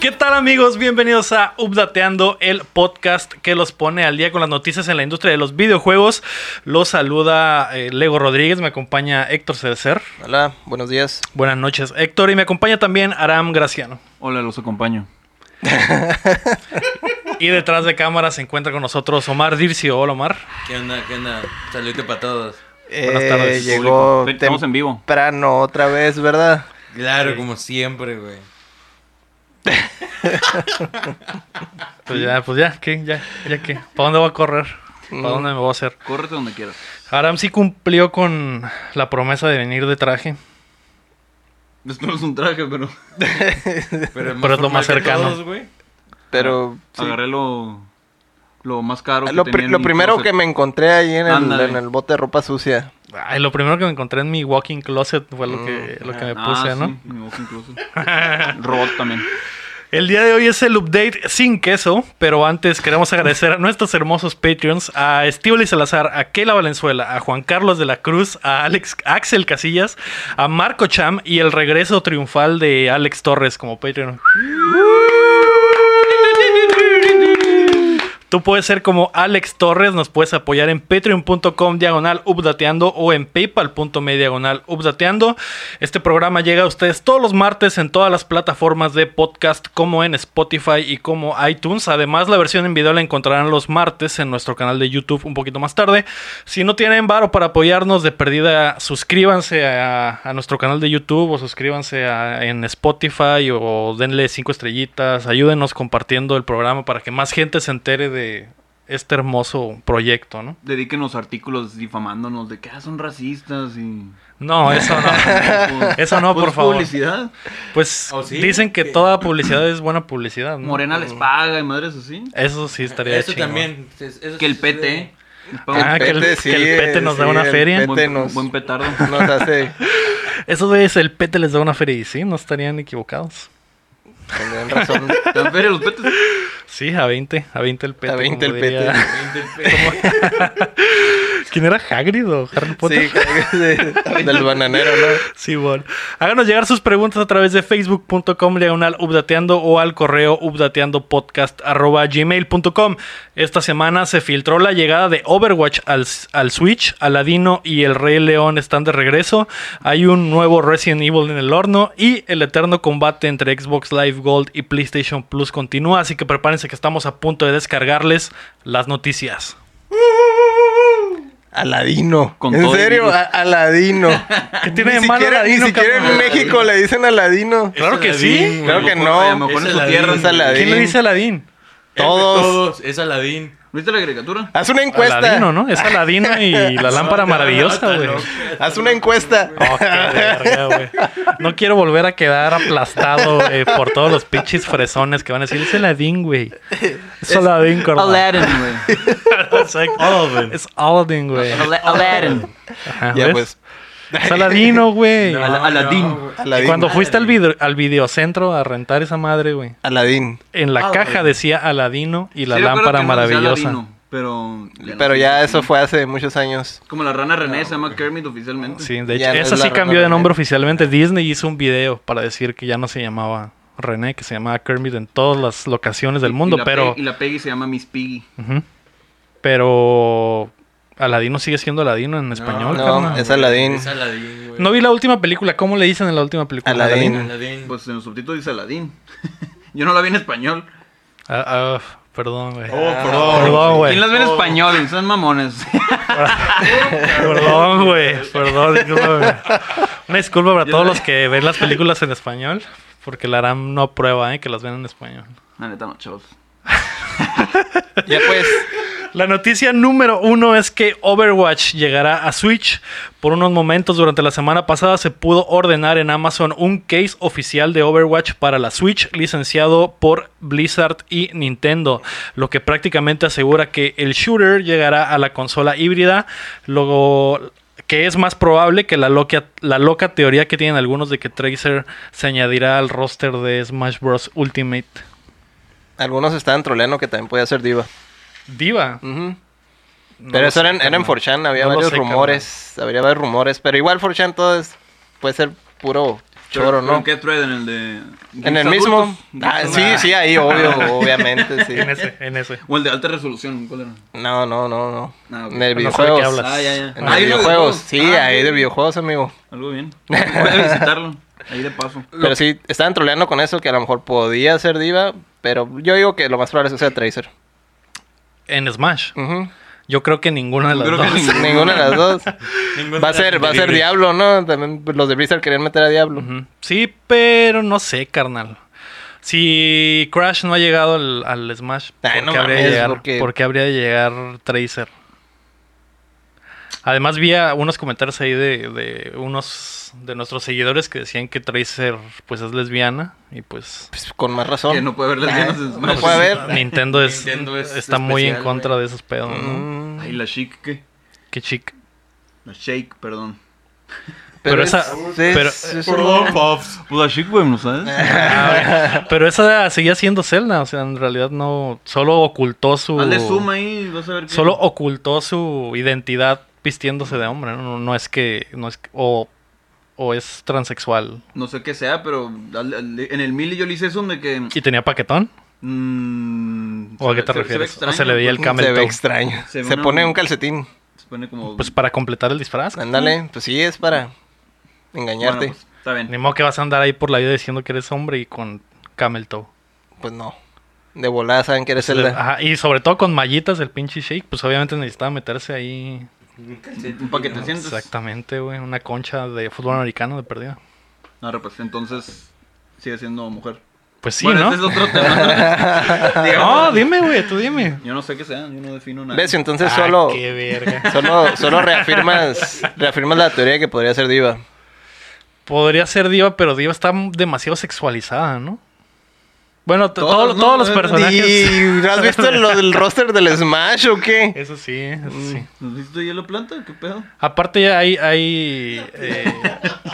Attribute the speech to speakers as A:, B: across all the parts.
A: ¿Qué tal amigos? Bienvenidos a Updateando, el podcast que los pone al día con las noticias en la industria de los videojuegos. Los saluda eh, Lego Rodríguez, me acompaña Héctor Cercer.
B: Hola, buenos días.
A: Buenas noches Héctor y me acompaña también Aram Graciano.
C: Hola, los acompaño.
A: Y detrás de cámara se encuentra con nosotros Omar Dircio. Hola Omar.
D: ¿Qué onda? ¿Qué onda? Saludito para todos.
A: Buenas tardes,
B: Eh, llegó
C: público. Estamos en vivo.
B: temprano otra vez, ¿verdad?
D: Claro, como siempre, güey.
A: Pues ya, pues ya, ¿qué? Ya, ya qué. ¿Para dónde voy a correr? ¿Para dónde me voy a hacer?
C: Córrete donde quieras.
A: Aram sí cumplió con la promesa de venir de traje.
C: Esto no es un traje, pero
D: Pero es,
A: Pero es lo
D: formal
A: más
D: que
A: cercano.
D: todos, güey.
B: Pero sí. Ah,
C: agarré lo, lo más caro. que
B: lo,
C: tenía
B: pri-
C: en
B: lo
C: un
B: primero
C: closet.
B: que me encontré ahí en el,
C: Ándale.
B: en el bote de ropa sucia.
A: Ay, lo primero que me encontré en mi walking closet fue lo que, lo que me
C: Ah,
A: puse,
C: sí,
A: ¿no?
C: mi voz incluso. Robot también.
A: El día de hoy es el update sin queso, pero antes queremos agradecer a nuestros hermosos Patreons, a Estíbaliz Salazar, a Kela Valenzuela, a Juan Carlos de la Cruz, a Alex Axel Casillas, a Marco Cham y el regreso triunfal de Alex Torres como Patreon. Tú puedes ser como Alex Torres, nos puedes apoyar en patreon.com diagonal updateando o en paypal.me diagonal updateando. Este programa llega a ustedes todos los martes en todas las plataformas de podcast como en Spotify y como iTunes. Además, la versión en video la encontrarán los martes en nuestro canal de YouTube un poquito más tarde. Si no tienen varo para apoyarnos de perdida, suscríbanse a, a nuestro canal de YouTube o suscríbanse a- en Spotify o denle cinco estrellitas. Ayúdenos compartiendo el programa para que más gente se entere de este hermoso proyecto, ¿no?
C: Dedíquenos artículos difamándonos de que ah, son racistas y.
A: No, eso no. Eso no,
C: Pues,
A: por favor.
C: publicidad.
A: Pues
D: ¿O sí?
A: dicen que
D: ¿Qué?
A: toda publicidad es buena publicidad, ¿no?
C: Morena les paga y madres así.
A: Eso sí estaría
D: Eso
A: chingón.
D: también. es- eso
C: Que el
D: sí
C: PT. les paga
A: Ah, que el- que el pete nos da una
B: el
A: feria.
C: un
B: pete
C: buen,
B: nos,
C: un buen petardo.
B: nos hace
A: Eso güeyes, el pete les da una feria y sí, no estarían equivocados.
B: tenían razón.
C: ¿Te dan feria los petes?
A: Sí, a 20, a 20 el pete.
B: A 20
A: como
B: el pete.
A: diría-
D: es- es-
A: ¿Quién era Hagrid o Harry Potter?
B: Sí, de- del bananero, ¿no?
A: Sí, bueno. Háganos llegar sus preguntas a través de facebook.com diagonal updateando o al correo updateandopodcast.gmail.com. Esta semana se filtró la llegada de Overwatch al, al Switch, Aladino y el Rey León están de regreso. Hay un nuevo Resident Evil en el horno y el eterno combate entre Xbox Live Gold y PlayStation Plus continúa, así que prepárense que estamos a punto de descargarles las noticias.
B: Aladino.
C: Con
B: ¿En
C: todo el
B: serio?
C: virus.
B: A- Aladino.
A: ¿Qué tiene
B: ni
A: de malo
B: siquiera,
A: Aladino,
B: ni siquiera en
A: cabrón?
B: México le dicen Aladino.
A: Claro que
D: es Aladín,
A: sí.
D: güey.
B: Claro que
C: A lo
B: no.
C: mejor en
D: Es
C: su
D: Aladín.
C: tierra.
B: Es Aladín.
A: ¿Quién le dice Aladín?
B: Todos.
D: Todos. Es Aladín.
C: ¿Viste la caricatura?
B: Haz una encuesta.
A: Aladino, ¿no? Es Aladino y la lámpara maravillosa, güey.
B: Haz una encuesta.
A: Oh, qué verga, güey. No quiero volver a quedar aplastado güey, por todos los pinches fresones que van a decir, es Aladín, güey. Es Aladín, carnal.
C: Aladdin, güey.
A: Exacto. Es Aladín, güey.
C: Ala- Aladdin.
A: Ajá,
B: Ya
A: ¿ves?
B: pues.
A: Es Aladino, güey.
C: Ala- Aladdin.
A: Y
B: Aladín.
A: Cuando fuiste al, video- al videocentro a rentar esa madre, güey.
B: Aladín.
A: En la caja decía Aladino y la
C: Ah, Sí, recuerdo
A: lámpara
C: que no decía
A: maravillosa.
C: Aladino, pero. no
B: Pero
C: sé.
B: ya eso fue hace muchos años.
C: Como la rana René se llama Kermit oficialmente.
A: Sí, de hecho,
B: Ya no
A: esa
B: es
A: sí
B: la
A: cambió
B: René.
A: de nombre oficialmente. Disney hizo un video para decir que ya no se llamaba René, que se llamaba Kermit en todas las locaciones del
C: Y-
A: mundo,
C: y la
A: pero,
C: Pe- Y la Peggy se llama Miss Piggy.
A: Ujú. pero Aladino sigue siendo Aladino en español.
B: no,
A: carnal. No,
B: es Aladín.
D: Es Aladín, güey.
A: vi la última película. ¿Cómo le dicen en la última película?
B: Aladín.
D: Aladín.
C: Pues en el subtítulo dice Aladín. Yo no la vi en español.
A: Ah, ah, uf, perdón, güey. Ah,
D: Oh, perdón.
A: Perdón, güey.
C: ¿Quién las ve en español? Son mamones.
A: Perdón, güey. Perdón, discúlpame. Una disculpa para todos los que ven las películas en español, porque la Aram no prueba ¿eh? que las ven en español.
C: La neta no, chavos.
B: Ya pues.
A: La noticia número uno es que Overwatch llegará a Switch. Por unos momentos durante la semana pasada se pudo ordenar en Amazon un case oficial de Overwatch para la Switch licenciado por Blizzard y Nintendo, lo que prácticamente asegura que el shooter llegará a la consola híbrida. Luego que es más probable que la loca, la loca teoría que tienen algunos de que Tracer se añadirá al roster de Smash Bros. Ultimate.
B: Algunos estaban troleando que también podía ser diva.
A: Diva.
B: Ujú.
A: No
B: pero
A: lo sé,
B: eso era, en- era en
A: carnal.
B: 4chan, había
A: No lo
B: varios
A: sé,
B: rumores. Habría varios rumores. Pero igual 4chan todo es- puede ser puro Choro,
C: ¿Pero
B: ¿no?
C: en qué thread? ¿En el de.?
B: En el
C: adultos?
B: mismo. Ah, sí, sí, ahí, obvio, obviamente, sí.
A: En ese, en ese.
C: ¿O el de alta resolución? ¿Cuál era?
B: No, no, no, no.
C: Ah, ok.
B: En el
A: No sé de qué
B: videojuegos.
A: hablas.
C: Ah, ya, ya.
B: En
C: Ah,
B: el
C: ¿y lo de
B: videojuegos.
C: todos?
B: Sí,
C: Ah,
B: ahí
C: ok.
B: de videojuegos, amigo.
C: Algo bien. Voy a visitarlo. Ahí de paso.
B: Pero sí, estaban troleando con eso que a lo mejor podía ser diva, pero yo digo que lo más probable es que sea Tracer.
A: En Smash.
B: Ujú.
A: Yo creo que ninguna de las
C: Creo que
A: dos.
C: ninguna.
B: Ninguna de las dos.
D: Ningún
B: Va a
D: dato
B: ser, va a ser
D: increíble.
B: Diablo, ¿no? También los de Blizzard querían meter a Diablo.
A: Ujú. Sí, pero no sé, carnal. Si Crash no ha llegado al, al Smash, ¿por,
B: Ay,
A: qué
B: no
A: habría de
B: mames,
A: llegar,
B: porque-
A: por qué habría de llegar Tracer? Además, vi a unos comentarios ahí de, de unos de nuestros seguidores que decían que Tracer pues es lesbiana y pues
B: Pues, con más
C: Que
B: razón.
C: no puede ver las llenas en Smash.
B: Ah, no pues, puede haber.
A: Nintendo, es,
D: Nintendo es
A: está muy en
D: especial,
A: contra
D: güey.
A: de esos pedos. ¿no?
B: Mm,
C: Ay, la chic, ¿qué?
A: Qué chic.
C: La shake, perdón.
A: pero esa- pero-
D: Perdón, Pops.
C: Pues la chic, güey, ¿no sabes?
A: Ah, Pero esa seguía siendo Zelda, o sea, en realidad no solo ocultó su
C: Hazle zoom ahí, vas a ver qué.
A: Oh. solo ocultó su identidad vistiéndose de hombre, ¿no? No, no es que no es que- o, o es transexual
C: No sé qué sea, pero al- al- en el mili yo le hice zoom de que.
A: y tenía paquetón
C: mm,
A: o a
C: se
A: qué
C: ve-
A: te
C: se ve- se ve
A: refieres?
C: extraño,
A: o se le veía el
C: pues,
A: camel
B: se ve
A: toe?
B: extraño.
C: Se
B: Se,
C: ve una-
B: pone un calcetín.
C: Se pone como.
A: pues para completar el disfraz.
B: Ándale, pues sí, es para
C: Bueno,
B: engañarte.
C: pues, está bien.
A: Ni modo que vas a andar ahí por la vida diciendo que eres hombre y con camel toe.
B: pues, no. De volada saben que eres Zelda.
A: Ajá, y sobre todo con mallitas del pinche shake, pues obviamente necesitaba meterse ahí.
C: Un paquete sientes.
A: Exactamente, güey, una concha de fútbol americano de perdida.
C: No, pues entonces sigue siendo mujer.
A: Pues sí,
C: bueno,
A: ¿no?
C: ese es otro tema.
A: No,
C: Digamos,
A: dime, güey, tú dime.
C: Yo no sé qué sea, yo no defino nada.
B: ¿Ves? Entonces
A: Ah,
B: solo,
A: qué verga.
B: solo, solo reafirmas, reafirmas la teoría de que podría ser diva.
A: Podría ser Diva, pero Diva está demasiado sexualizada, ¿no? Bueno, t-
C: Todos,
A: todo-
C: ¿no?
A: todos los
C: Di-
A: personajes.
B: Di- ¿Has visto lo del roster del Smash o qué?
A: Eso sí, eso
B: Mm.
A: sí.
C: ¿Nos viste hielo planta? ¿Qué pedo?
A: Aparte, ya hay, hay, eh,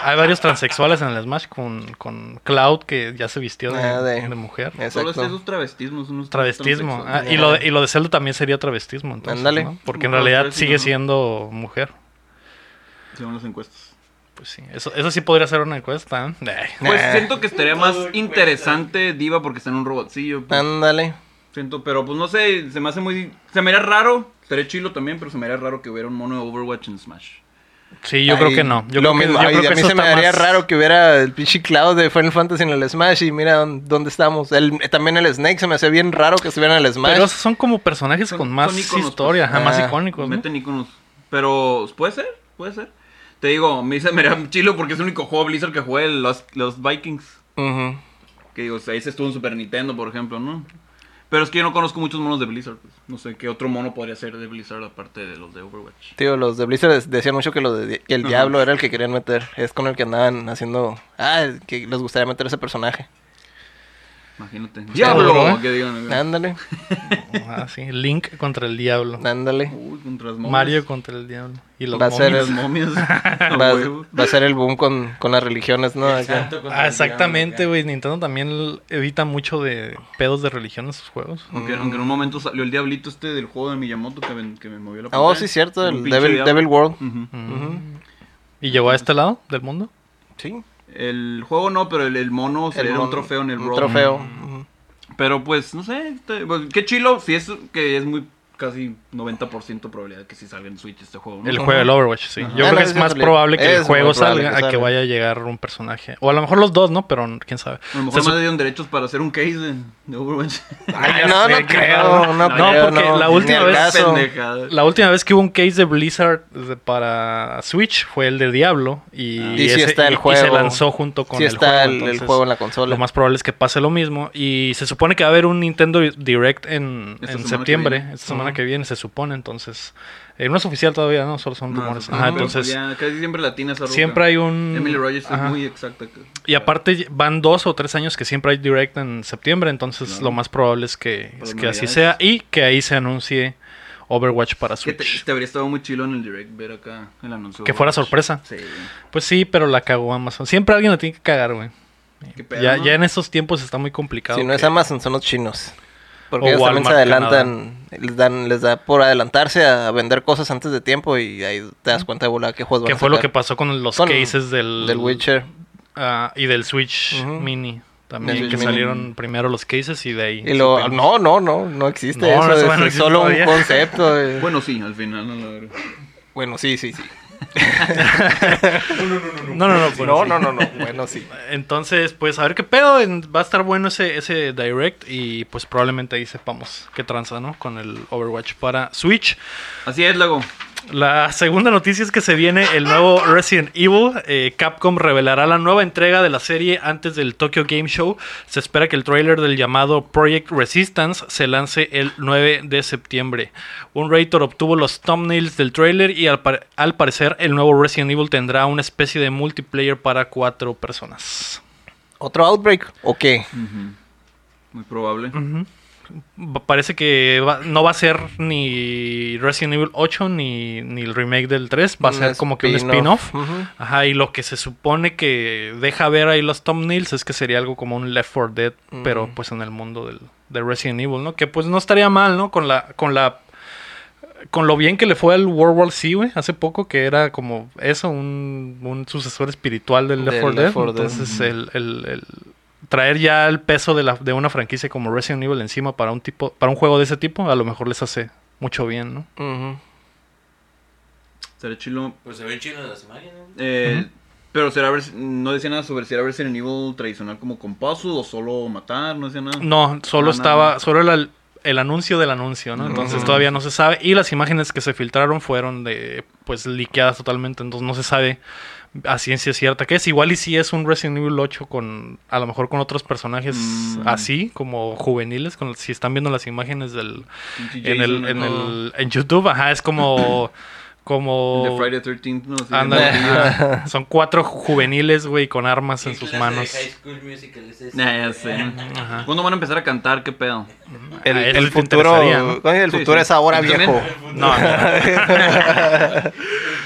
A: hay varios transexuales en el Smash con, con Cloud que ya se vistió de,
B: Ah, de-
A: de mujer.
C: Solo es
B: Exacto.
C: esos travestismos. Unos
A: Travestismo.
C: transexuales.
A: Ah, y, lo de, y lo de Zelda también sería travestismo. Entonces,
B: Ándale.
A: ¿no? Porque en
C: Bueno,
A: realidad
C: pero sí,
A: sigue
C: ¿no?
A: siendo mujer.
C: Según las encuestas.
A: Pues sí, eso, eso sí podría ser una encuesta. ¿eh? Eh,
C: Pues
B: Nah.
C: siento que estaría más interesante Diva porque está en un robotcillo. pues,
B: Ándale.
C: siento, pero pues no sé, se me hace muy. Se me haría raro. Estaría chilo también, pero se me haría raro que hubiera un mono de Overwatch en Smash.
A: Sí, yo
B: Ay,
A: creo que no. Yo
B: lo
A: creo que,
B: mismo.
A: yo
B: Ay,
A: creo que
B: a mí
A: eso
B: se me
A: está
B: haría
A: más-
B: raro que hubiera el pinche Cloud de Final Fantasy en el Smash y mira dónde dónde estamos. El- también el Snake se me hacía bien raro que estuviera en el Smash.
A: Pero esos son como personajes
C: Son-
A: con más
C: son íconos,
A: historia,
B: pues.
A: ajá, más
B: Ah,
A: icónicos. ¿no?
C: Meten iconos. Pero pues, puede ser, puede ser. Te digo, me dice, me haría chilo porque es el único juego Blizzard que jugué, los, los Vikings.
B: Ujú.
C: Que digo, ahí se estuvo en Super Nintendo, por ejemplo, ¿no? Pero es que yo no conozco muchos monos de Blizzard. pues. No sé qué otro mono podría ser de Blizzard aparte de los de Overwatch.
B: Tío, los de Blizzard des- decían mucho que, lo de, que el
C: Ajá.
B: Diablo era el que querían meter. Es con el que andaban haciendo. Ah, que les gustaría meter ese personaje.
C: Imagínate. ¡Diablo!
A: duro, ¿eh?
C: Que digan.
B: Ándale,
A: Ah, sí, Link contra el diablo.
B: ándale.
C: Uy, contra las momias.
A: Mario contra el diablo. Y los
B: Va a ser
A: momios.
C: Las momias. A
B: Va,
C: huevo.
B: va a ser el boom con, con las religiones, ¿no?
D: El
B: Acá.
D: santo contra
A: Ah,
D: el
A: exactamente,
D: diablo,
A: güey. Nintendo también l- evita mucho de pedos de religión en sus juegos.
C: Aunque,
B: Mm.
C: aunque en un momento salió el diablito este del juego de Miyamoto que me, que me movió la
B: Ah, oh, sí, cierto,
C: Era un
B: el
C: pinche
B: Devil,
C: diablo.
B: Devil World.
C: Ujú.
A: Mm. ¿Y llegó a este lado del mundo?
B: Sí,
C: El juego no, pero el, el mono
B: el
C: sería un
B: mon-
C: trofeo en el
B: Un
C: Brawl.
B: trofeo.
A: Mm.
B: ujú.
C: Pero pues, no sé, este, pues, qué chilo, si es que es muy casi 90% probabilidad de que si salga en Switch este juego. ¿no?
A: El juego del Overwatch, sí.
C: Ajá.
A: Yo creo
B: Ah, no,
A: que es
B: ese
A: más
B: salió.
A: probable que el
B: Es
A: juego
B: muy probable
A: salga a
B: que
A: que
B: salga.
A: vaya a llegar un personaje. O a lo mejor los dos, ¿no? Pero quién sabe.
C: A lo
A: Se
C: mejor
A: su-
C: me dieron derechos para hacer un case de, de Overwatch.
B: Ay,
A: ya
B: no,
A: sé,
B: no
A: qué
B: creo,
A: raro.
B: no,
A: No,
B: creo,
A: porque la
B: ni
A: última
B: al
A: vez-
B: caso.
C: Pendejada.
A: La última vez que hubo un case de Blizzard de- para Switch fue el de Diablo y,
C: Ah.
B: Y sí está el
A: y- y
B: juego.
A: se lanzó junto con
B: sí
A: el
B: está
A: juego.
B: el- el,
A: entonces,
B: juego en la consola.
A: Lo más probable es que pase lo mismo y se supone que va a haber un Nintendo Direct en,
C: Esta
A: en
C: semana que
A: septiembre,
C: viene.
A: esta semana
B: Ujú.
A: que viene se supone, entonces eh, no es oficial todavía, no, solo son
C: No,
A: rumores.
C: no,
A: Ajá,
C: no,
A: entonces
C: ya casi siempre latina esa ruta.
A: siempre hay un
C: Emily Rogers
A: Ajá.
C: es muy exacta. que-
A: y aparte van dos o tres años que siempre hay Direct en septiembre, entonces
C: Claro.
A: lo más probable es que,
C: Para
A: es que así
C: Navidades.
A: sea y que ahí se anuncie Overwatch para
C: Que te,
A: Switch.
C: te habría estado muy chilo en el direct ver acá el anuncio. de
A: Que fuera
C: Overwatch.
A: sorpresa.
C: Sí, güey.
A: Pues sí, pero la cagó Amazon. Siempre alguien la tiene que cagar, güey.
C: Qué pedo,
A: Ya,
C: ¿no?
A: ya en estos tiempos está muy complicado.
B: si no
A: que-
B: es Amazon, son los chinos. Porque
A: O
B: ellos también se
A: Walmart,
B: adelantan, les, dan, les da por adelantarse a vender cosas antes de tiempo y ahí te das cuenta de volada qué juegos van
A: que
B: a
A: fue lo que
B: sacar.
A: pasó con los
B: Con-
A: cases del,
B: Del Witcher.
A: ah, y del Switch
B: Ujú.
A: Mini también,
B: Del
A: que
B: Switch
A: salieron primero los cases y de ahí.
B: Y lo,
A: supimos.
B: no, no, no, no existe
A: No,
B: eso.
A: no,
B: es
A: eso no existe
B: solo
A: todavía.
B: un concepto. de-
C: Bueno, sí, al final, no la verdad.
B: Bueno, sí, sí, sí.
A: No, no, no. bueno,
B: no,
A: sí.
B: no, no, no. Bueno, sí.
A: Entonces, pues a ver qué pedo. en- Va a estar bueno ese, ese direct y pues probablemente ahí sepamos qué tranza, ¿no? Con el Overwatch para Switch.
C: Así es, luego.
A: La segunda noticia es que se viene el nuevo Resident Evil. Eh, Capcom revelará la nueva entrega de la serie antes del Tokyo Game Show. Se espera que el tráiler del llamado Project Resistance se lance el 9 de septiembre. Un Rator obtuvo los thumbnails del tráiler y al, par- al parecer el nuevo Resident Evil tendrá una especie de multiplayer para cuatro personas.
B: ¿Otro Outbreak o qué?
C: Ujú. Muy probable.
A: Ba- Parece que va- no va a ser ni Resident Evil 8 ni, ni el remake del 3, va a
B: Un
A: ser como que un
B: spin-off.
A: spin-off.
B: Ujú.
A: Ajá, y lo que se supone que deja ver ahí los thumbnails es que sería algo como un Left 4 Dead,
B: Mm.
A: pero pues en el mundo del, de Resident Evil, ¿no? Que pues no estaría mal, ¿no? Con la con la con lo bien que le fue al World War C, güey, hace poco que era como eso un, un sucesor espiritual del Left
B: Del
A: 4 Dead,
B: Left 4 Dead.
A: entonces el, el- el- traer ya el peso de la de una franquicia como Resident Evil encima para un tipo para un juego de ese tipo, a lo mejor les hace mucho bien, ¿no?
B: Ujú.
C: Será chilo.
D: Pues se ven chidas las imágenes.
C: Eh, Pero será vers- no decía nada sobre si era Resident Evil tradicional como con puzzle o solo matar, no decía nada.
A: No, solo
C: No,
A: estaba,
C: no.
A: solo el, el anuncio del anuncio, ¿no? Entonces
B: Ujú.
A: todavía no se sabe. Y las imágenes que se filtraron fueron de, pues, liqueadas totalmente. Entonces no se sabe a ciencia cierta qué es. Igual y si es un Resident Evil 8 con, a lo mejor con otros personajes
C: Mm.
A: así, como juveniles. con- si están viendo las imágenes del,
C: Pinche
A: en el,
C: Jason,
A: en
C: ¿no?
A: el, en YouTube, ajá, es como,
C: De
A: como...
C: Friday 13 no sé.
A: ándale,
B: Nah.
A: ajá. son cuatro juveniles, güey, con armas Pues en sus manos.
D: High School Musical es ese?
B: Ah,
D: Eh,
C: Nah, ya sé.
A: Ajá. Ah,
C: ¿Cuándo van a empezar a cantar? ¿Qué pedo?
B: El,
A: A él
B: el
A: le
B: futuro,
A: interesaría, ¿no?
B: Oye, el
C: Sí,
B: futuro
C: sí.
B: es ahora
C: ¿Tú también?
B: viejo.
A: No, no.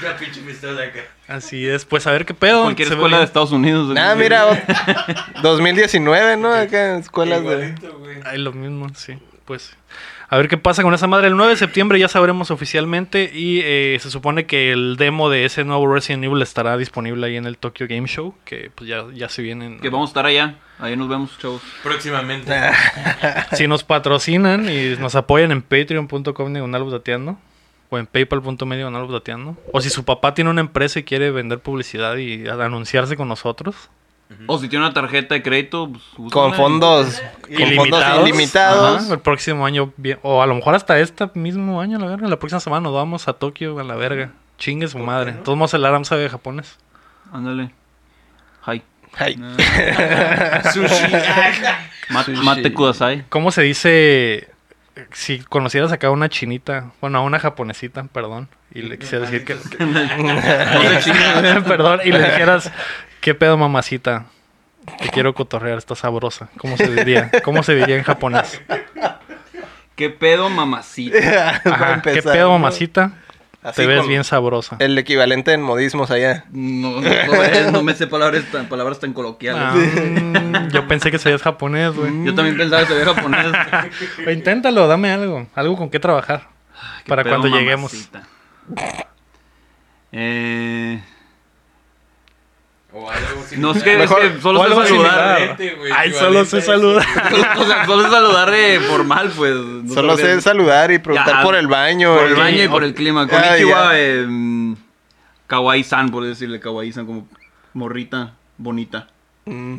D: Una pinche pistola acá.
A: Así es, pues a ver qué pedo.
C: Cualquier
A: se ve
C: escuela de
A: bien.
C: Estados Unidos.
B: Nada, mira, o- 2019, ¿no? Acá en escuelas
C: ¿eh?
B: de...
D: Igualito, güey.
A: Ay, lo mismo, sí. Pues a ver qué pasa con esa madre. El 9 de septiembre ya sabremos oficialmente y eh, se supone que el demo de ese nuevo Resident Evil estará disponible ahí en el Tokyo Game Show, que pues ya, ya se vienen.
C: Que vamos a estar allá. Ahí nos vemos, chavos.
D: Próximamente.
A: Si nos patrocinan y nos apoyan en patreon.com diagonal updateando, o en paypal.me diagonal updateando, o si su papá tiene una empresa y quiere vender publicidad y anunciarse con nosotros.
C: O si tiene una tarjeta de crédito, pues, úsala.
B: Con fondos... Con fondos
A: Ilimitados.
B: ilimitados.
A: Ajá, el próximo año, bien- o a lo mejor hasta este mismo año, la verga. La próxima semana nos vamos a Tokio, a la verga. Chingue su madre. Todos modos, el Aram sabe de japonés.
C: Ándale. Hi.
B: Ay.
C: Nah.
D: Sushi.
C: Mat- Mate Kudasai.
A: ¿Cómo se dice si conocieras acá a una chinita? Bueno, a una japonesita, perdón. Y le quisiera decir que.
C: No se chingue.
A: perdón, y le dijeras, ¿qué pedo, mamacita? Te quiero cotorrear, está sabrosa. ¿Cómo se diría? ¿Cómo se diría en japonés?
C: ¿Qué pedo, mamacita?
B: Va a
A: Ajá, ¿Qué
B: empezar,
A: pedo,
B: ¿no?
A: mamacita?
B: Así
A: Te ves
B: con
A: bien sabrosa.
B: El equivalente en modismos allá.
C: No, no, es- no me sé palabras tan, palabras tan
A: Ah,
C: coloquiales.
A: mm, yo pensé que sabías japonés, güey.
C: Yo también pensaba que sabía japonés.
A: O Inténtalo, dame algo, algo con qué trabajar.
C: ¿Qué
A: Para
C: pedo,
A: cuando lleguemos.
C: mamacita? Eh,
D: O algo similar.
C: no es que,
B: Mejor-
C: es que solo
A: o
C: sé
A: algo
C: saludar. eh.
A: similar.
D: Equivalente, güey,
A: Ay,
D: equivalente
A: solo sé
D: a eso.
A: saludar.
C: o sea, solo es saludar eh, formal, pues. no
B: Solo
C: sabría-
B: sé saludar y preguntar
C: Ya,
B: por el baño.
C: Por el
B: y-
C: baño y por el clima. Con
B: Ah, ya.
C: eh, mm, Kawaii-san, por decirle Kawaii-san, como morrita bonita.
B: Mm.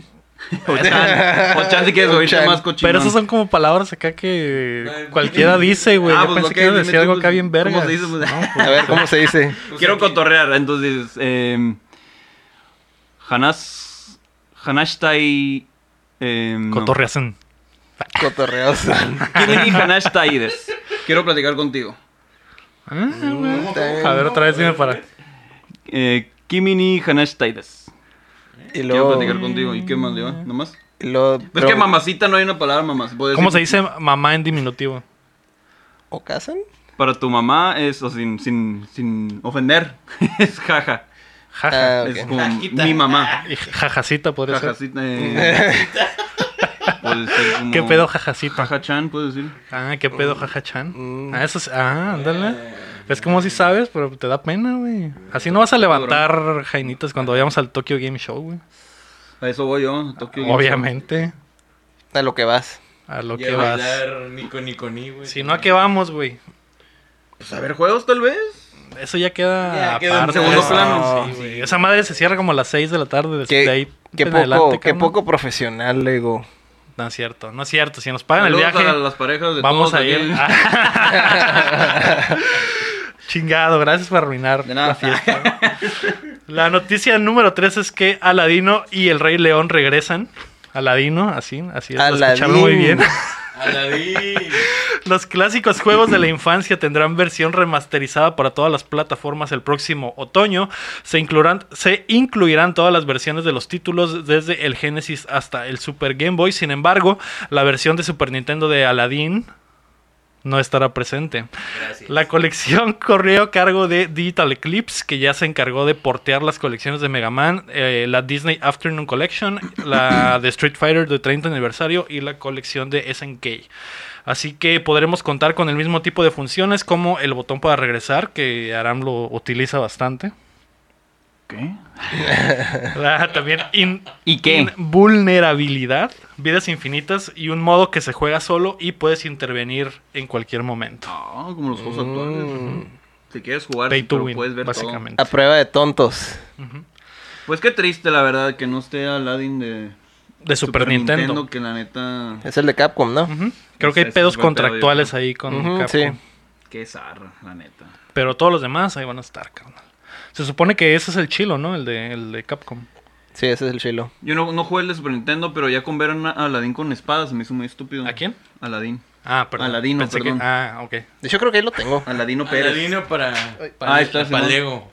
C: O chan, o chan si quieres oírte
B: Ochan.
C: más cochinón.
A: Pero esas son como palabras acá que cualquiera dice, güey.
C: Ah,
A: Yo
C: pues,
A: pensé
C: ok,
A: que iba a
C: dime
A: decir
C: tú,
A: algo
C: pues,
A: acá bien verga.
C: ¿cómo se dice? Pues,
B: A ver, ¿cómo se dice?
C: Quiero cotorrear, entonces. Eh, Hanas. Hanashtai. Eh, no.
A: Cotorreasen.
B: Cotorreos.
C: Kirigi Hanashtaides. Quiero platicar contigo.
A: Ah, güey. A ver, otra vez dime para.
C: Eh, Kimini Hanashtaides.
B: y
C: Quiero
B: luego...
C: platicar contigo. ¿Y qué más le va? ¿Nomás?
B: y luego-
C: Pues
B: pero-
C: que mamacita no hay una palabra mamacita. Puedes
A: ¿Cómo se
C: decir,
A: dice mamá en diminutivo?
B: ¿O casan?
C: Para tu mamá es, o sin, sin, sin ofender, es jaja.
A: Jaja.
B: Ah, ok.
C: Es como
D: Jajita.
C: mi mamá.
A: Y jajacita podría ser.
C: Jajacita. eh, puede ser como-
A: ¿Qué pedo jajacita?
C: Jajachan, puedes decir.
A: Ah, ¿qué pedo jajachan?
B: Mm.
A: Ah, eso es... Ah, ándale. Es como si sabes, pero te da pena, güey. Así no vas a levantar jainitas cuando vayamos al Tokyo Game Show, güey.
C: A eso voy yo, Tokyo Game
A: Obviamente.
B: A lo que vas.
A: A lo
D: Y
A: que
D: a
A: vas.
D: bailar Nico Nico Ni, güey.
A: Si no, ¿a qué vamos, güey?
C: Show. Pues a ver, juegos tal vez.
A: Eso ya queda
D: Ya queda en
A: aparte.
D: segundo
A: No,
D: plano.
A: sí, güey. Esa madre se cierra como a las 6 de la tarde. Pues de- de
B: Qué,
A: ahí
B: qué
A: en
B: poco,
A: adelante,
B: qué
A: carnal.
B: poco profesional, Lego.
A: No es cierto, no es cierto. Si nos pagan el
C: Saludos
A: viaje,
C: a las parejas de
A: vamos
C: todos
A: a ir.
C: aquí.
A: Chingado, gracias por arruinar
C: De nada.
A: la fiesta. La noticia número 3 es que Aladino y el Rey León regresan. Aladino, así, así es. lo escucharon muy
B: Aladín.
A: bien.
D: Aladín.
A: Los clásicos juegos de la infancia tendrán versión remasterizada para todas las plataformas el próximo otoño. Se incluirán, se incluirán todas las versiones de los títulos desde el Genesis hasta el Super Game Boy. Sin embargo, la versión de Super Nintendo de Aladdin no estará presente.
D: Gracias.
A: La colección corrió a cargo de Digital Eclipse, que ya se encargó de portear las colecciones de Mega Man, eh, la Disney Afternoon Collection, la de Street Fighter de 30 aniversario y la colección de SNK. Así que podremos contar con el mismo tipo de funciones como el botón para regresar, que Aram lo utiliza bastante.
C: ¿Qué?
A: La- También in-
C: ¿Y qué?
A: invulnerabilidad, vidas infinitas y un modo que se juega solo y puedes intervenir en cualquier momento.
C: Ah, como los juegos
B: Mm.
C: actuales. Si quieres jugar,
A: Pay to
C: pero
A: win,
C: puedes ver
A: básicamente.
B: A prueba de tontos.
C: todo. Pues qué triste, la verdad, que no esté Aladdin de
A: De Super, Nintendo.
C: Que la neta,
B: Es el de Capcom, ¿no?
A: Ujú. Creo que hay
C: Ese
A: pedos
C: es buen pedo,
A: contractuales
C: yo
A: ahí con
B: Ujú,
A: Capcom.
B: sí.
C: qué zarra, la neta.
A: Pero todos los demás ahí van a estar, carnal. Se supone que ese es el chilo, ¿no? El de, el de Capcom.
B: Sí, ese es el chilo.
C: Yo no, no jugué el de Super Nintendo, pero ya con ver a una- a Aladdin con espadas se me hizo muy estúpido.
A: ¿A quién?
C: Aladdin.
A: Ah, perdón.
C: Aladino,
A: Pensé que-
C: perdón.
A: Ah, ok.
B: De hecho, creo que ahí lo tengo.
C: Aladino Pérez.
D: Aladino para.
C: para- Ahí está, Simón.
D: Palego.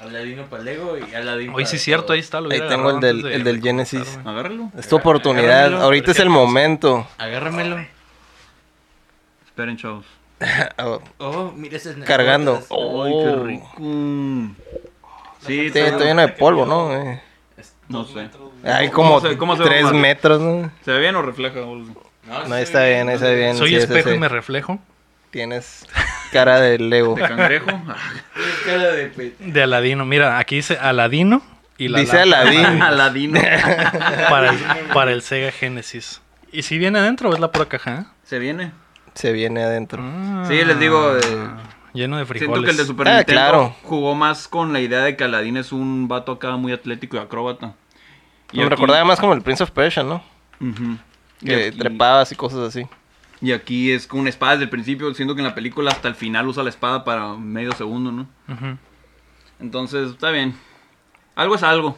D: Aladino Palego y Aladín.
A: Hoy
D: para
A: sí es cierto,
D: todo.
A: ahí está. Lo
B: Ahí
A: hubiera
B: tengo el
A: agarrado
B: del,
A: antes de
B: el del
A: recortar,
B: Genesis.
A: güey.
C: Agárralo.
B: Es tu oportunidad.
D: Agárramelo,
B: Ahorita es el
D: agárramelo.
B: momento.
D: Agárramelo.
C: Esperen, chavos.
B: Oh,
D: Oh, mira ese es
B: Cargando.
C: Ay, qué
B: Oh.
C: rico. Sí,
B: Sí, está lleno de polvo, ¿no? Eh,
C: No sé.
B: Hay
C: ¿Cómo
B: como
C: se- cómo se ve
B: tres
C: mal?
B: metros, ¿no?
C: ¿Se ve bien o refleja? boludo?
D: Ah,
B: No, ahí está bien, ahí está bien.
A: Soy
B: Ah, sí, ese,
A: espejo y
B: ese.
A: me reflejo.
B: Tienes cara de Lego.
C: ¿De cangrejo? Ah,
D: Es cara de pe-
A: De Aladino. Mira, aquí dice Aladino y la
B: Dice
A: lámpara
B: Aladín.
C: Aladino.
A: Para el, para el Sega Genesis. ¿Y si viene adentro o es la pura caja?
C: ¿Se viene?
B: Se viene adentro.
A: Ah,
C: Sí, les digo, eh,
A: lleno de frijoles.
C: Siento que el de Super
B: Ah,
C: Nintendo
B: claro.
C: jugó más con la idea de que Aladdin es un vato acá muy atlético y acróbata.
B: Me
C: aquí-
B: recordaba más como el Prince of Persia, ¿no?
C: Ujú. Y
B: Que
C: aquí-
B: trepabas y cosas así.
C: Y aquí es con una espada desde el principio, siendo que en la película hasta el final usa la espada para medio segundo, ¿no?
A: Ujú.
C: Entonces, está bien. Algo es algo.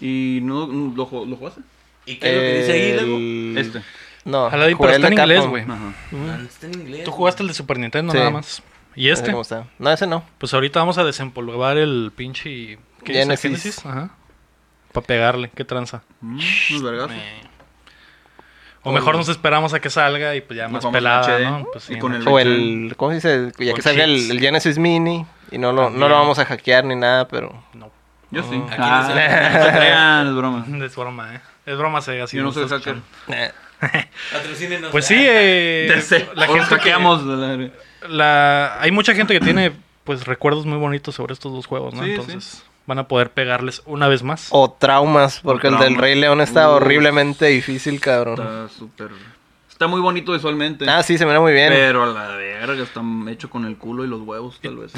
C: Y no, no- ¿lo, ju- ¿lo jugaste?
D: ¿Y qué es lo que dice ahí, Lego?
B: El-
C: Este.
B: No,
A: Aladín,
B: jugué
A: pero
B: el
A: está en
B: de
A: inglés,
B: Capcom.
A: güey.
C: Ajá.
D: Ah, No, no está en inglés.
A: Tú jugaste el de Super Nintendo
B: Sí.
A: nada más. ¿Y
B: No sé
A: este?
B: cómo está. No, ese no.
A: Pues ahorita vamos a desempolvar el pinche. ¿Qué es? ¿El
B: Genesis.
A: Genesis? Ajá. Para pegarle, qué tranza.
C: Mm, unos vergazos.
A: Me- O mejor nos esperamos a que salga y pues ya
C: Nos
A: más
C: vamos
A: pelada,
C: HD,
A: ¿no? Pues
C: y
A: sí,
C: con
A: ¿no?
C: el- Oh,
B: O el. ¿Cómo se dice? Ya
A: Con
B: que salga el,
A: cheats.
B: el Genesis Mini. Y no lo, no
A: También.
B: lo vamos a hackear ni nada, pero.
A: No,
C: Yo sí.
D: Aquí
C: Ah,
D: dice-
C: no se crean, es broma.
A: es broma, ¿eh? Es broma, se así.
C: Yo no
A: nos
C: soy
A: está
C: hacker.
A: escuchando.
B: eh,
D: Patrocínenos.
A: Pues sí, eh, la gente que-
C: hackeamos. de la verga.
A: la- hay mucha gente que tiene pues recuerdos muy bonitos sobre estos dos juegos, ¿no?
C: Sí, Oh. sí.
A: Entonces van a poder pegarles una vez más.
B: O traumas, porque el del
C: traumas.
B: Rey León está
C: Uh.
B: horriblemente difícil, cabrón.
C: Está súper. Está muy bonito visualmente.
B: Ah, sí, se mira muy bien.
C: Pero a la verga, está hecho con el culo y los huevos, tal vez.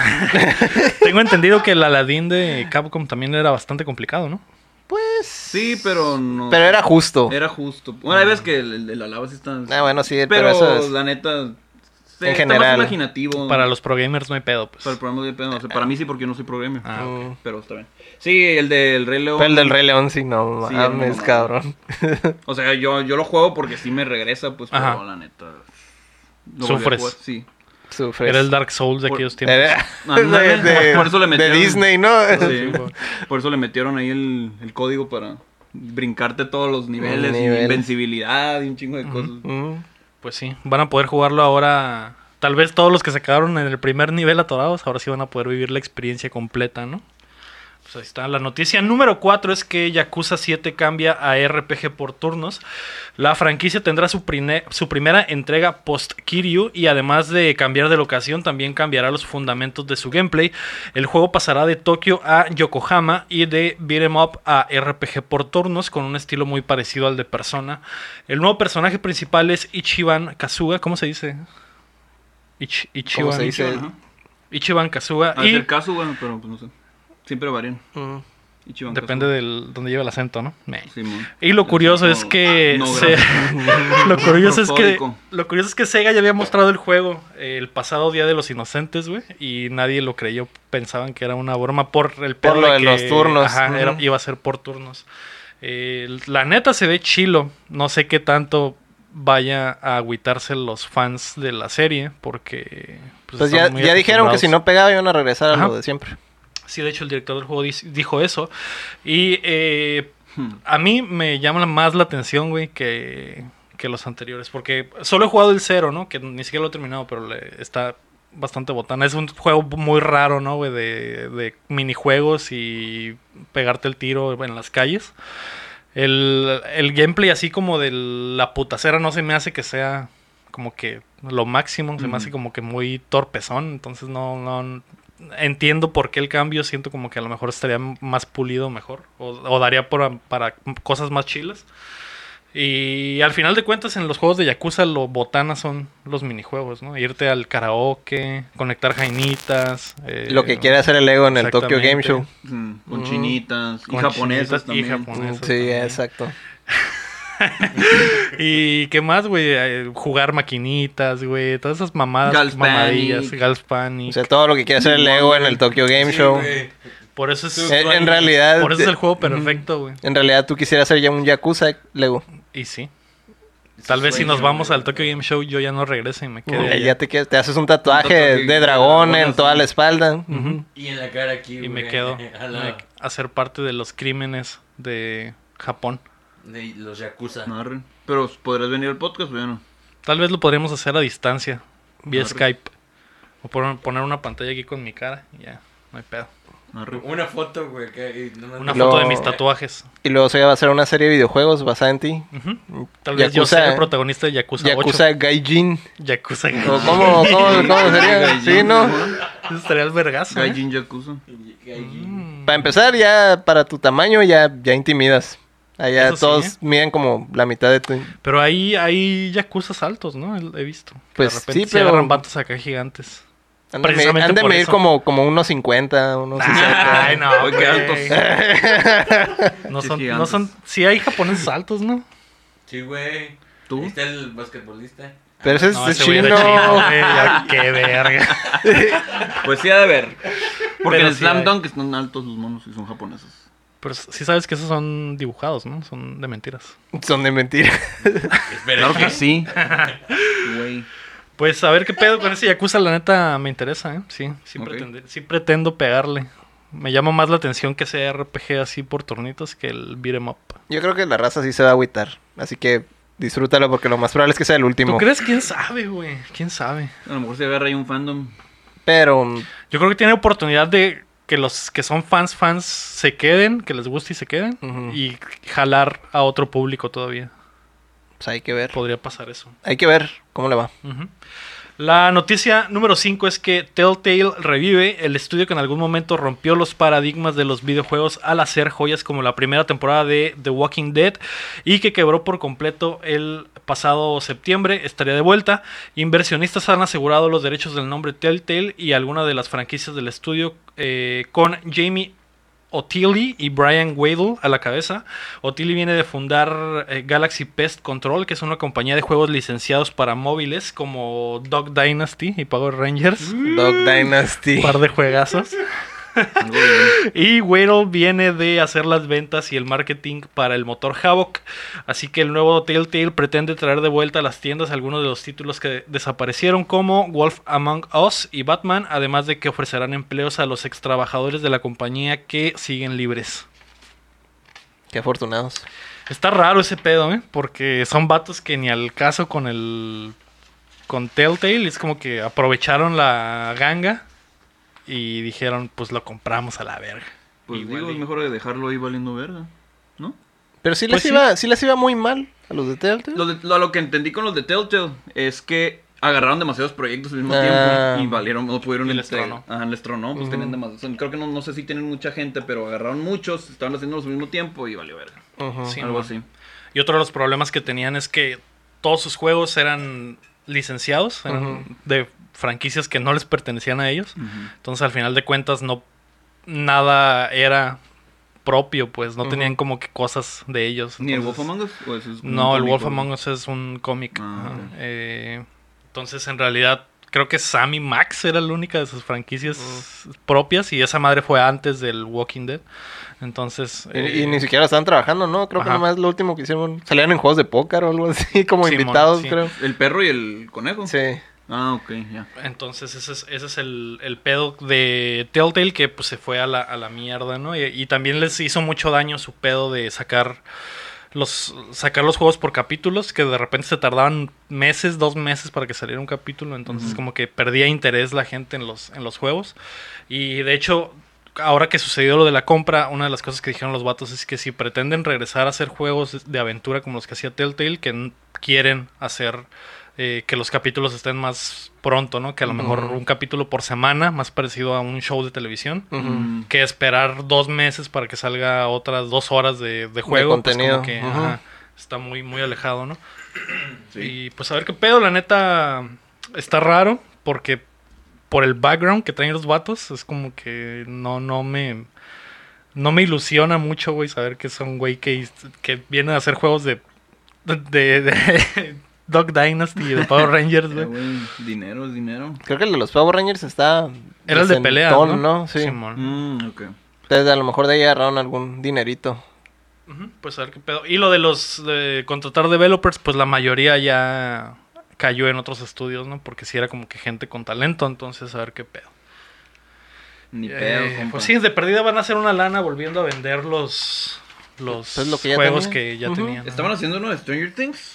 A: Tengo entendido que el Aladdin de Capcom también era bastante complicado, ¿no?
B: Pues.
C: Sí, pero no.
B: Pero era justo.
C: Era justo. Bueno, hay veces que el, el de la lava sí está.
B: Ah, bueno, sí, pero,
C: pero
B: eso es.
C: la neta. sí,
B: En
C: está
B: general.
C: más imaginativo.
A: Para los pro gamers no hay pedo, pues.
C: Para el programa de pedo. O sea, para mí sí, porque yo no soy programmer.
A: Ah, ok.
B: Mm.
C: Pero está bien. Sí, el del Rey León.
B: Pero el del Rey León, sí, no
C: Sí, era una
B: mames,
C: mamada.
B: cabrón.
C: O sea, yo, yo lo juego porque sí me regresa, pues, pero
A: Ajá.
C: la neta. lo volví a
A: Sufres.
C: jugar, Sí. pues,
B: Sufres.
A: Era el Dark Souls de
C: Por-
A: aquellos tiempos.
B: Era-
C: Ándale,
B: de, de-
C: por eso le
B: de
C: metieron-
B: Disney, ¿no?
C: Sí, Por eso le metieron ahí el, el código para brincarte todos los niveles, y
B: Niveles.
C: invencibilidad y un chingo de cosas.
B: Mm.
A: Pues sí, van a poder jugarlo ahora. Tal vez todos los que se quedaron en el primer nivel atorados, ahora sí van a poder vivir la experiencia completa, ¿no? Pues ahí está. La noticia número 4 es que Yakuza 7 cambia a RPG por turnos. La franquicia tendrá su, prine- su primera entrega post-Kiryu y además de cambiar de locación, también cambiará los fundamentos de su gameplay. El juego pasará de Tokio a Yokohama y de beat 'em up a RPG por turnos con un estilo muy parecido al de Persona. El nuevo personaje principal es Ichiban Kazuga. ¿Cómo se dice? Ich- Ichiban,
B: se dice? Ah,
C: Ichiban, ajá.
A: Ichiban Kazuga.
C: A
A: y-
C: ser caso, bueno, pero pues no sé. Siempre varían.
B: Mm.
C: Ichiban
A: Depende del donde lleva el acento, ¿no? Meh.
C: Kazuo. Simón.
A: Y lo curioso
C: No-
A: es que
C: no,
A: se-
C: gracias.
A: lo curioso es que
C: Fóbico.
A: lo curioso es que Sega ya había mostrado el juego eh, el pasado día de los inocentes, güey, y nadie lo creyó, pensaban que era una broma por el
B: Por
A: pedo
B: lo de los
A: que-
B: turnos.
A: ajá,
B: Ujú.
A: era- iba a ser por turnos. Eh, la neta se ve chilo, no sé qué tanto vaya a agüitarse los fans de la serie porque pues,
B: Pues
A: están
B: ya,
A: muy
B: ya dijeron que
A: acostumbrados.
B: si no pegaba iban a regresar
A: Ajá.
B: a lo de siempre.
A: Sí, de hecho el director del juego dis- dijo eso. Y eh, a mí me llama más la atención, güey, que, que los anteriores. Porque solo he jugado el cero, ¿no? Que ni siquiera lo he terminado, pero le- está bastante botana. Es un juego muy raro, ¿no, güey? De, de minijuegos y pegarte el tiro en las calles. El, el gameplay así como de la putacera no se me hace que sea como que lo máximo, se me
C: Ujú.
A: hace como que muy torpezón, entonces no, no entiendo por qué el cambio, siento como que a lo mejor estaría m- más pulido mejor o, o daría por- para cosas más chilas. Y al final de cuentas en los juegos de Yakuza lo botanas son los minijuegos, ¿no? Irte al karaoke, conectar jainitas. eh,
B: lo que quiere hacer el ego en el Tokyo
A: exactamente.
B: Game Show.
C: Mm,
B: Mm.
C: Con chinitas y
A: Con chinitas
C: japonesas
A: y
C: también.
A: japon- Con
B: Mm,
A: eso
B: Sí,
A: también.
B: exacto.
A: Y qué más, güey, Eh, jugar maquinitas, güey, todas esas mamadas,
C: Galspanic.
A: mamadillas, Galspanic.
B: O sea, todo lo que quiere hacer el ego en el Tokyo Game
D: Sí,
B: Show.
D: güey.
A: por eso es
B: En, en realidad,
A: por eso es el juego perfecto, güey.
B: en realidad tú quisieras ser ya un Yakuza, Lego.
A: Y sí. Tal vez si
D: Sueño,
A: nos vamos
D: güey.
A: al Tokyo Game Show yo ya no regrese y me quede
B: Eh,
A: allá.
B: Ya te, quieres- te haces un
C: Un
B: tatuaje
C: tatuaje
B: de
C: de
B: dragón en
C: dragones,
B: toda
C: ¿no?
B: la espalda.
A: Ujú.
D: Y en la cara aquí,
A: y
D: güey.
A: me quedo
D: Al lado
A: me- a ser parte de los crímenes de Japón.
D: De los Yakuza.
C: Arre. Pero podrás venir al podcast, bueno.
A: Tal vez lo podríamos hacer a distancia, vía
C: Arre.
A: Skype. O pon- poner una pantalla aquí con mi cara y ya, no hay pedo.
C: Arre.
D: Una foto, güey. acá, y nomás-
A: Una
B: Lo-
A: foto de mis tatuajes.
B: Y luego se va a hacer una serie de videojuegos basada en ti.
A: Ujú. Tal vez yo
B: Yakuza- eh.
A: sea el protagonista de Yakuza,
B: Yakuza Gaijin.
A: 8. Yakuza.
B: ¿O ¿Cómo, cómo, cómo sería?
C: Gaijin,
B: Sí, ¿no?
C: ajá.
A: Eso estaría el vergazo. ¿eh?
C: Gaijin Yakuza.
D: Y- y- y-
A: Mm.
B: Para empezar, ya para tu tamaño ya, ya intimidas. Allá
A: Eso sí,
B: todos
A: ¿eh?
B: miden como la mitad de tu...
A: Pero ahí hay Yakuzas altos, ¿no? He he visto. Que
B: Pues
A: de
B: sí,
A: repente se
B: pero-
A: agarran vatos acá gigantes.
B: Han de medir,
A: Precisamente
B: han de
A: por
B: medir
A: eso. Ah,
B: como, como unos 50, unos 60.
A: Ay, no,
C: Oye, qué
A: güey.
C: altos.
A: No
C: Qué
A: son, no
C: gigantes.
A: son. Sí hay japoneses altos, ¿no?
D: Sí, güey.
C: ¿Tú?
D: Ahí
B: Este,
D: está el basquetbolista.
B: Pero ese
A: No,
B: es
A: ese güey era
B: chino.
A: chino, güey, ya, qué verga.
C: Pues sí, ha de ver. Porque
A: Pero
C: en el
A: sí
C: Slam
A: hay.
C: Dunk están altos los monos y son japoneses.
A: Pero sí sabes que esos son dibujados, ¿no? Son de mentiras.
B: Son de mentira.
D: Espera.
C: Claro que sí. Güey.
A: Pues a ver qué pedo con ese Yakuza, la neta me interesa, ¿eh? Sí, sí,
C: Ok.
A: pretende- sí pretendo pegarle. Me llama más la atención que sea RPG así por tornitos que el beat 'em up.
B: Yo creo que la raza sí se va a agüitar. Así que disfrútalo porque lo más probable es que sea el
A: ¿Tú
B: último.
A: crees? ¿Quién sabe, güey? ¿Quién sabe?
C: A lo mejor se agarra ahí un fandom.
B: Pero mm,
A: Yo creo que tiene oportunidad de que los que son fans, fans se queden, que les guste y se queden.
B: Ujú.
A: Y jalar a otro público todavía.
B: pues, hay que ver.
A: Podría pasar eso.
B: Hay que ver cómo le va.
A: Ujú. La noticia número 5 es que Telltale revive el estudio que en algún momento rompió los paradigmas de los videojuegos al hacer joyas como la primera temporada de The Walking Dead y que quebró por completo el pasado septiembre. Estaría de vuelta. Inversionistas han asegurado los derechos del nombre Telltale y algunas de las franquicias del estudio eh, con Jamie O'Tilly y Brian Waddle a la cabeza. O'Tilly viene de fundar eh, Galaxy Pest Control, que es una compañía de juegos licenciados para móviles como Dog Dynasty y Power Rangers.
B: Dog Dynasty.
A: Un mm, par de juegazos.
C: Algo de-
A: Y Waddle viene de hacer las ventas y el marketing para el motor Havoc. Así que el nuevo Telltale pretende traer de vuelta a las tiendas algunos de los títulos que desaparecieron, como Wolf Among Us y Batman, además de que ofrecerán empleos a los ex trabajadores de la compañía que siguen libres.
B: Qué afortunados.
A: Está raro ese pedo, ¿eh? Porque son vatos que ni al caso con el. con Telltale. Es como que aprovecharon la ganga y dijeron, pues lo compramos a la verga.
C: Pues
D: Igual
C: digo,
D: y-
C: es mejor dejarlo ahí valiendo verga, ¿no?
B: Pero sí
A: Pues
B: les,
A: sí.
B: Iba, sí les iba muy mal a los de Telltale.
C: Lo, de- lo- lo que entendí con los de Telltale es que agarraron demasiados proyectos al mismo
B: Ah.
C: tiempo y valieron, no pudieron
A: Y les
C: entregar.
A: tronó.
C: Ajá, les tronó, pues tenían demasiados. Creo que no, no sé si tienen mucha gente, pero agarraron muchos, estaban haciéndolos al mismo tiempo y valió verga.
B: Ujú.
A: Sí,
C: Algo
A: man.
C: así.
A: Y otro de los problemas que tenían es que todos sus juegos eran licenciados, eran
B: Ujú.
A: de franquicias que no les pertenecían a ellos. Entonces, al final de cuentas, no nada era propio, pues no
B: Ujú.
A: tenían como que cosas de ellos.
C: ¿Ni el Wolf
A: Entonces,
C: Among Us? ¿O ese es como
A: No,
C: un
A: el Wolf
C: cómic,
A: Among
C: o-
A: Us es un cómic.
C: Ah,
A: Ajá.
C: ok.
A: Eh, entonces, en realidad, creo que Sammy Max era la única de sus franquicias propias y esa madre fue antes del Walking Dead. Entonces,
B: Y,
A: eh,
B: y ni siquiera estaban trabajando, ¿no? Creo
A: Ajá.
B: que nomás lo último que hicieron salían en juegos de póker o algo así, como
A: Simón,
B: invitados,
A: sí.
B: creo.
C: ¿El perro y el conejo?
B: Sí.
C: Ah, ok, ya.
A: Entonces ese es, ese es el, el pedo de Telltale que pues, se fue a la, a la mierda, ¿no? Y, y también les hizo mucho daño su pedo de sacar los, sacar los juegos por capítulos, que de repente se tardaban meses, dos meses para que saliera un capítulo, entonces
C: Ujú.
A: como que perdía interés la gente en los, en los juegos. Y de hecho, ahora que sucedió lo de la compra, una de las cosas que dijeron los vatos es que si pretenden regresar a hacer juegos de aventura como los que hacía Telltale, que n- quieren hacer eh, que los capítulos estén más pronto, ¿no? Que a lo mejor
B: Ujú.
A: un capítulo por semana, más parecido a un show de televisión.
B: Ujú.
C: Mm.
A: Que esperar dos meses para que salga otras dos horas de, de juego. pues, como
B: contenido.
A: que,
B: Ujú.
A: ajá, está muy, muy alejado, ¿no?
C: Sí.
A: Y pues a ver qué pedo, la neta está raro porque por el background que traen los vatos es como que no no me no me ilusiona mucho, güey, saber que son güey que, que vienen a hacer juegos de de, de Dog Dynasty y de Power Rangers,
C: Eh,
A: güey.
C: güey, dinero es dinero.
B: Creo que el de los Power Rangers está.
A: Era el de pelea, ¿no?
B: decentón, ¿no? Sí.
A: Simón.
C: Mm, ok.
B: Entonces, a lo mejor de ahí agarraron algún dinerito.
A: Ujú, Pues a ver qué pedo. Y lo de los de contratar developers, pues la mayoría ya cayó en otros estudios, ¿no? Porque si era como que gente con talento, entonces a ver qué pedo.
C: Ni
A: Eh,
C: pedo, compa.
A: pues sí, de perdida van a hacer una lana volviendo a vender los, los
B: Pues lo que ya
A: juegos
B: tenían.
A: que ya
B: Ujú.
A: tenían. ¿no?
C: ¿Estaban haciendo uno de Stranger Things?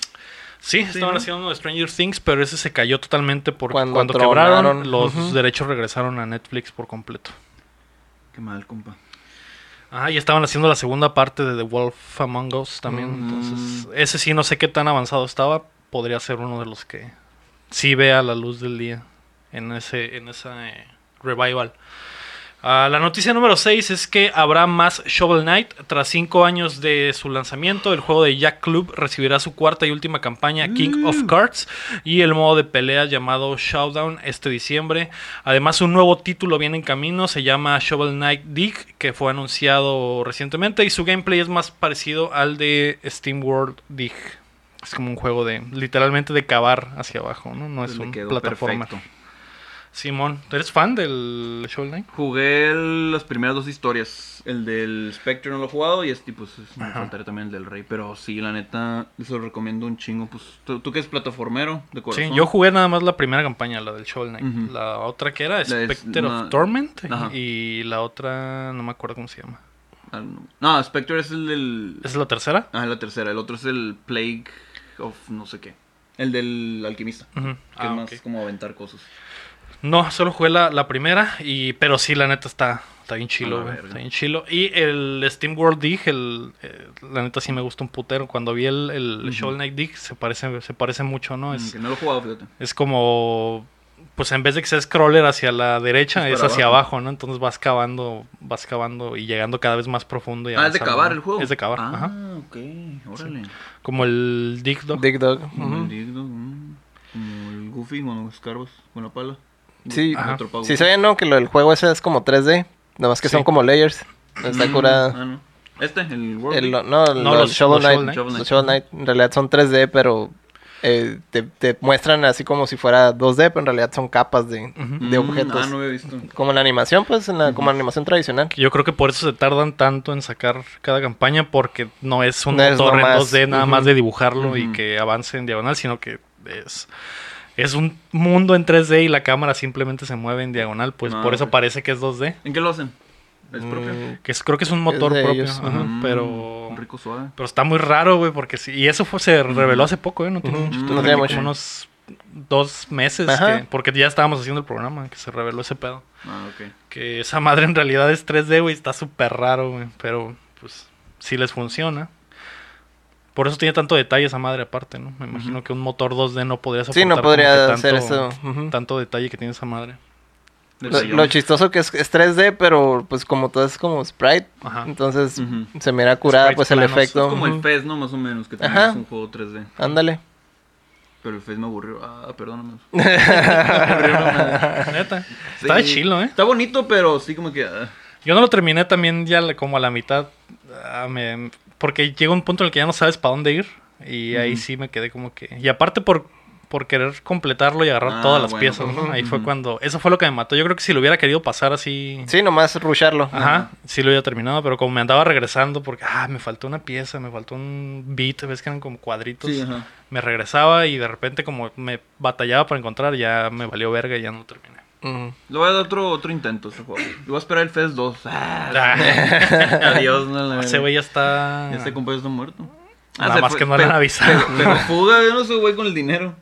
A: sí, estaban
C: ¿no?
A: haciendo uno de Stranger Things, pero ese se cayó totalmente porque cuando,
B: Cuando
A: quebraron,
B: tronaron.
A: los
B: Ujú.
A: derechos regresaron a Netflix por completo.
C: Qué mal, compa.
A: Ah, y estaban haciendo la segunda parte de The Wolf Among Us también.
B: Mm.
A: Entonces, ese sí no sé qué tan avanzado estaba. Podría ser uno de los que sí vea la luz del día en ese en esa eh, revival. Ah, la noticia número 6 es que habrá más Shovel Knight. Tras cinco años de su lanzamiento, el juego de Jack Club recibirá su cuarta y última campaña,
C: Mm.
A: King of Cards, y el modo de pelea llamado Showdown este diciembre. Además, un nuevo título viene en camino, se llama Shovel Knight Dig, que fue anunciado recientemente, y su gameplay es más parecido al de Steam World Dig. Es como un juego de, literalmente, de cavar hacia abajo, ¿no? No es
C: Pues Le
A: un
C: quedó
A: plataforma.
C: perfecto.
A: Simón, ¿tú eres fan del Shovel Knight?
C: Jugué el- las primeras dos historias. El del Spectre no lo he jugado y este, pues, es- me
A: Ajá.
C: faltaría también el del Rey. Pero sí, la neta, se lo recomiendo un chingo. Pues, tú, tú que es plataformero, de corazón.
A: Sí, yo jugué nada más la primera campaña, la del Shovel Knight.
C: Ujú.
A: La otra que era
C: es-
A: Spectre
C: no-
A: of Torment
C: Ajá.
A: y la otra no me acuerdo cómo se llama.
C: Ah, no. No, Spectre es el del...
A: ¿Esa es la tercera?
C: Ah, la tercera. El otro es el Plague of no sé qué. El del alquimista. Que
A: Ujú. Ah,
C: es más
A: ok.
C: como aventar cosas.
A: No, solo jugué la, la primera y pero sí la neta está está bien
C: A
A: chilo,
C: la
A: güey,
C: verga.
A: está bien chilo. Y el Steam World Dig, el eh, la neta sí me gusta un putero. Cuando vi el, el
C: Ujú.
A: Shovel Knight Dig se parece se parece mucho, ¿no? Es
C: Mm, Que no lo he jugado, fíjate.
A: Es como. Pues en vez de que sea scroller hacia la derecha,
C: Es
A: es,
C: para
A: hacia
C: abajo.
A: abajo, ¿no? Entonces vas cavando, vas cavando y llegando cada vez más profundo. Y
C: Ah, es de
A: avanzando,
C: cavar
A: ¿no?
C: el juego.
A: Es de cavar,
C: Ah,
A: ajá.
C: ok. Órale.
A: Como el Dig Dog.
B: Dig Dog.
C: Como
B: ujú.
C: el Digdog, mm. Como el Goofy cuando escarbas con la pala.
B: Sí.
C: Como
A: Ajá.
C: atropado.
B: Sí, sabían, ¿no? Que lo del juego ese es como 3D. Nada más que
A: Sí.
B: son como layers. Está
C: Mm,
B: curada.
C: ah, no. Este, el World.
B: El-
C: Dig.
B: no, no,
A: No,
B: los,
A: los- los Shovel
B: Shovel Knight.
C: Knight.
B: Los Shovel Knight en realidad son 3D, pero eh, te, te muestran así como si fuera 2D, pero en realidad son capas de,
A: Ujú.
B: de
C: Mm,
B: objetos.
C: Ah, no había visto.
B: Como en la animación, pues, en la, como en la animación tradicional.
A: Yo creo que por eso se tardan tanto en sacar cada campaña, porque no es un
B: No es
A: motor en
B: nomás,
A: 2D nada
B: ujú.
A: más de dibujarlo y
C: Ujú.
A: que avance en diagonal, sino que es. Es un mundo en 3D y la cámara simplemente se mueve en diagonal, pues
C: Ah,
A: por eso
C: ok.
A: parece que es 2D.
C: ¿En qué lo hacen? ¿Es propio?
B: Mm,
A: Que es- creo que es un motor
B: de
A: propio,
B: ellos,
A: ajá,
B: ujú.
C: Mm,
A: pero.
C: un Rico suave.
A: Pero está muy raro, güey, porque sí. Y eso fue, se reveló hace poco, ¿eh? No tiene
B: Ujú.
A: mucho.
B: No
A: tiene
B: tiene
A: como
B: mucho.
A: unos dos meses,
B: Ajá.
A: que- porque ya estábamos haciendo el programa, que se reveló ese pedo.
C: Ah, ok.
A: Que esa madre en realidad es 3D, güey, está súper raro, güey, pero pues sí les funciona. Por eso tiene tanto detalle esa madre aparte, ¿no? Me imagino que un motor 2D no podría soportar
B: Sí, no
A: como que
B: podría
A: tanto,
B: hacer eso. Ujú.
A: tanto detalle que tiene esa madre.
C: Del
B: Lo,
C: sellón.
B: lo chistoso que es, es 3D, pero pues como todo es como sprite,
A: Ajá.
B: entonces
C: Ujú.
B: se mira curada
A: Sprites
B: pues el
A: Ah. planos.
C: Es
B: efecto.
C: como el
B: ujú.
C: Fez, ¿no? Más o menos, que
B: Ajá.
C: también es un juego 3D.
B: Ándale.
C: Pero el Fez me aburrió. Ah, perdóname.
A: Neta. Está
C: Sí.
A: chilo, ¿eh?
C: Está bonito, pero sí como que... ah.
A: Yo no lo terminé también ya la- como a la mitad. ah, me- porque llega un punto en el que ya no sabes para dónde ir. Y ahí
C: Ujú.
A: sí me quedé como que... Y aparte por, por querer completarlo y agarrar
C: Ah,
A: todas las
C: bueno.
A: piezas. ¿no? Ahí fue
C: Ujú.
A: cuando... Eso fue lo que me mató. Yo creo que si lo hubiera querido pasar así...
B: Sí, nomás rusharlo.
A: Ajá, sí lo hubiera terminado, pero como me andaba regresando porque, ah, me faltó una pieza, me faltó un beat, ves que eran como cuadritos,
C: Sí, ajá.
A: me regresaba y de repente como me batallaba para encontrar, ya me valió verga y ya no lo terminé.
B: Ujú.
C: Le voy a dar otro, otro intento a este juego. Le voy a esperar el Fez 2. Ah,
A: Ah,
C: adiós. No, la
A: ese
C: verdad.
A: güey ya está...
C: Este compa ya está muerto. Ah,
A: Nada
C: se
A: más
C: fue-
A: que no le
C: pero-
A: han avisado.
C: Pero, pero fuga, yo no sé, güey, con el dinero.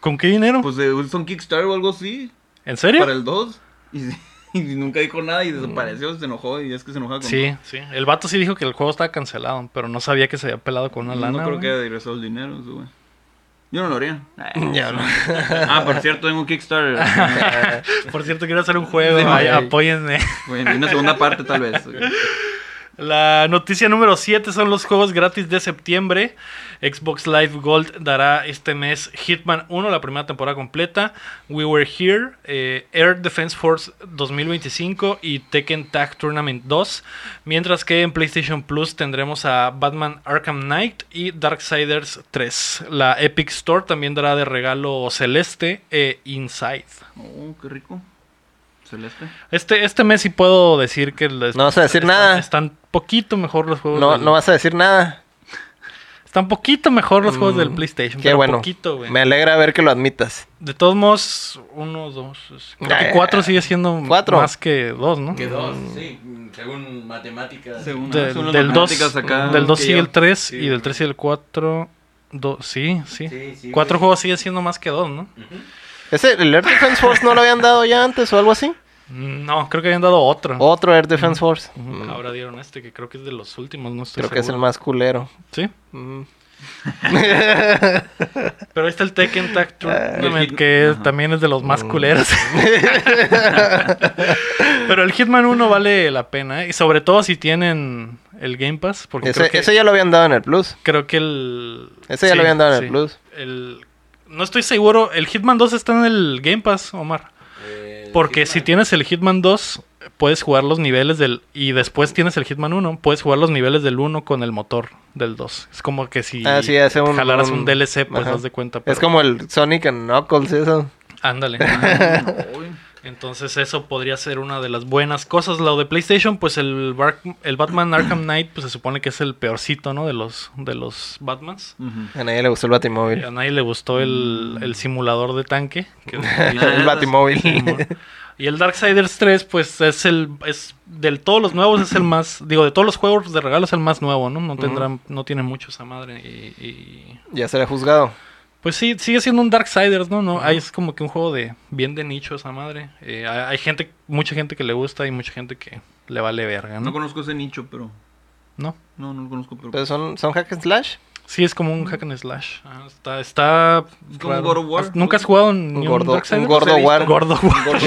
A: ¿Con qué dinero?
C: Pues eh, son Kickstarter o algo así.
A: ¿En serio?
C: Para el 2. Y, y nunca dijo nada y desapareció, se enojó y es que se enojaba con
A: Sí, sí. El vato sí dijo que el juego estaba cancelado, pero no sabía que se había pelado con una
C: No,
A: lana.
C: creo
A: güey.
C: que haya regresado el dinero, ese güey. Yo no lo haría.
B: Ya no.
C: Ah, por cierto, tengo un Kickstarter.
A: Por cierto, quiero hacer un juego.
C: Sí,
A: ay,
B: güey.
A: apóyenme.
C: Bueno, y una segunda parte tal vez.
A: La noticia número 7 son los juegos gratis de septiembre. Xbox Live Gold dará este mes Hitman 1, la primera temporada completa. We Were Here, eh, Air Defense Force 2025 y Tekken Tag Tournament 2. Mientras que en PlayStation Plus tendremos a Batman Arkham Knight y Darksiders 3. La Epic Store también dará de regalo Celeste e Inside.
C: Oh, qué rico. Celeste.
A: Este, este mes sí puedo decir que... les-
B: No vas a decir
A: están-
B: nada.
A: Están poquito mejor los juegos.
B: No,
A: del-
B: no vas a decir nada.
A: Están poquito mejor los juegos
B: Mm,
A: del PlayStation.
B: Qué
A: pero
B: bueno.
A: poquito, güey.
B: Me alegra ver que lo admitas.
A: De todos modos, uno, dos. es- Creo que
B: Nah.
A: cuatro sigue siendo
B: Cuatro.
A: más que dos, ¿no?
D: Que dos, sí. mm, Según matemáticas.
C: Según
A: Del-
C: son las
A: del
C: matemáticas
A: 2
C: acá,
A: del dos
C: que
A: sigue
C: ya-
A: el 3
D: sí,
A: y del 3 y el 4. sí, sí.
D: Sí, sí,
A: cuatro
D: güey.
A: juegos sigue siendo más que dos, ¿no?
B: ¿Ese, el Air Defense Force no lo habían dado ya antes o algo así?
A: No, creo que habían dado otro.
B: Otro Air Defense Force.
A: Ah. Ujú,
B: Mm,
A: Ahora dieron este, que creo que es de los últimos, no estoy
B: Creo que es el
A: seguro.
B: más culero.
A: Sí.
B: Mm.
A: Pero ahí está el Tekken Tag
B: Ah,
A: Tournament,
C: Hit-
A: que
C: Ajá.
A: también es de los más culeros. Pero el Hitman 1 vale la pena, ¿eh? Y sobre todo si tienen el Game Pass, porque
B: Ese,
A: creo que,
B: ese ya lo habían dado en el Plus.
A: creo que el...
B: Ese ya lo habían dado en el Plus.
A: El- No estoy seguro, el Hitman 2 está en el Game Pass, Omar.
D: El
A: Porque si
D: Hitman.
A: tienes el Hitman 2, puedes jugar los niveles del... Y después tienes el Hitman 1, puedes jugar los niveles del 1 con el motor del 2. Es como que si
B: Ah, sí, hace un-
A: jalaras un,
B: un-
A: DLC, pues
B: ajá.
A: haz de cuenta.
B: Es
A: pero-
B: como el Sonic and Knuckles, eso.
A: Ándale.
C: Ah, no, güey.
A: Entonces eso podría ser una de las buenas cosas. Lo de PlayStation, pues el, Bar- el Batman Arkham Knight, pues se supone que es el peorcito, ¿no? De los, de los Batmans.
C: Ujú.
B: A nadie le gustó el Batimóvil.
A: A nadie le gustó el, el simulador de tanque. que-
B: el Batimóvil.
A: y el Darksiders 3, pues es el, es de todos los nuevos, es el más, digo, de todos los juegos de regalo es el más nuevo, ¿no? No tendrán, no tiene mucho esa madre. Y, y-
B: ya será juzgado.
A: pues sí, sigue siendo un Darksiders, ¿no? no ahí es como que un juego de bien de nicho esa madre. Eh, hay hay gente, mucha gente que le gusta y mucha gente que le vale verga,
C: No
A: ¿no?
C: conozco ese nicho, pero...
A: No.
C: No, no lo conozco, pero...
A: Pues,
B: Pero son, son hack and slash.
A: Sí, es como un hack and slash. Ah, está, está
C: Es como
A: raro.
C: God of War.
A: ¿Has- ¿Nunca has jugado en
B: Un
A: ni
B: gordo,
A: un
B: un
A: Darksiders?
B: gordo
C: visto.
B: war.
A: Gordo War.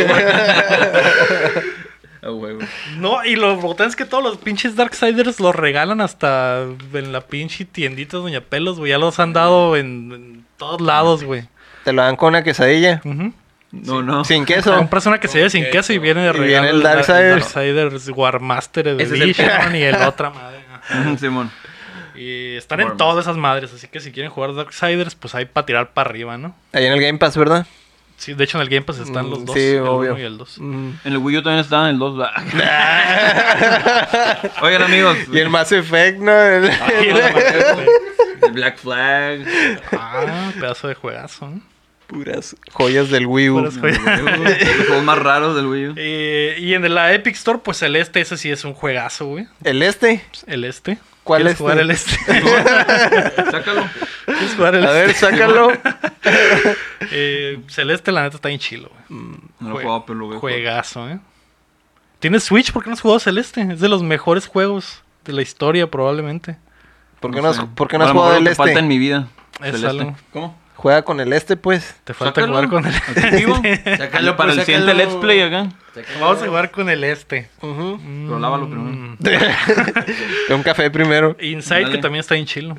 C: Ah, güey, güey.
A: No, y lo botán es que todos los pinches Darksiders los regalan hasta en la pinche tiendita de Doña Pelos, güey. Ya los han dado en, en todos lados, güey.
B: Te lo dan con una quesadilla.
A: Ujú.
C: No, no.
B: Sin queso.
A: Compras una que se lleve sin queso y viene de
B: Y viene
A: regalo.
B: el
A: Dar-
B: Darksiders.
A: Darksiders War Master
B: Ese es el-
A: Edition y el otra madre. ajá.
C: Ujú, Simón.
A: Y están en
C: War
A: todas esas madres, así que si quieren jugar Darksiders, pues hay para tirar para arriba, ¿no?
B: Ahí en el Game Pass, ¿verdad?
A: Sí, de hecho en el Game Pass Pues están
B: Mm,
A: los dos,
B: sí,
A: el uno
B: obvio.
A: y el dos. Ah,
B: Mm.
C: En el Wii U también estaba en el 2. Oigan, amigos.
B: Y el Mass Effect, ¿no? El-
C: el Black Flag.
A: Ah, pedazo de juegazo. ¿no?
B: Puras joyas del Wii U.
A: Puras joyas.
C: Los juegos más raros del Wii U.
A: Eh, y en la Epic Store, pues el este, ese sí es un juegazo, güey.
B: El este.
A: El este.
B: ¿Cuál
A: ¿Quieres
B: este?
A: jugar el este?
C: Sácalo.
A: ¿Quieres jugar el
B: A ver,
A: este?
B: sácalo.
A: Eh, Celeste, la neta, está bien chilo, güey.
C: No lo
A: Jue-
C: he jugado, pero lo veo.
A: Juegazo, ¿eh? ¿Tienes Switch? ¿Por qué no has jugado Celeste? Es de los mejores juegos de la historia, probablemente.
B: ¿Por qué no, has,
C: sé.
B: ¿por qué no has
C: A lo
B: jugado
C: mejor
B: el
C: lo que falta
B: este?
C: en mi vida.
A: Es
C: Celeste.
A: algo.
C: ¿Cómo?
B: Juega con el este, pues.
A: Te falta jugar con el
C: Aquí vivo.
D: Sácalo,
C: para
D: pues,
C: el siguiente
D: sácalo.
C: Let's Play acá.
D: Sácalo.
A: Vamos a jugar con el este. Mm.
B: Ujú.
C: Pero lávalo primero.
B: Un café primero.
A: Inside,
C: Dale.
A: que también está bien chilo.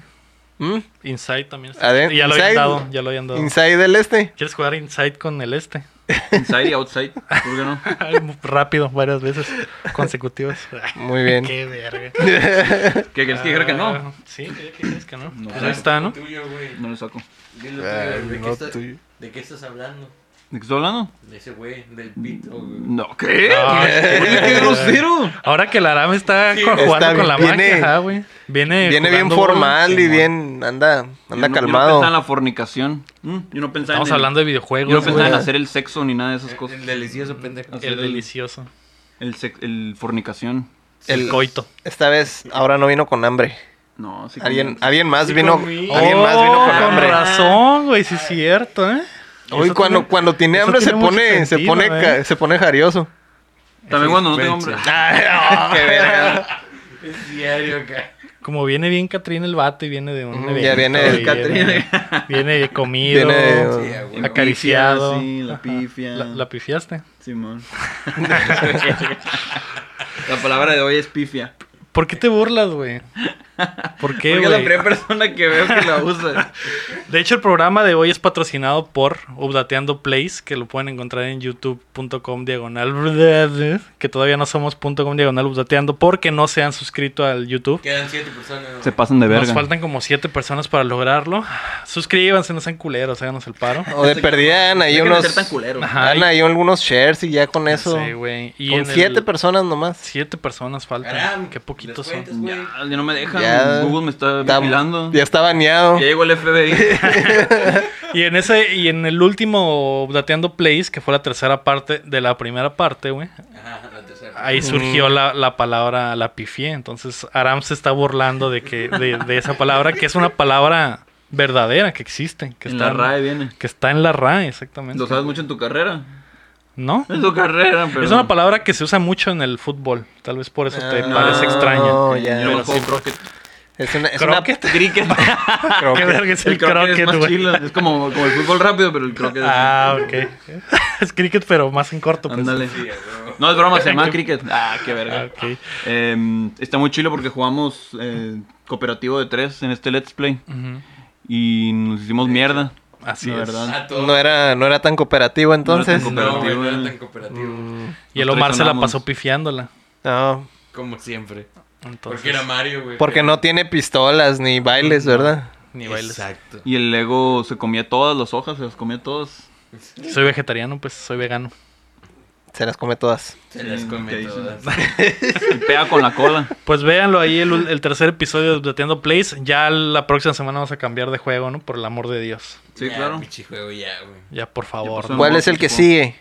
B: ¿Mm?
A: Inside también
B: A
A: está
B: ver,
A: y Ya lo habían
B: Inside-
A: dado, ya lo habían dado.
B: Inside del este.
A: ¿Quieres jugar Inside con el este?
C: Inside y outside. ¿Por qué no?
A: Rápido, varias veces consecutivas.
B: Muy bien.
A: Qué verga.
C: ¿Qué crees que dijera que
A: Ah,
C: no?
A: Sí, ¿qué crees que no?
C: No
A: Pues
C: sé.
A: ahí está, ¿no?
D: Tuyo, güey.
C: No lo saco.
D: Dilo tuyo,
B: Ah,
D: ¿de,
B: no
D: qué estás-
B: tuyo.
D: ¿De qué estás hablando?
C: ¿De qué estoy hablando?
D: De ese güey, del pito, güey.
C: No, ¿qué?
A: Ah,
C: Oye, qué grosero.
A: Ahora que el Aram está co-
B: está
A: jugando con
B: bien,
A: la
B: viene-
A: magia, ajá, güey. Viene,
B: Viene bien
A: Eh, jugando,
B: formal
A: güey.
B: y bien. Anda, anda
C: Yo no- Yo no
B: calmado.
C: pensaba en la fornicación. Mm, Yo no pensaba
A: Estamos
C: en el-
A: hablando de
C: Yo no
A: videojuegos,
C: pensaba en
A: güey.
C: hacer el sexo ni nada de esas
D: El,
C: cosas.
D: el delicioso pendejo.
A: El delicioso.
C: El, sex- el fornicación.
A: El
B: El-
A: coito.
B: Esta vez, ahora no vino con hambre.
C: No, sí.
B: Alguien,
C: como-
B: alguien más
D: Sí
B: vino.
D: comí.
B: Alguien más vino
A: Oh,
B: con hambre.
A: razón, güey, sí es cierto, ¿eh?
B: Hoy
A: Eso
B: cuando,
A: tiene-
B: cuando tiene
A: eso
B: hambre se
A: tiene mucho
B: pone, se
A: sentido,
B: pone, ca-
A: ¿eh?
B: se pone jarioso.
C: También cuando no tengo hombre.
B: Qué verga.
D: Es diario acá.
A: Como viene bien Catrín el vato y viene de un
B: Ujú,
A: evento.
B: ya viene
A: y
B: el
A: Viene, viene comido.
B: Viene de-
D: Sí, a huevo.
A: acariciado.
C: Sí, la pifia.
A: La, la pifiaste.
C: Simón. la palabra de hoy es pifia.
A: ¿Por qué te burlas, güey? ¿Por qué,
C: Porque es la
A: güey?
C: primera persona que veo que la usa.
A: De hecho, el programa de hoy es patrocinado por Updateando Place, que lo pueden encontrar en youtube.com diagonal, que todavía no somos .com diagonal updateando porque no se han suscrito al YouTube.
D: Quedan siete personas.
C: Se pasan de
A: Nos
C: verga.
A: faltan como siete personas para lograrlo. Suscríbanse, no sean culeros, háganos el paro.
B: O de perdida dan ahí
C: Dejen de
B: unos.
C: ser tan culeros.
A: Ajá,
B: dan ahí algunos shares y ya con eso.
A: Sí, güey. Y
B: con
A: en el-
B: siete personas nomás.
A: siete personas faltan.
D: Aram,
A: Qué poquitos
D: descuentos,
A: son.
D: güey.
C: Ya, ya no me dejan.
B: Ya.
C: Google me está
B: Está-
C: vigilando.
B: ya está baneado.
C: Ya llegó el FBI.
A: Y en ese y en el último Updateando Place, que fue la tercera parte de la primera parte, güey.
D: Ajá, la tercera.
A: Ahí surgió la, la palabra la pifié. Entonces Aram se está burlando de que de, de esa palabra, que es una palabra verdadera que existe. Que
C: en
A: está
C: la RAE viene.
A: Que está en la RAE, exactamente.
C: Lo sabes mucho en tu carrera.
A: ¿No?
C: En tu carrera, pero.
A: Es una palabra que se usa mucho en el fútbol. Tal vez por eso te
B: Ah,
A: parece extraña.
B: No, ya.
C: Yo no
A: Pero
C: juego
A: sí.
C: croquet.
B: Es una, es una
A: Croquet.
C: Cricket.
A: ¿Qué
B: croquet.
A: verga es el,
C: El croquet es
A: croquet,
C: más
A: güey?
C: chilo. Es como, como el fútbol rápido, pero el croquet. es-
A: Ah, ok. es cricket, pero más en corto. pues.
C: Ándale.
D: Sí, a huevo.
C: No, es broma, se llama cricket. Ah, qué
A: Ah,
C: verga.
A: ok.
C: Eh, está muy chilo porque jugamos eh, cooperativo de tres en este Let's Play.
A: Ujú.
C: Y nos hicimos mierda.
A: Así
C: La
A: es.
C: verdad.
D: Ah, todo.
B: No era, no era tan cooperativo entonces.
C: tan
D: No, güey,
C: cooperativo,
D: no era
C: eh.
D: tan cooperativo.
A: Y el
C: Nos
A: Omar se la
C: traicionamos.
A: pasó pifiándola.
B: No,
D: Como siempre. Porque
A: Entonces,
D: era Mario, güey.
B: porque no tiene pistolas ni bailes, ¿verdad?
A: ni bailes.
D: Exacto.
C: Y el Lego se comía todas las hojas, se las comía todas.
A: Soy vegetariano, pues soy vegano.
B: Se las come todas.
D: Se las
C: Sí, ¿qué
D: come
C: dicen?
D: todas.
C: Y pega con la cola.
A: Pues véanlo ahí, el, el tercer episodio de Updateando Place. Ya la próxima semana vamos a cambiar de juego, ¿no? Por el amor de Dios.
C: Sí,
D: Ya,
C: claro.
D: Pinche juego ya, güey.
A: Ya, por favor.
C: Ya pasó.
A: ¿no?
B: ¿Cuál es el que
C: tipo-
B: sigue?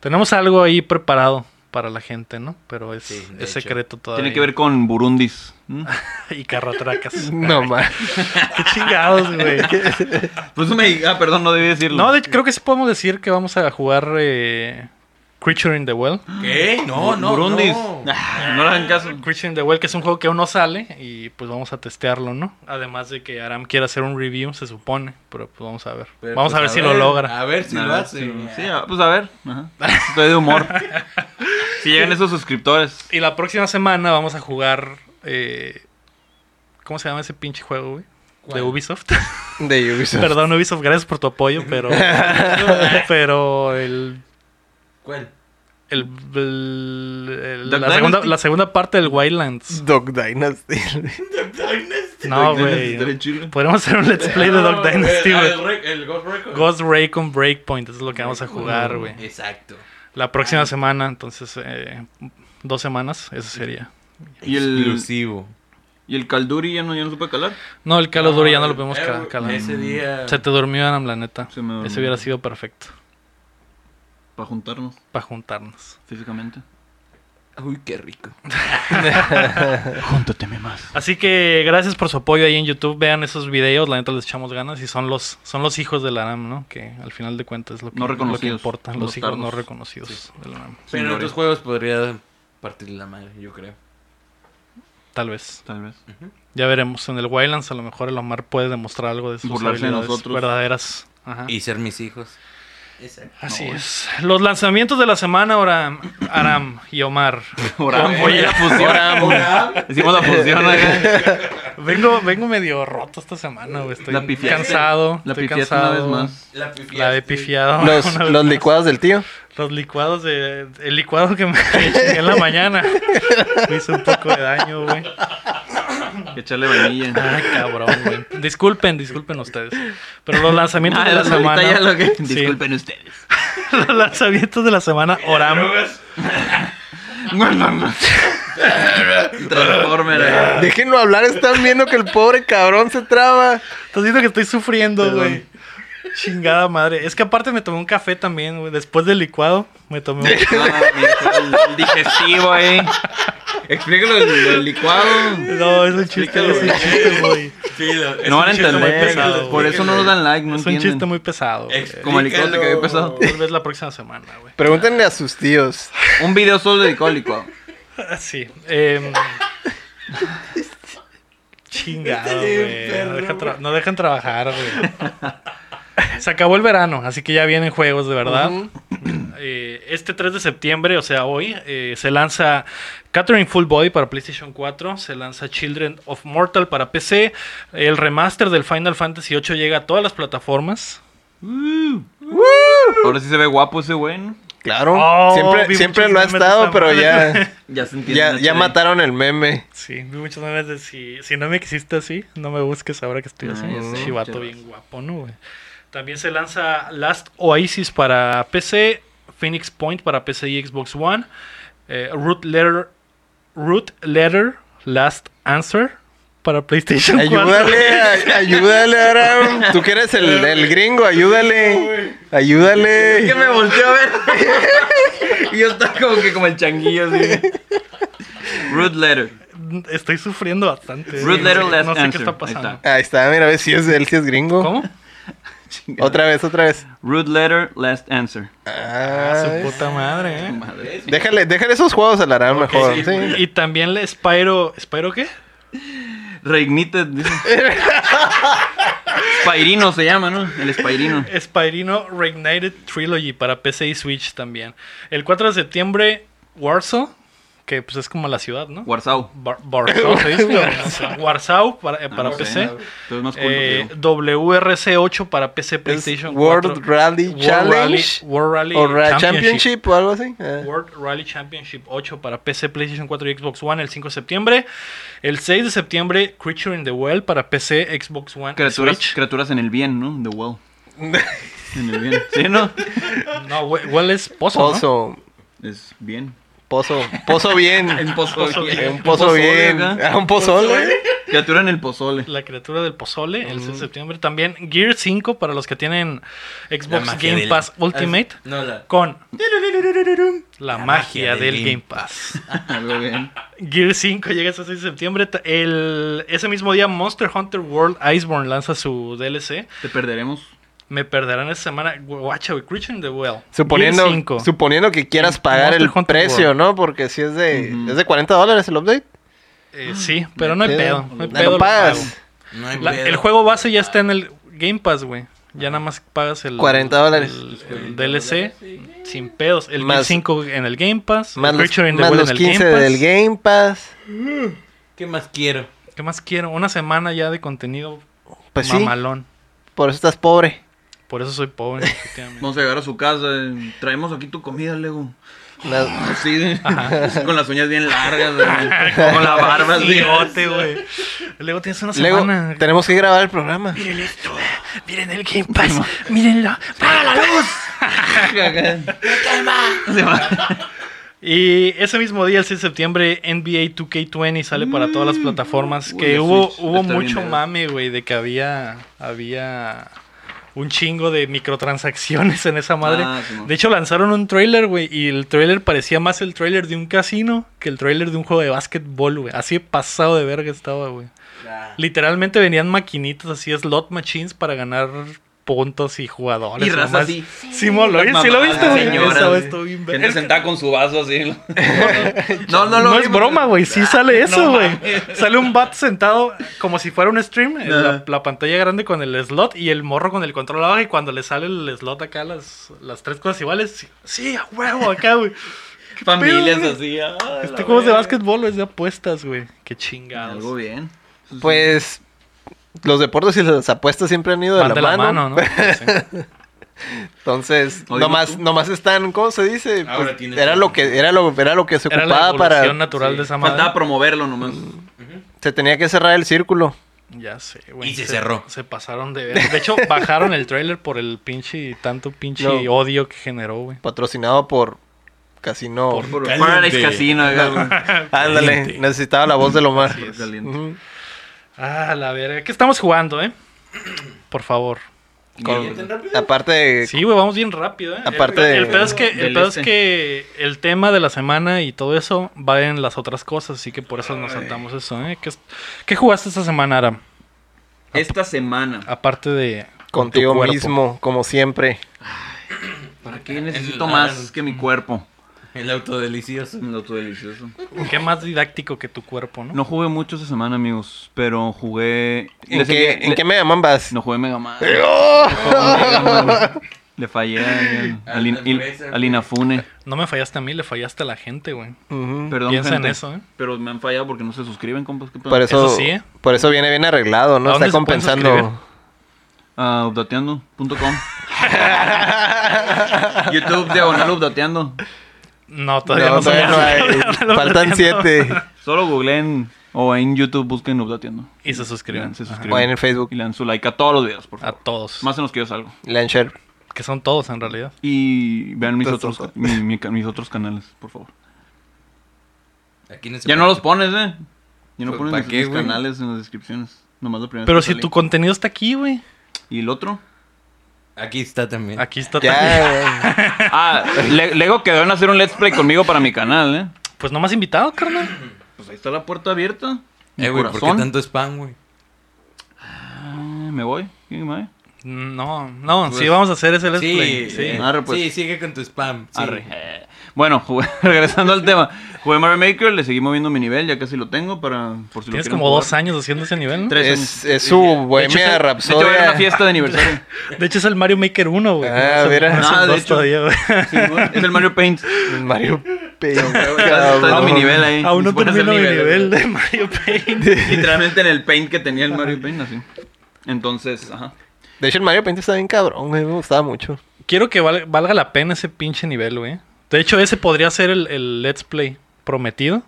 A: Tenemos algo ahí preparado para la gente, ¿no? Pero es,
D: Sí, de
A: es
D: hecho.
A: secreto todavía.
C: Tiene que ver con Burundis. ¿Mm? ¿m?
A: y carratracas.
B: No más.
A: Qué chingados, güey.
C: Pues me Ah, perdón, no debí decirlo.
A: No, de- creo que sí podemos decir que vamos a jugar eh, Creature in the Well.
D: ¿Qué? No, no,
C: Burundis.
D: no.
C: Ah, no le hagan caso.
A: Creature in the Well, que es un juego que aún no sale y pues vamos a testearlo, ¿no? Además de que Aram quiere hacer un review, se supone, pero pues vamos a ver.
D: Pero,
A: vamos a ver
D: pues,
A: si lo logra.
D: A ver si lo
C: Nada,
D: hace.
C: sí,
D: güey.
C: sí, ah, pues a ver. ajá. Estoy de humor. Si llegan esos suscriptores.
A: Y la próxima semana vamos a jugar... eh, ¿Cómo se llama ese pinche juego, güey? De
D: ¿Cuál?
A: Ubisoft.
B: De Ubisoft.
A: Perdón, Ubisoft, gracias por tu apoyo, pero... pero el...
D: ¿Cuál?
A: el- el- el-
C: Duck
A: la, segunda,
C: Dynasty.
A: la segunda parte del Wildlands.
B: Dog Dynasty.
A: No,
C: Estaré
A: güey.
C: chido.
A: Podríamos hacer un Let's Play de Dog
D: Ah,
A: Dynasty,
D: el-
A: güey.
D: El, Re- el Ghost Record.
A: Ghost Recon Breakpoint, eso es lo que vamos a jugar, güey.
D: Exacto.
A: La próxima semana, entonces, eh, dos semanas, eso sería.
C: Y el,
D: Exclusivo.
C: y el Calduri ya no, ya no se puede calar.
A: No, el Call of Duty ya no lo podemos
D: eh,
A: ca- calar. Mm.
D: Ese día.
A: Se te durmió, Adam, la neta.
C: Se me durmió.
A: Ese hubiera sido perfecto
C: Para juntarnos
A: para juntarnos.
C: físicamente.
D: Uy, qué rico.
C: Júntateme más.
A: Así que gracias por su apoyo ahí en YouTube. Vean esos videos, la neta les echamos ganas y son los son los hijos de la ANAM, ¿no? Que al final de cuentas es lo que,
C: No
A: lo que
C: reconocidos.
A: importa, los,
C: Los
A: hijos no
C: tardos.
A: reconocidos de la ANAM.
D: Pero en
C: Gloria.
D: otros juegos podría partir la madre, yo creo.
A: Tal vez.
C: Tal vez.
A: Ya veremos. En el Wildlands a lo mejor el Omar puede demostrar algo de sus
C: Burlarse de
A: habilidades
C: nosotros.
A: verdaderas. Ajá.
D: Y ser mis hijos. Exacto.
A: Así es. Los lanzamientos de la semana, Aram, Aram y Omar.
C: Ahora,
A: Oye,
C: la fusión. Hicimos la fusión. acá.
A: Vengo, vengo medio roto esta semana, güey. Estoy
C: La pifiaste.
A: cansado.
C: La
A: estoy
C: pifiaste una
A: cansado.
C: vez más.
D: La,
A: La he pifiado.
B: Los,
A: Ah, una vez
B: los
A: más.
B: licuados del tío.
A: Los licuados de. El licuado que me eché en la mañana. Me hizo un poco de daño, güey.
C: Echarle vainilla.
A: Ay, cabrón, güey. Disculpen, disculpen ustedes. Pero los lanzamientos
C: Ah,
A: de la
C: ahorita
A: semana.
C: ya lo que-
A: Sí,
C: Disculpen ustedes.
A: los lanzamientos de la semana, Oram.
C: Transformer. eh. acá.
B: Déjenlo hablar, están viendo que el pobre cabrón se traba.
A: Estás viendo que estoy sufriendo,
C: Perdón.
A: güey. Chingada madre. Es que aparte me tomé un café también, güey. Después del licuado, me tomé un.
C: Ah, mijo, el, el digestivo ahí. Explícalo el, el licuado.
A: No, es un chiste, es un chiste, güey.
C: No van a
A: chiste muy
C: entender.
A: pesado,
C: por eso no nos dan like, no
A: Es un
C: entienden.
A: chiste muy pesado. güey.
C: Como el licuado te quedó pesado.
A: Tal vez la próxima semana, güey.
B: Pregúntenle a sus tíos.
C: Un video solo dedicado al licuado.
A: Sí. em, chingado, güey. No, dejan tra- no dejan trabajar, güey. Se acabó el verano, así que ya vienen juegos, de verdad. Eh, este 3 de septiembre, o sea, hoy, eh, se lanza Catherine Full Boy para PlayStation 4, se lanza Children of Mortal para PC, el remaster del Final Fantasy VIII llega a todas las plataformas.
C: Ahora sí se ve guapo ese güey, ¿no?
B: Claro,
A: Oh,
B: siempre,
A: vi
B: siempre
A: muchos
B: lo ha
A: memes de
B: estado,
A: esa
B: pero
A: madre.
B: ya,
C: Ya se entiende.
B: ya, ya
C: HD.
B: mataron el meme.
A: Sí, vi muchas ganas de si, si no me quisiste así, no me busques ahora que estoy
C: Ah,
A: así.
C: ya
A: Es
C: sé,
A: chivato
C: muchas
A: bien guapo, ¿no, güey? También se lanza Last Oasis para PC, Phoenix Point para PC y Xbox One, eh, Root Letter, Root Letter, Last Answer para PlayStation 4.
B: Ayúdale, a- ayúdale, Aram. Tú que eres el, el gringo, ayúdale.
C: Es que
B: Ayúdale.
C: me volteó a ver. y yo estaba como que como el changuillo así. Root letter.
A: Estoy sufriendo bastante.
C: Root
A: no sé-
C: Letter, Last
A: No sé
C: Answer.
A: qué está
C: Ahí está.
A: pasando.
B: Ahí está, mira, a ver si es él, si es gringo.
A: ¿Cómo?
B: Otra vez, otra vez.
C: Root letter, last answer.
A: Ah,
B: Ah,
A: su puta madre, ¿eh?
C: Madre.
B: déjale, déjale esos juegos al Aram mejor.
D: sí.
B: sí.
A: Y también le Spyro... ¿Spyro qué?
C: Reignited, dice. Spairino se llama, ¿no? El Spairino.
A: Spirino Reignited Trilogy para PC y Switch también. El 4 de septiembre, Warsaw, que pues es como la ciudad, ¿no?
C: Warsaw.
A: Bar- Warsaw se dice, o sea, Warsaw para, eh,
C: Ah,
A: para
C: no sé.
A: PC.
C: Entonces más culto que
A: Eh,
C: yo.
A: WRC8 para PC,
B: Es
A: PlayStation 4.
B: World Rally
A: World
B: Challenge
A: Rally- World Rally
B: o Ra-
A: Championship.
B: Championship o algo así. Ah.
A: World Rally Championship 8 para PC, PlayStation 4 y Xbox One el 5 de septiembre. El 6 de septiembre, Creature in the Well para PC, Xbox One, y
C: Criaturas,
A: Switch.
C: criaturas en el bien, ¿no? The well. En el bien. ¿Sí, no?
A: No, we- Well es pozo, ¿no?
B: Pozo,
C: Es bien.
B: pozo, pozo bien.
C: pozo.
B: Eh, Un pozo bien. Ah, un pozole.
C: Criatura en el pozole.
A: La criatura del pozole, el 6 de septiembre. También Gear 5 para los que tienen Xbox Game Pass Ultimate.
D: No, la.
A: Con la, magia
D: magia
A: del
D: del
A: Game Pass.
C: Algo bien.
A: Gear 5 llega este 6 de septiembre. Ta- El, ese mismo día Monster Hunter World Iceborne lanza su DLC.
C: Te perderemos.
A: Me perderán esta semana. Guacha, güey. Creature in the Well.
B: Suponiendo,
A: Gear 5.
B: suponiendo que quieras pagar
A: Monster
B: el
A: Hunter
B: precio,
A: World.
B: ¿no? Porque si es de,
C: Ujú.
B: es de 40 dólares el update.
A: Eh, sí, pero no hay
B: Sí,
A: pedo. No hay
C: lo
A: pedo.
B: lo
A: lo
B: pagas.
D: No hay
A: pago. La-
D: pedo.
A: el juego base ya está en el Game Pass, güey. Ya nada más pagas el
B: 40 dólares.
A: el- el DLC. Sin pedos. El
B: Más-
A: más, 5 en el Game Pass.
B: Más
A: el
B: los,
A: Creature in the
B: más
A: Well
B: los
A: en el
B: 15
A: Game Pass.
B: del Game Pass.
D: ¿Qué más quiero?
A: ¿Qué más quiero? Una semana ya de contenido
B: Pues sí,
A: mamalón.
B: por eso estás pobre.
A: Por eso soy pobre. efectivamente.
C: Vamos a llegar a su casa. eh, Traemos aquí tu comida, Lego.
B: Las-
C: Así, de- con las uñas bien largas, de- con la barba así.
A: Bigote, güey. Luego tienes una
B: Luego,
A: semana.
B: tenemos que grabar el programa.
A: Miren esto. Miren el Game Pass. Mírenlo. ¡Para la luz!
C: Se va.
A: Y ese mismo día, el 6 de septiembre, NBA 2K20 sale para todas las plataformas.
C: Mm. Uy,
A: que
C: la
A: hubo,
C: Switch
A: hubo
C: está bien
A: mucho
C: verga.
A: mame, güey, de que había, había un chingo de microtransacciones en esa madre.
C: Ah, Simón.
A: de hecho, lanzaron un trailer, güey, y el trailer parecía más el trailer de un casino que el trailer de un juego de básquetbol, güey. Así de pasado de verga estaba, güey.
D: Ah,
A: Literalmente venían maquinitas así, slot machines para ganar puntos y jugadores.
C: Y raza
A: nomás.
C: así.
A: Simón, ¿lo, viste? ¿Sí lo
C: Mamadas,
A: viste, güey?
C: señoras,
A: Esa, güey,
C: güey.
A: estuvo bien verga.
C: Gente
A: Es que-
C: sentada con su vaso así. no, no,
A: no,
C: lo
A: es
C: vimos. Ah,
A: broma, güey. Sí sale eso,
C: no
A: güey.
C: mames.
A: sale un bat sentado como si fuera un stream. en la,
C: Ajá.
A: la pantalla grande con el slot y el morro con el control abajo. Y cuando le sale el slot acá, las, las tres cosas iguales. sí- Sí, a huevo, acá, güey.
C: Familias
A: pedo,
C: así. ah, la
A: Este juego es de
C: verga.
A: básquetbol o es de apuestas, güey. Qué chingados.
C: Algo bien.
B: Pues los deportes y las apuestas siempre han ido de,
A: Van
B: la,
A: de la mano,
B: mano.
A: ¿no? Sí.
B: Entonces,
C: Oye,
B: nomás,
C: tú.
B: nomás están, ¿cómo se dice?
D: Ahora
B: Pues,
D: tienes
B: era
D: razón.
B: lo que, era lo, era lo que se
A: Era la
B: ocupaba
A: evolución
B: para.
A: natural de esa madre.
C: Faltaba promoverlo nomás.
B: Se tenía que cerrar el círculo.
A: Ya sé, güey.
D: Y se cerró.
A: Se pasaron de ver. De hecho, bajaron el trailer por el pinche, tanto pinche
B: No.
A: odio que generó, güey.
B: Patrocinado por Casino.
A: Por-
C: Por
D: Caliente.
C: Paradise Casino. acá, güey.
B: Ándale,
D: Caliente.
B: necesitaba la voz del Omar.
A: Así es.
C: Caliente.
B: Ujú.
A: Ah, la verga. ¿Qué estamos jugando, eh? Por favor.
D: ¿Ya tan rápido?
B: Aparte de.
A: Sí, güey, vamos bien rápido, ¿eh?
B: Aparte
A: el,
B: de-
A: el pedo es que el
C: del
A: pedo es
C: este.
A: que el tema de la semana y todo eso va en las otras cosas, así que por eso nos saltamos eso, ¿eh? ¿Qué, es- qué jugaste esta semana, Aram?
C: Esta semana.
A: Aparte de
B: Contigo
A: tu cuerpo.
B: mismo, como siempre.
C: ¿Para qué necesito
D: El-
C: más
D: el-
C: que mi cuerpo?
D: El auto delicioso.
C: Lo tuve delicioso.
A: qué más didáctico que tu cuerpo, ¿no?
C: No jugué mucho esta semana, amigos, pero jugué...
B: ¿En
C: les
B: qué,
C: envié-
B: ¿en
C: le-
B: qué me llaman vas?
C: No jugué Mega Man.
B: ¡Oh!
C: Le fallé al, al,
D: Al- al
C: il-
D: Razer,
C: al Inafune.
A: No me fallaste a mí, le fallaste a la gente, güey.
B: Ujú.
C: Perdón,
A: Piensa en
C: gente,
A: eso, ¿eh?
C: Pero me han fallado porque no se suscriben, compas. ¿qué pedo?
B: Por eso,
A: Eso sí, ¿eh?
B: por eso viene bien arreglado, ¿no?
A: ¿A dónde
B: Está
A: se pueden suscribir?
B: compensando.
C: Ah, updateando.com. YouTube diagonal updateando.
A: No, todavía no,
B: No, todavía no hay. Faltan siete.
C: Solo googleen o en YouTube busquen updateando.
A: Y se suscriben.
C: Se
A: Ajá.
C: suscriben.
B: O en el Facebook.
C: Y le dan su like a todos los videos, por
A: A
C: favor.
A: todos.
C: Más en los que yo salgo.
B: Lancher.
A: Que son todos en realidad.
C: Y vean mis
B: Entonces,
C: otros, mi- mi ca- mis otros canales, por favor.
D: Aquí en ese-
C: Ya no los pones, ¿eh? Ya no
D: Pues,
C: pones
D: ¿pa'
C: mis,
D: qué,
C: mis
D: güey?
C: canales en las descripciones. Nomás la primera
A: Pero
C: vez que
A: si tu contenido está aquí, güey.
C: salí. ¿Y el otro?
D: Aquí está también.
A: Aquí está también.
B: Ya.
C: Ah, le- Lego quedó en hacer un let's play conmigo para mi canal, ¿eh?
A: Pues no más invitado, carnal.
C: Pues ahí está la puerta abierta. Mi
D: Eh, güey, ¿por qué
C: corazón.
D: tanto spam, güey?
C: Ah, Me voy. ¿Quién me va?
A: No, no, sí
D: Pues-
A: vamos a hacer ese let's play.
D: Sí,
A: Sí.
D: eh,
C: Arre, pues.
D: sí, sigue con tu spam. sí.
C: Arre. Eh, Bueno, jugué- regresando al tema. Jugué Mario Maker, le seguí moviendo mi nivel, ya casi lo tengo para... Por si
A: Tienes
C: lo quieren
A: como
C: jugar.
A: dos años haciendo ese nivel, ¿no?
C: Tres
B: Es,
C: años.
B: es su
C: De
B: bohemia
C: hecho, De hecho, era una
B: rapsodia.
C: fiesta de aniversario.
A: De hecho, es el Mario Maker 1, güey.
B: Ah,
A: No es el-
B: mira.
A: no es el
C: Ah, de
A: dos
C: hecho.
A: todavía, güey.
C: Sí, güey. es el Mario Paint.
B: Mario Pe-
C: Estoy dando mi nivel ahí.
A: Aún
C: Ni
A: no
C: siquiera es el
A: termino mi nivel
C: pues, güey.
A: de Mario Paint.
C: Literalmente en el Paint que tenía el Mario Paint, así. Entonces, ajá.
B: De hecho, el Mario Paint está bien cabrón, güey, Me gustaba mucho.
A: Quiero que val- valga la pena ese pinche nivel, güey. De hecho, ese podría ser el, el Let's Play prometido.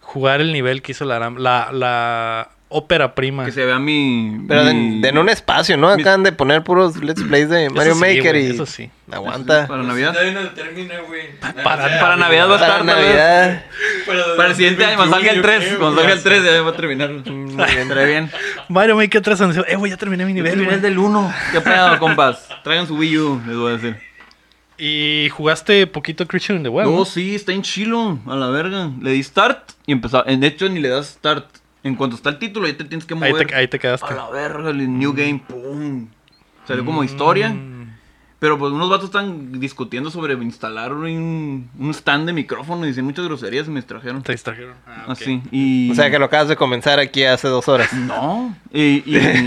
A: Jugar el nivel que hizo la, Aram- la, la ópera prima.
C: Que se vea mi...
B: Pero
C: mi-
B: den, den un espacio, ¿no?
C: mi-
B: Acaban de poner puros Let's Plays de
A: Eso
B: Mario
A: sí,
B: Maker
A: güey,
B: y.
A: Eso sí.
B: Aguanta.
C: Para
D: Pues
C: Navidad.
D: Todavía no termina, güey.
A: para-
D: O sea,
C: Para Navidad va a
B: Para
C: estar tal vez.
B: Navidad.
C: Para el siguiente año, cuando salga el 3, cuando salga el 3 ya va a terminar. Estaré bien.
A: Mario Maker 3 anunció. Eh, güey, ya terminé mi nivel, güey.
C: del 1. ¿Qué pedo, compas? Traigan su Wii U, les voy a decir.
A: Y jugaste poquito Creature in the Wild.
C: No,
A: ¿no?
C: sí, está en chilo, a la verga. Le di start y empezó. De hecho, ni le das start. En cuanto está el título, ya te tienes que
A: ahí,
C: mover.
A: te, Mm. ahí te
C: A
A: quedaste.
C: la verga, el New Game, pum. Salió como historia.
A: Mm.
C: Pero pues unos vatos están discutiendo sobre instalar un, un stand de micrófono y dicen muchas groserías y me distrajeron.
A: Te distrajeron. Ah, ok.
C: Así. Y...
B: O sea que lo acabas de comenzar aquí hace dos horas.
C: No. Y, y-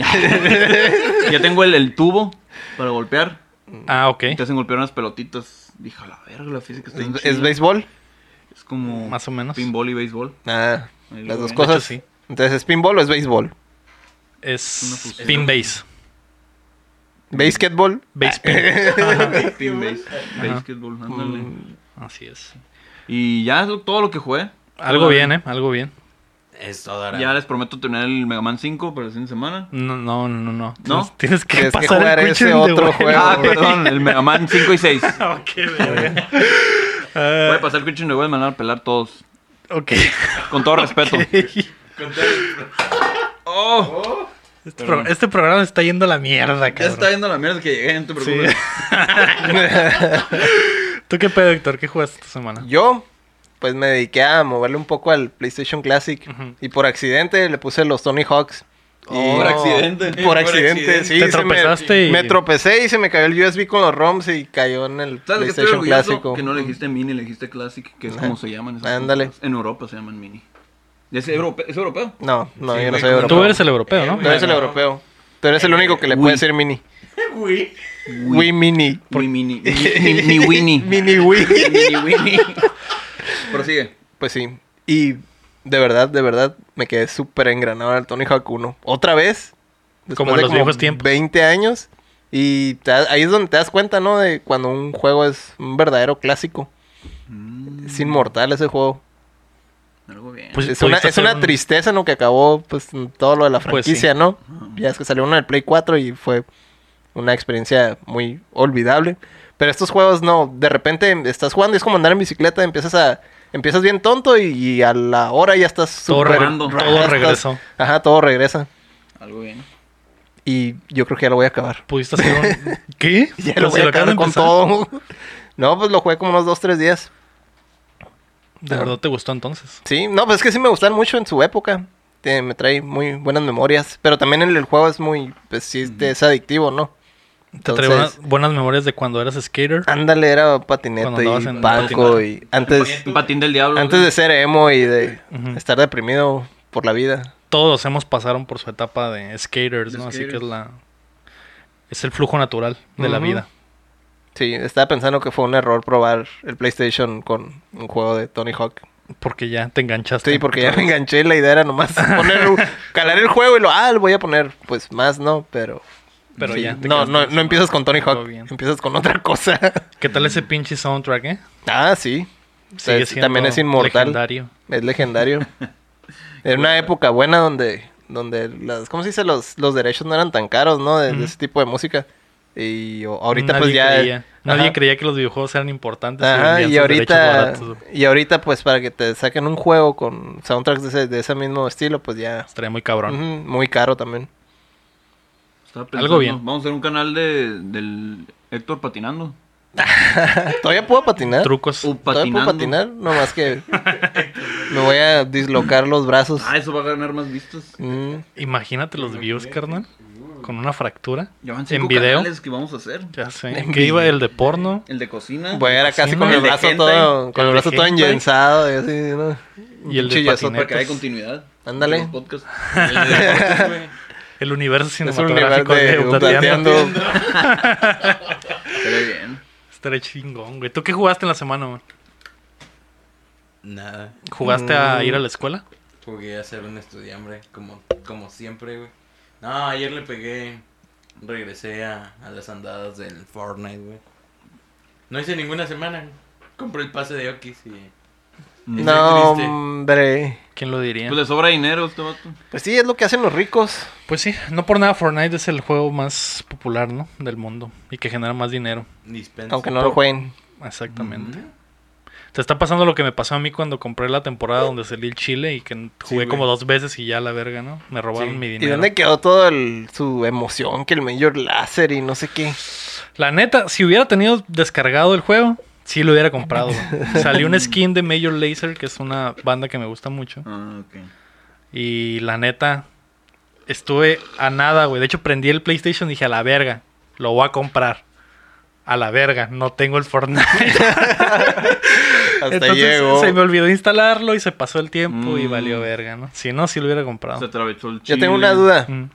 C: ya tengo el, el tubo para golpear.
A: Ah, ok.
C: Te hacen golpear unas pelotitas. Dije, a la verga, la física está bien
B: ¿Es,
C: chida".
B: es béisbol?
C: Es como...
A: Más o menos.
C: Pinball y béisbol.
B: Ah,
C: Ahí lo
B: las dos
C: ven.
B: cosas.
A: De hecho,
B: Entonces, ¿es pinball o es béisbol?
C: Una
A: Es
C: fusión.
A: pin base.
B: ¿Basketball?
A: Base pin.
C: Pin base. Basketball, ándale.
A: Así es.
C: Y ya es lo- todo lo que jugué.
A: Algo bien, ¿eh? Algo bien.
D: Es todo
B: ¿eh?
D: ahora.
C: Ya les prometo terminar el Mega Man 5 para el fin de semana.
A: No, no, no, no.
C: ¿No?
A: Tienes- Tienes que
B: Tienes que
A: pasar
B: jugar
A: el
B: ese
A: Creature in the
B: otro
A: Wild.
B: juego.
C: Ah, perdón, el Mega Man 5 y 6.
A: Ah, ok, verga.
C: Voy a
A: Ah,
C: pasar el Kitchen de Web, me van a pelar todos.
A: ok.
C: Con todo respeto.
A: Ok.
D: Con todo el-
C: Oh,
A: Este, pro- este programa se está yendo a la mierda,
C: Ya está
A: cabrón.
C: viendo la mierda que llegué, no te preocupes.
A: ¿Tú qué pedo, Héctor? ¿Qué jugaste esta semana?
B: Yo, pues me dediqué a moverle un poco al PlayStation Classic.
A: Ujú.
B: Y por accidente le puse los Tony Hawks. Y-
C: Oh. Por accidente.
B: Por accidente,
A: Te
B: sí. se me-
A: tropezaste y-
B: Me tropecé y se me cayó el USB con los ROMs y cayó en el
C: ¿Sabes que estoy
B: PlayStation
C: orgulloso
B: Clásico.
C: Que no le dijiste mini, le dijiste classic, que es como se llaman esas
B: Ándale.
C: cosas. En Europa se llaman mini. ¿Es, europe- es europeo?
B: No, no,
D: Sí,
B: yo no soy
D: güey, como-
B: europeo. Eh,
A: Tú eres el europeo, Eh, ¿no?
B: Tú eres el
D: No.
B: europeo. Tú eres el único que le
C: Uy.
B: puede decir mini.
D: Güey.
B: Wii mini.
C: Muy mini. Ni, ni- ni Winnie.
B: Mini Wii.
C: Mini Winnie. Prosigue.
B: Pues sí. Y de verdad, de verdad, me quedé súper engranado en el Tony Hawk 1. Otra vez. después
A: Como en
B: de
A: los viejos tiempos.
B: 20 años. Y te- ahí es donde te das cuenta, ¿no? De cuando un juego es un verdadero clásico. Es inmortal ese juego.
C: Algo bien.
A: Pues,
B: es una,
A: pudiste
B: es una
A: hacer un-
B: tristeza, ¿no? Que acabó, pues, en todo lo de la
A: Pues sí.
B: franquicia, ¿no?
C: Ajá.
B: Ya es que salió uno del Play 4 y fue una experiencia muy olvidable. Pero estos juegos, no, de repente estás jugando y es como andar en bicicleta, empiezas a... Empiezas bien tonto y, y a la hora ya estás
A: Todo,
B: súper-
A: re-
C: rando.
B: ya
A: todo
B: estás-
A: regresó.
B: Ajá, todo regresa.
C: Algo bien.
B: Y yo creo que ya lo voy a acabar.
A: Pudiste hacer un... ¿Qué?
B: Ya
A: Pero
B: lo voy
A: si
B: a
A: acabas de
B: acabar con
A: empezar.
B: todo. No, pues lo jugué como unos dos, tres días.
A: ¿De verdad te gustó entonces?
B: Sí, no, pues es que sí me gustan mucho en su época. Te- me trae muy buenas memorias. Pero también el, el juego es muy, pues sí, te- es adictivo, ¿no?
A: Te trae buenas, buenas memorias de cuando eras skater.
B: ándale, era
A: Cuando
B: patinete
A: andabas
B: y
A: en
B: banco
A: patinete.
B: y antes,
C: Un patín del diablo.
B: antes de ser emo y de
A: Ujú.
B: estar deprimido por la vida.
A: Todos hemos pasaron por su etapa de skaters,
C: De
A: ¿no? Así
C: skaters.
A: que es la... Es el flujo natural de la
B: Ujú.
A: vida.
B: Sí, estaba pensando que fue un error probar el PlayStation con un juego de Tony Hawk.
A: Porque ya te enganchaste.
B: Sí, porque ya me enganché y la idea era nomás poner, un- calar el juego y lo, ah, lo voy a poner, pues más no, pero...
A: Pero
B: sí,
A: ya, te
B: No,
A: quedaste
B: no,
A: con
B: no empiezas con Tony
A: Todo
B: Hawk,
A: bien.
B: empiezas con otra cosa.
A: ¿Qué tal ese pinche soundtrack, eh?
B: Ah, sí. O sea,
A: Sigue
B: sí,
A: siendo
B: también es inmortal.
A: legendario.
B: Es legendario. Era una época buena donde, donde las, ¿cómo se dice? Los, los derechos no eran tan caros, ¿no? De, de
A: Ujú.
B: ese tipo de música. Y o- ahorita
A: Nadie
B: pues ya...
A: creía. Nadie
B: Ajá.
A: creía que los videojuegos eran importantes.
B: Ajá,
A: vendían
B: y
A: sus derechos
B: ahorita,
A: baratos.
B: y ahorita pues para que te saquen un juego con soundtracks de ese, de ese mismo estilo, pues ya...
A: Estaría muy cabrón.
B: ujú, muy caro también.
C: Estaba pensando,
A: Algo bien.
C: Vamos a hacer un canal de, del Héctor patinando.
B: ¿Todavía puedo patinar?
A: Trucos.
C: O
B: ¿Todavía
C: patinando.
B: puedo patinar? No más que me voy a dislocar los brazos.
C: Ah, eso va a ganar más vistas.
B: Mm.
A: Imagínate los views, carnal. Con una fractura.
C: Ya van cinco
A: En video.
C: canales que vamos a hacer.
A: Ya sé.
B: En
A: Que iba el de porno.
C: El de cocina.
B: Voy a llegar casi
A: pues, Sí, ¿no?
B: con el
A: El de
B: brazo
C: hentai.
B: todo,
A: El
B: con el
A: de
B: brazo todo
A: hentai.
B: enyenzado y así, ¿no?
A: Y el de
B: Chillazo.
A: patinete.
C: Para que haya continuidad.
B: Ándale.
C: Los podcasts.
A: El universo
B: Es un nivel
A: cinematográfico
B: de
A: de Updateando.
B: plateando.
C: Estaría bien.
A: Estaría chingón, güey. ¿Tú qué jugaste en la semana, man?
D: Nada.
A: ¿Jugaste
B: Mm.
A: a ir a la escuela?
D: Jugué a ser un estudiambre, como, como siempre, güey. No, ayer le pegué. Regresé a, a las andadas del Fortnite, güey. No hice ninguna semana. güey. Compré el pase de Okis y.
B: Mm. No,
D: triste.
B: hombre.
A: ¿Quién lo diría?
C: Pues le sobra dinero a este vato.
B: Pues sí, es lo que hacen los ricos.
A: Pues sí, no por nada Fortnite es el juego más popular, ¿no? Del mundo. Y que genera más dinero.
D: Dispensa.
B: Aunque no lo jueguen.
A: Exactamente.
B: Mm.
A: Te está pasando lo que me pasó a mí cuando compré la temporada donde salí el Chile y que jugué
D: güey.
A: como dos veces y ya la verga, ¿no? Me robaron
D: Sí.
A: mi
B: ¿Y
A: dinero.
B: dónde quedó toda su emoción? Que el Major Láser y no sé qué.
A: La neta, si hubiera tenido descargado el juego, sí lo hubiera comprado. güey. Salió un skin de Major Lazer, que es una banda que me gusta mucho.
C: Ah, ok.
A: Y la neta, estuve a nada, güey. De hecho, prendí el PlayStation y dije, a la verga, lo voy a comprar. A la verga, no tengo el Fortnite.
B: Hasta
A: Entonces
B: llegó.
A: se me olvidó instalarlo y se pasó el tiempo y
C: Mm.
A: valió verga, ¿no? Si no, sí lo hubiera comprado.
C: Se atravesó el chile.
B: Ah. Yo tengo una duda.
A: Mm.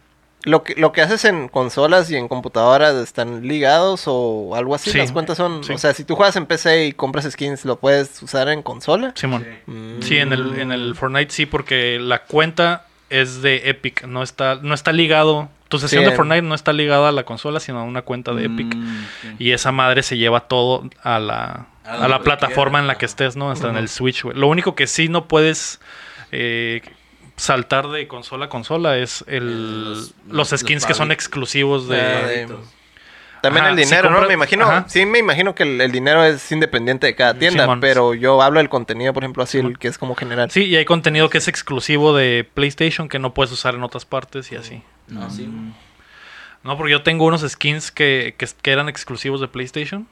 B: ¿Lo que, ¿Lo que haces en consolas y en computadoras están ligados o algo así?
A: Sí.
B: ¿Las cuentas son...?
A: Sí.
B: O sea, si tú juegas en PC y compras skins, ¿lo puedes usar en consola?
A: Simón.
B: Mm.
A: Sí, en el, en el Fortnite sí, porque la cuenta es de Epic, no está, no está ligado. Tu sesión
B: Sí.
A: de Fortnite no está ligada a la consola, sino a una cuenta
C: Mm,
A: de Epic. Y esa madre se lleva todo a la,
D: A
A: a
D: donde
A: la plataforma en la que
D: quiera.
A: estés, ¿no? Hasta en el Switch, güey. Lo único que sí no puedes eh, saltar de consola a consola es el, los,
D: Los-
A: skins
D: los
A: que son
D: pavos.
A: exclusivos de...
B: Ah, de- También
A: Ajá,
B: el
A: si
B: dinero, ¿no?
A: compras-
B: Me imagino,
A: ajá. Mm,
B: sí me imagino que el, el dinero es independiente de cada tienda,
A: Simón.
B: pero yo hablo del contenido, por ejemplo, así, el que es como general.
A: Sí, y hay contenido que es exclusivo de PlayStation que no puedes usar en otras partes y así.
C: Ah, Mm,
B: mm,
D: No, sí, güey.
A: No, porque yo tengo unos skins que, que, que eran exclusivos de PlayStation.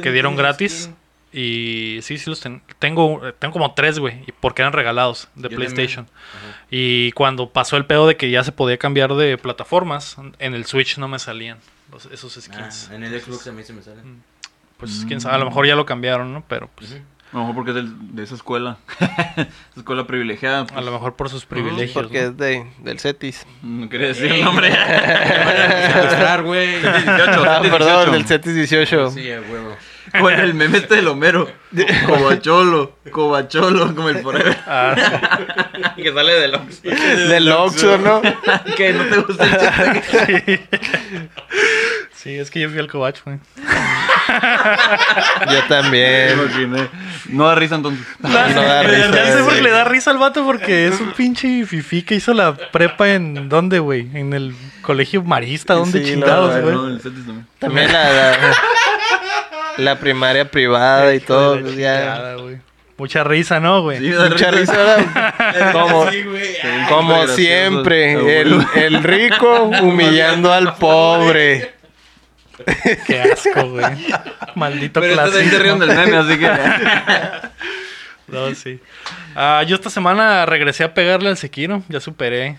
A: Que dieron gratis. Y sí, sí los ten- tengo. Tengo como tres, güey. y Porque eran regalados de
D: Yo
A: PlayStation.
D: también. Ajá.
A: Y cuando pasó el pedo de que ya se podía cambiar de plataformas, en el Switch no me salían los- esos skins.
D: Ah, en el Xbox a mí se me sale.
A: Pues quién sabe, a lo mejor ya lo cambiaron, ¿no? Pero pues,
D: mm. Ujú.
C: A lo mejor porque es del- de esa escuela. esa escuela privilegiada.
A: a
C: pues,
A: lo mejor por sus privilegios.
B: Porque
A: ¿no?
B: es de, del Cetis.
C: No quería decir el nombre. 18,
D: Secuestrar, güey.
C: 18,
B: Ah, perdón,
C: 18.
B: del Cetis 18.
D: Sí, a huevo.
C: Como en el meme este del Homero. Cobacholo. Cobacholo, como el forever.
A: Ah, sí.
C: que sale del Ox.
B: Del Oxxo, ¿no?
C: que no te gusta el chiste.
A: Sí, es que yo fui al cobach, güey.
B: Yo
C: Me
B: también.
C: imaginé. No da risa entonces.
B: No da risa,
A: ya sé por qué
B: güey.
A: le da risa al vato porque es un pinche fifí que hizo la prepa en dónde, güey? En el colegio marista, ¿dónde
B: Sí, no,
A: chingados,
B: no,
A: güey?
C: No, el Cetis también.
B: También la, la, la primaria privada y todo. pues, ya.
A: Chingada, güey. Mucha risa, ¿no, güey?
C: Sí, da
B: Mucha risa, ¿verdad? Como,
D: Sí, güey.
C: Sí,
D: Ah,
B: como
C: gracioso. Ah,
B: siempre, el,
C: bueno.
B: el rico humillando al pobre.
A: Qué asco, güey. Maldito
C: Pero estos ahí se rieron
A: clásico.
C: del meme, así que.
A: No, sí. Ah, yo esta semana regresé a pegarle al Sekiro. Ya superé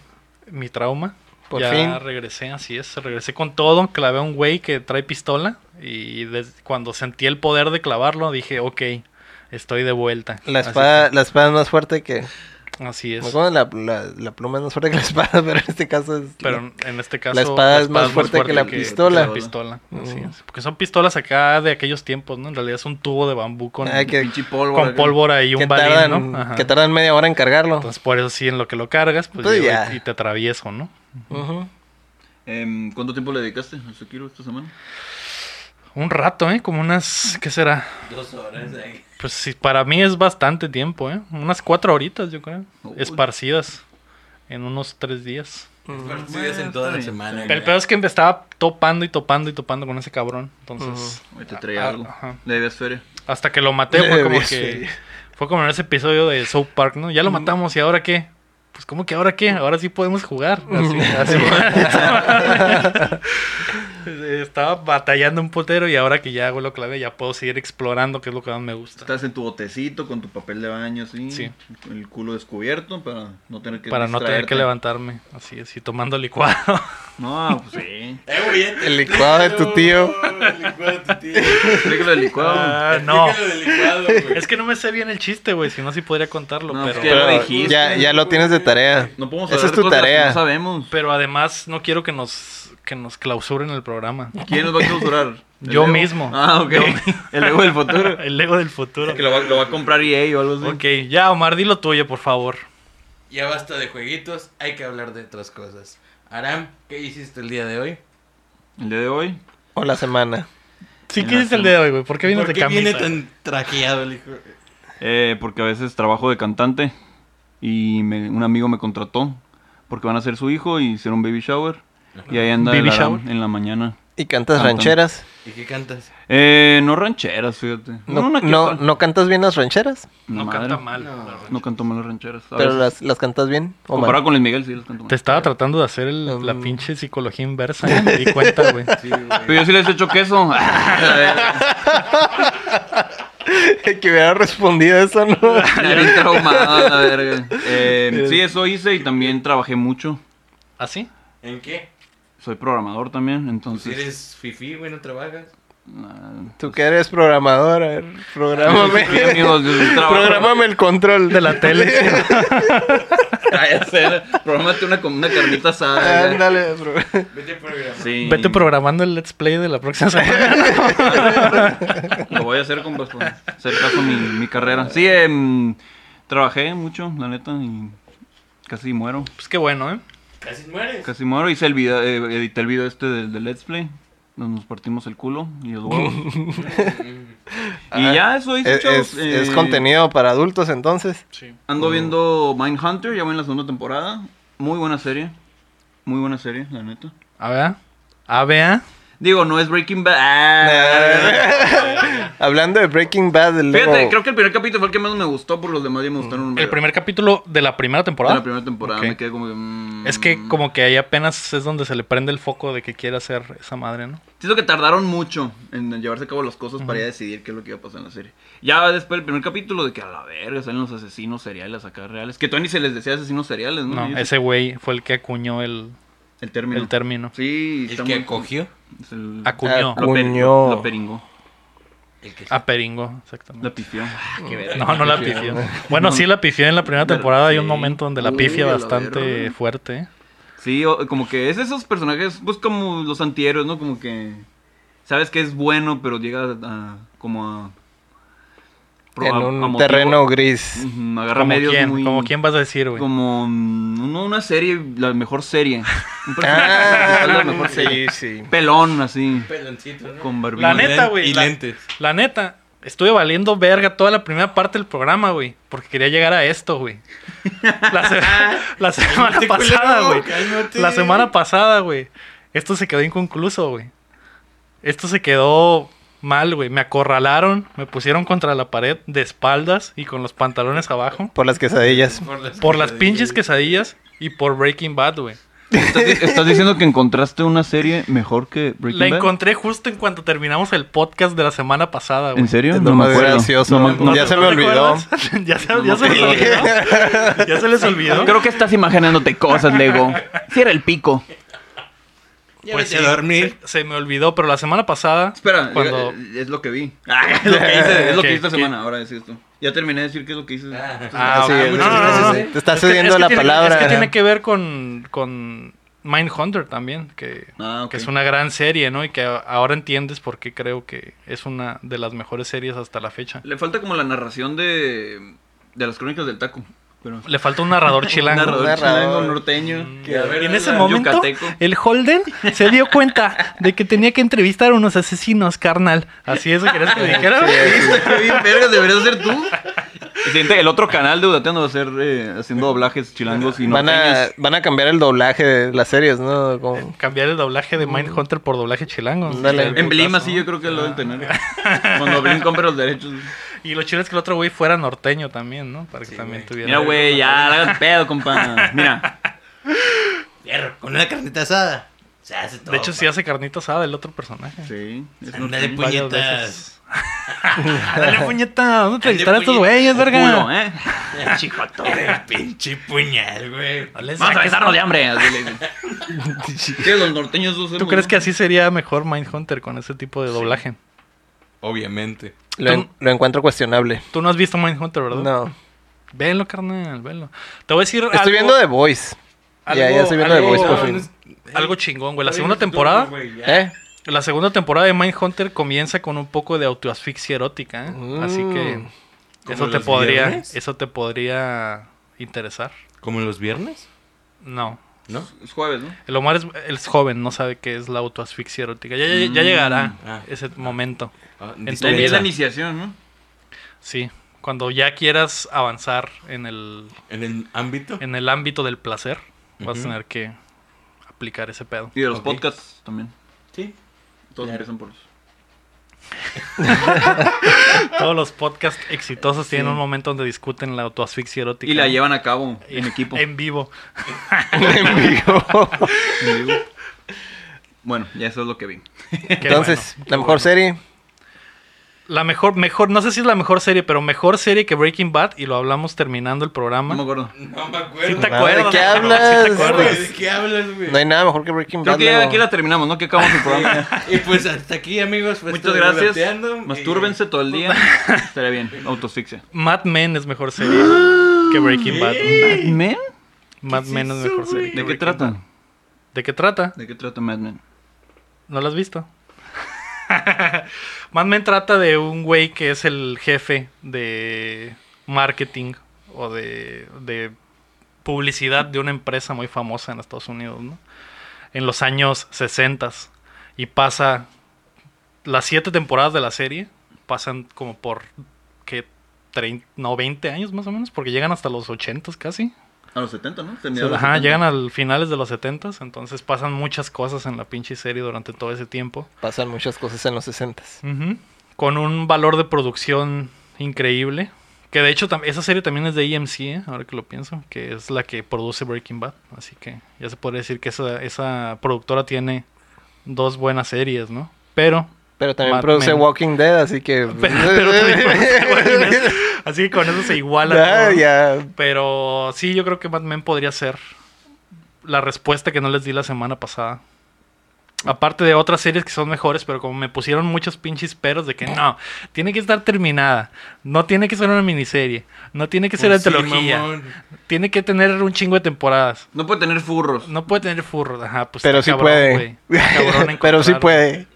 A: mi trauma.
B: Por
A: ya
B: fin.
A: regresé, así es. Regresé con todo. Clavé a un güey que trae pistola. Y des- cuando sentí el poder de clavarlo, dije, ok, estoy de vuelta.
B: La
A: Así
B: espada, la espada es más fuerte que...
A: que- Así,
B: me
A: es.
B: acuerdo, La, la- la pluma es más fuerte que la espada, pero en este caso es...
A: Pero en este caso...
B: La espada es más fuerte que la pistola.
A: la pistola, así
B: Mm.
A: es. Porque son pistolas acá de aquellos tiempos, ¿no? En realidad es un tubo de bambú con,
B: Ah, que,
C: Pinche pólvora.
A: con pólvora y
B: que
A: un balín,
B: tardan,
A: ¿no? Ajá.
B: que tardan media hora en cargarlo.
A: Entonces, por eso sí, en lo que lo cargas, pues,
B: Pues
A: llega
B: ya.
A: y te atravieso, ¿no?
B: Ujú.
C: Em, ¿Cuánto tiempo le dedicaste al Sekiro esta semana?
A: Un rato, ¿eh? Como unas, ¿qué será?
D: Dos horas ahí.
A: Pues sí, para mí es bastante tiempo, ¿eh? Unas cuatro horitas, yo creo.
C: Uy.
A: Esparcidas en unos tres días.
D: Partidas en toda la semana.
A: Pero el peor es que me estaba topando y topando y topando con ese cabrón. Entonces,
C: Oye, Te traía
A: Ah,
C: algo.
A: ajá.
C: Le debías feria.
A: hasta que lo maté fue
B: Eh,
A: como
B: bien,
A: que...
B: sí.
A: Fue como en ese episodio de South Park, ¿no? Ya lo matamos y ahora qué. Pues como que ahora qué, ahora sí podemos jugar. Así, así. Estaba batallando un potero y ahora que ya güey, lo clave ya puedo seguir explorando, que es lo que más me gusta.
C: Estás en tu botecito con tu papel de baño, así.
A: Sí.
C: El culo descubierto para no tener que.
A: Para no tener que
C: distraerte.
A: levantarme, así es, y tomando licuado.
C: No, pues sí.
D: Eh, güey, ya te
B: El licuado de tu tío.
D: El licuado de tu tío.
C: Explícalo el licuado.
A: Ah, no.
D: Explícalo del licuado, güey.
A: Es que no me sé bien el chiste, güey, si no, sí podría contarlo,
C: No,
A: pero...
C: es que-
A: Pero,
B: Pero
C: dijiste.
B: ya, ya lo tienes de tarea.
C: No podemos
B: Esa
C: hablar
B: es tu
C: cosas que
B: tarea.
C: No sabemos.
A: además no quiero que nos, que nos clausuren el programa.
C: ¿Quién nos va a clausurar? ¿El
A: Yo
C: ego?
A: mismo.
C: Ah, ok.
A: Yo-
C: El ego del futuro.
A: el Lego del futuro.
C: Que lo va, lo va a comprar EA o algo así.
A: Ok, ya, Omar, di lo tuyo, por favor.
D: Ya basta de jueguitos, hay que hablar de otras cosas. Aram, ¿qué hiciste el día de hoy?
C: El día de hoy.
B: O la semana.
A: Sí,
C: En
A: ¿qué
C: la
A: dices el
C: zona.
A: día de hoy, güey? ¿Por qué vienes
D: ¿Por
A: de
D: qué
A: camisa?
D: viene tan trajeado el hijo?
C: Eh, porque a veces trabajo de cantante y me- un amigo me contrató porque van a ser su hijo y hicieron baby shower. Y ahí anda el
A: ¿Baby
C: Aram
A: shower?
C: en la mañana.
B: ¿Y cantas
C: Cantando.
B: rancheras?
D: ¿Y qué cantas?
C: Eh, no rancheras, fíjate.
B: ¿No,
C: Una que
B: no,
C: otra.
B: no cantas bien las rancheras?
A: No
C: Madre.
A: canta mal.
D: No.
A: la verdad.
C: No canto mal las rancheras. a
B: ¿Pero las,
C: veces.
B: las cantas bien? ¿O mal?
C: Comparado con el Miguel, sí las canto mal.
A: Te estaba tratando de hacer el- la
B: Mm.
A: pinche psicología inversa, ya me di cuenta, güey.
D: Sí, güey.
C: Pero yo sí les echo queso.
B: que hubiera respondido eso, ¿no?
C: Ya bien traumado, la verga. Eh, sí, eso hice y también trabajé mucho.
A: ¿Ah, sí?
D: ¿En qué?
C: Soy programador también,
D: Si
C: entonces.
D: eres fifi, güey, no trabajas.
C: ah,
B: Tú que eres programador, a ver, prográmame.
C: sí, amigos, yo soy trabajo.
B: Prográmame el control
A: De la tele.
C: Ay, ya sé, Prográmate una, com- una carnita asada. Ah, ya.
B: Ándale, pro-
D: Vete a programar.
C: Sí.
A: Vete programando el let's play de la próxima semana.
C: Lo voy a hacer con pues, con hacer caso a mi, mi carrera. Sí, em, trabajé mucho, la neta, y casi muero.
A: pues qué bueno, ¿eh?
D: Casi mueres.
C: Casi muero. Hice el video, eh, edité el video este del de Let's Play. Donde nos partimos el culo y los huevos. y ya, eso hice,
B: es,
C: chavos.
B: es- es
C: Eh,
B: contenido para adultos, entonces.
A: Sí.
C: Ando viendo Mindhunter, ya voy en la segunda temporada. Muy buena serie. Muy buena serie, la neta.
A: A ver. A ver. Eh,
C: Digo, no es Breaking Bad. Ah,
B: Hablando de Breaking Bad, el
C: Fíjate,
B: luego-
C: creo que el primer capítulo fue el que menos me gustó, por los demás ya me gustaron. un
A: Mm. El
C: vergo.
A: primer capítulo de la primera
C: De
A: temporada.
C: la primera temporada
A: Ok.
C: me quedé como que. mm,
A: Es que como que ahí apenas es donde se le prende el foco de que quiere hacer esa madre, ¿no?
C: Siento que tardaron mucho en llevarse a cabo las cosas para ya decidir qué es lo que iba a pasar en la serie. Ya después del primer capítulo de que a la verga salen los asesinos seriales acá reales. Que Tony se les decía asesinos seriales, ¿no?
A: No,
C: Ellos-
A: ese güey fue el que acuñó el,
C: El término.
A: el término. Ah,
C: Sí,
D: El
C: está
D: que
C: muy-
D: acogió.
C: es el-
A: Acuñó.
B: Acu-
C: Lo, peri-
B: Acuñó.
C: lo peringó.
D: El
C: Ah,
D: que
A: Aperingo, exactamente.
C: La pifió.
A: Ah, No, no la pifió. Bueno, sí la pifió en la primera
C: Pero-
A: temporada. Hay un
C: sí.
A: momento donde la
C: Uy,
A: pifia
C: a la
A: bastante
C: verga.
A: fuerte. ¿eh?
C: Sí, o- como que es esos personajes, pues como los antihéroes, ¿no? Como que sabes que es bueno, pero llega a, como a... pro-
B: en
C: a-
B: un
C: a motivo- Mm.
B: terreno gris.
C: Ujú, agarra
A: Como
C: medios
A: quién,
C: muy...
A: como quién vas a decir, güey.
C: Como mm, no, una serie, la mejor serie. Un personaje
B: Ah,
C: principal de la mejor serie.
B: sí.
C: Pelón, así,
D: peloncito, ¿no?
C: con barbilla.
A: La neta,
D: len-
A: güey.
D: y
A: la-
D: lentes.
A: La neta, estuve valiendo verga toda la primera parte del programa, güey. Porque quería llegar a esto, güey. La, se- la semana
C: Este
D: Cálmate,
A: pasada,
D: culero,
A: güey.
D: cálmate.
A: La semana pasada, güey. Esto se quedó inconcluso, güey. Esto se quedó mal, güey. Me acorralaron, me pusieron contra la pared de espaldas y con los pantalones abajo.
B: Por las quesadillas.
D: Por las,
A: Por las pinches quesadillas y por Breaking Bad, güey.
C: ¿Estás, di- estás diciendo que encontraste una serie mejor que
A: La
C: Breaking Bad?
A: encontré justo en cuanto terminamos el podcast de la semana pasada, güey.
C: ¿En serio?
B: Es lo
C: me
B: más
C: acuerdo.
B: gracioso.
C: No me acuerdo.
B: Ya se
A: ¿No
B: me
A: te
B: olvidó.
A: acuerdas? ya, se, ya se les olvidó. Ya se les olvidó.
C: Creo que estás imaginándote cosas, Lego. Si era el pico.
D: Ya
A: Pues
D: vete
A: sí,
D: a dormir.
A: Se, se me olvidó, pero la semana pasada.
C: Espera,
A: Cuando-
C: eh, es lo que vi. es lo que hice, es lo que
A: ¿Qué-
C: hice esta
A: qué?
C: semana, ahora decís tú. Ya terminé de decir qué es lo que hice.
A: Ah,
B: Sí,
A: ok.
B: el-
A: no, no, no, no.
B: sí, sí, sí. Te está
A: Es que-
B: cediendo
A: es que
B: la
A: tiene-
B: palabra.
A: Es que tiene que ver con, con Mindhunter también, que,
C: Ah, ok.
A: que es una gran serie, ¿no? Y que a- ahora entiendes por qué creo que es una de las mejores series hasta la fecha.
C: Le falta como la narración de, de las crónicas del taco. Pero...
A: Le falta un narrador chilango.
C: narrador,
B: narrador.
C: chilango, norteño.
D: Que a ver,
A: Y en ese
D: la-
A: momento,
C: yucateco.
A: el Holden se dio cuenta de que tenía que entrevistar a unos asesinos, carnal. Así es, ¿querías que dijera?
C: Qué bien, vergas, deberías ser tú. Siguiente, el otro canal de Udateando va a ser eh, haciendo doblajes chilangos y
B: Van a,
C: norteños.
B: van a cambiar el doblaje de las series, ¿no? Como-
A: Cambiar el doblaje de Mindhunter por doblaje chilango.
B: Dale.
C: En Blima sí yo creo que lo deben tener. Cuando Blim compre los derechos.
A: Y lo chido es que el otro güey fuera norteño también, ¿no? Para que
D: Sí,
A: también
D: güey.
A: tuviera.
C: Mira, güey, ya, hagas pedo, compa. Mira,
D: Fierro, con una carnita asada. Se hace todo.
A: De hecho, sí hace carnita asada el otro personaje.
C: sí, es
D: Ándale,
C: norteño.
A: Varias
D: puñetas.
A: Dale puñeta, vamos a entrevistar a estos
D: puñeta.
A: güeyes,
C: Culo,
A: verga.
C: ¿eh?
D: Chicoto. Pinche puñal, güey.
A: No les
C: Vamos a
A: saques-
C: besarnos de hambre. así le dicen. Sí, los norteños esos
A: ¿Tú
C: hemos,
A: crees
C: ¿no?
A: que así sería mejor Mindhunter con ese tipo de doblaje?
D: Obviamente.
B: Lo, en- lo encuentro cuestionable.
A: Tú no has visto Mindhunter, ¿verdad?
B: No.
A: Venlo, carnal, venlo. Te voy a decir algo.
B: Estoy viendo The Voice. Ya, ya estoy viendo The
A: algo-
B: Voice por
A: algo-
B: fin.
A: Algo chingón, güey. La segunda temporada,
B: ¿Eh?
A: la segunda temporada de Mindhunter comienza con un poco de autoasfixia erótica, ¿eh? Así que
B: Mm.
D: ¿Como
A: eso te
D: los
A: podría,
D: viernes?
A: eso te podría interesar.
D: ¿Como los viernes?
A: No.
D: ¿No?
C: Es jueves, ¿no?
A: El Omar es, él es joven, no sabe qué es la autoasfixia erótica. Ya, ya- ya
C: Mm,
A: llegará
D: ah.
A: ese momento.
D: Ah,
A: Entonces-
D: disculpa.
C: Es la iniciación, ¿no?
A: Sí, cuando ya quieras avanzar en el,
D: en el ámbito.
A: en el ámbito del placer, vas a
D: Ujú.
A: tener que aplicar ese pedo.
C: Y de los
D: Ok.
C: podcasts también.
D: Sí.
C: Todos
D: Claro.
C: empiezan por eso.
A: Todos los podcasts exitosos tienen un momento donde discuten la autoasfixia erótica.
C: Y la llevan a cabo en equipo.
A: En vivo.
B: En vivo.
C: en vivo. Bueno, ya eso es lo que vi.
A: Qué
B: Entonces,
A: bueno, qué
B: la mejor
A: bueno.
B: serie.
A: La mejor, mejor, no sé si es la mejor serie, pero mejor serie que Breaking Bad y lo hablamos terminando el
C: No
A: programa.
C: me acuerdo.
D: No me
A: Sí te acuerdas,
B: Nada, ¿De
D: acuerdo.
B: qué
A: no, no,
B: hablas?
A: sí te
D: güey,
A: acuerdas.
D: ¿De qué hablas, güey?
B: No hay nada mejor que Breaking
C: Creo
B: Bad.
C: que ya
B: luego.
C: aquí la terminamos, ¿no? Que acabamos el programa.
D: Y pues hasta aquí, amigos. pues, fue
C: Muchas
D: todo
C: gracias.
D: Gateando.
C: Mastúrbense todo el día. Estaría bien. Autosfixia.
A: Mad Men es mejor serie que Breaking Bad.
D: ¿Qué?
C: ¿Batman?
A: Mad
D: es
A: Men es
D: eso,
A: mejor
D: güey?
A: serie. que
C: ¿De qué
A: Breaking Bad.
C: trata?
A: ¿De qué trata?
C: ¿De qué trata Mad Men?
A: ¿No lo has visto? Mad Men trata de un güey que es el jefe de marketing o de, de publicidad de una empresa muy famosa en Estados Unidos, ¿no? En los años 60 y pasa las siete temporadas de la serie, pasan como por que 30, no 20 años más o menos, porque llegan hasta los 80 casi.
C: A los 70, ¿no? Se
A: Sí,
C: mira a los
A: Ajá,
C: 70.
A: llegan al finales de los 70 entonces pasan muchas cosas en la pinche serie durante todo ese tiempo.
B: Pasan muchas cosas en los 60s.
A: con un valor de producción increíble. Que de hecho tam- esa serie también es de EMC, ¿eh? ahora que lo pienso, que es la que produce Breaking Bad. Así que ya se podría decir que esa, esa productora tiene dos buenas series, ¿no? Pero...
B: Pero también
A: Mad
B: produce
A: Men.
B: Walking Dead, así que.
A: pero- pero también produce Walking Dead. Así que con eso se iguala.
B: Ah,
A: todo.
B: ya.
A: Pero sí, yo creo que Mad Men podría ser la respuesta que no les di la semana pasada. Aparte de otras series que son mejores, pero como me pusieron muchos pinches peros de que no, tiene que estar terminada, no tiene que ser una miniserie, no tiene que ser
D: Pues sí,
A: antología,
D: mamón.
A: tiene que tener un chingo de temporadas,
C: No puede tener furros.
A: no puede tener furro, ajá, pues
B: Pero
A: está
B: sí
A: cabrón,
B: puede.
A: güey, está cabrón
B: Pero sí
A: encontrar-
B: puede.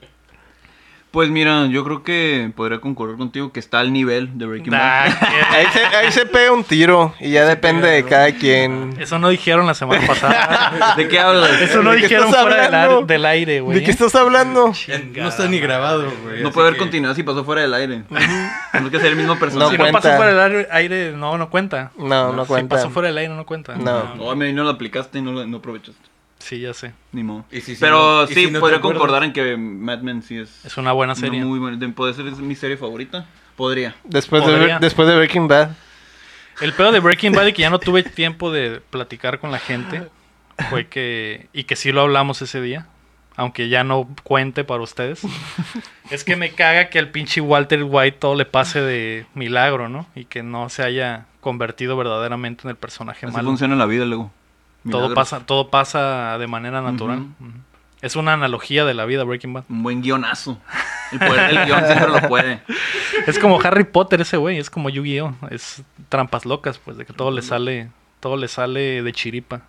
C: Pues mira, yo creo que podría concordar contigo que está al nivel de Breaking
A: Nah,
C: Bad.
A: que-
B: Ahí se, ahí se pega un tiro y ya depende de cada quien.
A: Eso no dijeron la semana pasada.
C: ¿De qué hablas?
A: Ah. Eso no
B: ¿De qué
A: dijeron
B: estás
A: fuera del, ar-
B: hablando?
A: del aire, güey.
B: ¿De qué estás hablando?
D: No está ni grabado, güey.
C: No
D: así
C: puede haber
D: que-
C: continuidad si pasó fuera del aire. Tenemos que ser el mismo
A: si
C: personaje.
B: No
A: no pasó
B: cuenta.
A: fuera el aire- aire, no, no cuenta.
B: No, no cuenta.
A: Si pasó fuera el aire, no cuenta.
B: No.
C: No, a mí no lo aplicaste Oh, y no, lo- no aprovechaste.
A: Sí, ya sé.
C: Ni modo.
D: Y si sí,
C: Pero
D: no-
C: sí,
D: y si no te
C: podría
D: acuerdas.
C: concordar en que Mad Men sí es,
A: Es una buena
C: una
A: serie.
C: muy buena. de- ¿Puede ser mi serie favorita? Podría.
B: Después
A: Podría.
B: de, después de Breaking Bad.
A: El pedo de Breaking Bad y que ya no tuve tiempo de platicar con la gente fue que. Y que sí lo hablamos ese día. Aunque ya no cuente para ustedes. Es que me caga que al pinche Walter White todo le pase de milagro, ¿no? Y que no se haya convertido verdaderamente en el personaje
C: Así
A: malo.
C: funciona la vida luego.
A: Todo
C: Milagros.
A: pasa, todo pasa de manera natural.
C: Ujú.
A: Ujú. Es una analogía de la vida, Breaking Bad.
C: Un buen guionazo. El poder del guión siempre lo puede.
A: Es como Harry Potter ese güey, es como Yu-Gi-Oh, es trampas locas, pues de que todo le sale, todo le sale de chiripa.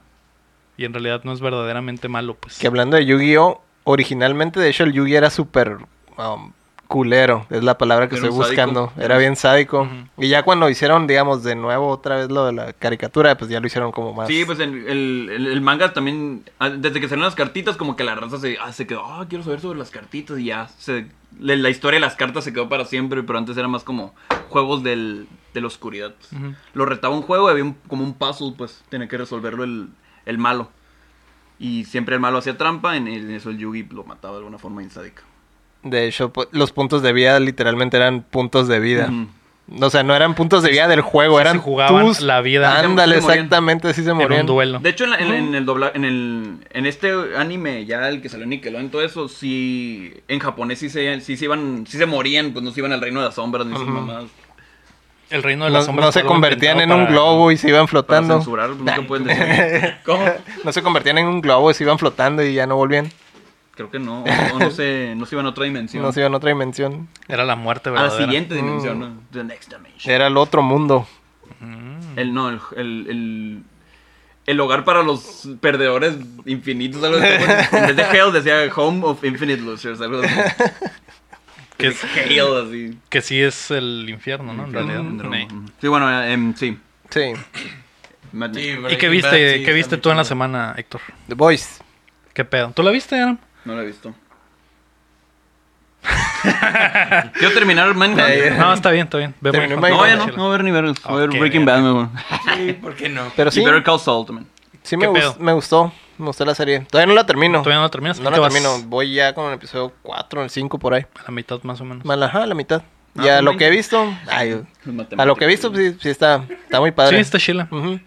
A: Y en realidad no es verdaderamente malo, pues.
B: Que hablando de Yu-Gi-Oh, originalmente, de hecho, el Yu-Gi era súper um, culero, es la palabra que
C: Era
B: estoy
C: un sádico.
B: buscando. Era bien sádico.
A: Ujú.
B: Y ya cuando hicieron, digamos, de nuevo otra vez lo de la caricatura, pues ya lo hicieron como más.
C: Sí, pues el, el- el- el manga también, ah, desde que salieron las cartitas, como que la raza se, ah, se quedó, ah, quiero saber sobre las cartitas y ya. se- le- la historia de las cartas se quedó para siempre, pero antes era más como juegos del, de la oscuridad. pues.
A: Ujú.
C: Lo retaba un juego y había un- como un puzzle, pues tenía que resolverlo el, el malo. Y siempre el malo hacía trampa, en, el- en eso el Yugi lo mataba de alguna forma insádica.
B: De hecho, pues, los puntos de vida literalmente eran puntos de vida.
C: Ujú.
B: O sea, no eran puntos de vida del juego,
A: Sí,
B: eran
A: se jugaban
B: tus-
A: la vida.
B: Ándale,
C: Sí se morían.
B: exactamente, sí se
A: en
B: morían.
A: un duelo.
C: De hecho, en, la- en- en el dobla, en, el, en este anime, ya el que salió en Nickelodeon, todo eso, sí, en japonés sí se, sí se iban, sí se morían, pues no se iban al reino de las sombras, ni sus
B: Ujú.
C: mamás,
A: El reino de
B: No,
A: las sombras
B: no se
A: fue algo
B: convertían en
A: inventado
B: un
A: para-
B: globo y se iban
C: para
B: flotando.
C: censurar, pues, nunca pueden decir. ¿Cómo?
B: No se convertían en un globo y se iban flotando y ya no volvían.
C: Creo que no, o no se, no se iban a otra dimensión.
B: No se iban a otra dimensión.
A: Era la
B: Ah,
A: muerte
C: a la
A: verdadera.
C: siguiente dimensión,
B: Mm.
C: ¿no? The next dimension.
B: Era el otro mundo.
C: El, no, el, el, el, el hogar para los perdedores infinitos, algo así. En vez de Hell decía Home of Infinite Losers, algo así.
A: Que, es-
C: Hell, así.
A: que sí es el infierno, ¿no? En realidad. Sí.
C: Sí, bueno, em, sí.
B: Sí.
C: Mad Men.
D: Sí,
A: ¿Y qué
D: Breaking Bad,
A: viste,
D: sí,
A: qué
D: está
A: viste
D: muy
A: tú en la
D: chingón.
A: semana, Héctor?
B: The Voice.
A: ¿Qué pedo? ¿Tú la viste, Adam?
C: No lo he visto. Quiero terminar
B: Eh,
C: Manhunt.
A: No, está bien, está bien. Ve
B: Terminó
A: Manhunt.
C: No,
B: Manhunt.
C: ya no. No voy a ver ni ver. Voy a
A: Ok,
C: ver Breaking Bad mejor.
D: Sí, ¿por qué no?
B: Pero
C: Y
B: sí,
C: Better Call Saul también.
B: sí me,
A: ¿Qué pedo?
B: gust- me gustó. Me gustó la serie. Todavía no la termino.
A: Todavía no la terminas.
B: no
A: Ahorita
B: la
A: vas
B: termino. Voy ya con el episodio 4, el 5 por ahí.
A: A la mitad más o menos.
B: Mal, ajá, la mitad.
C: Ah,
B: y a
C: son
B: lo que he
C: 20.
B: visto, ay, a lo que he visto, pues, sí, sí está, está muy
A: Sí,
B: padre.
A: está chila.
B: Ujú.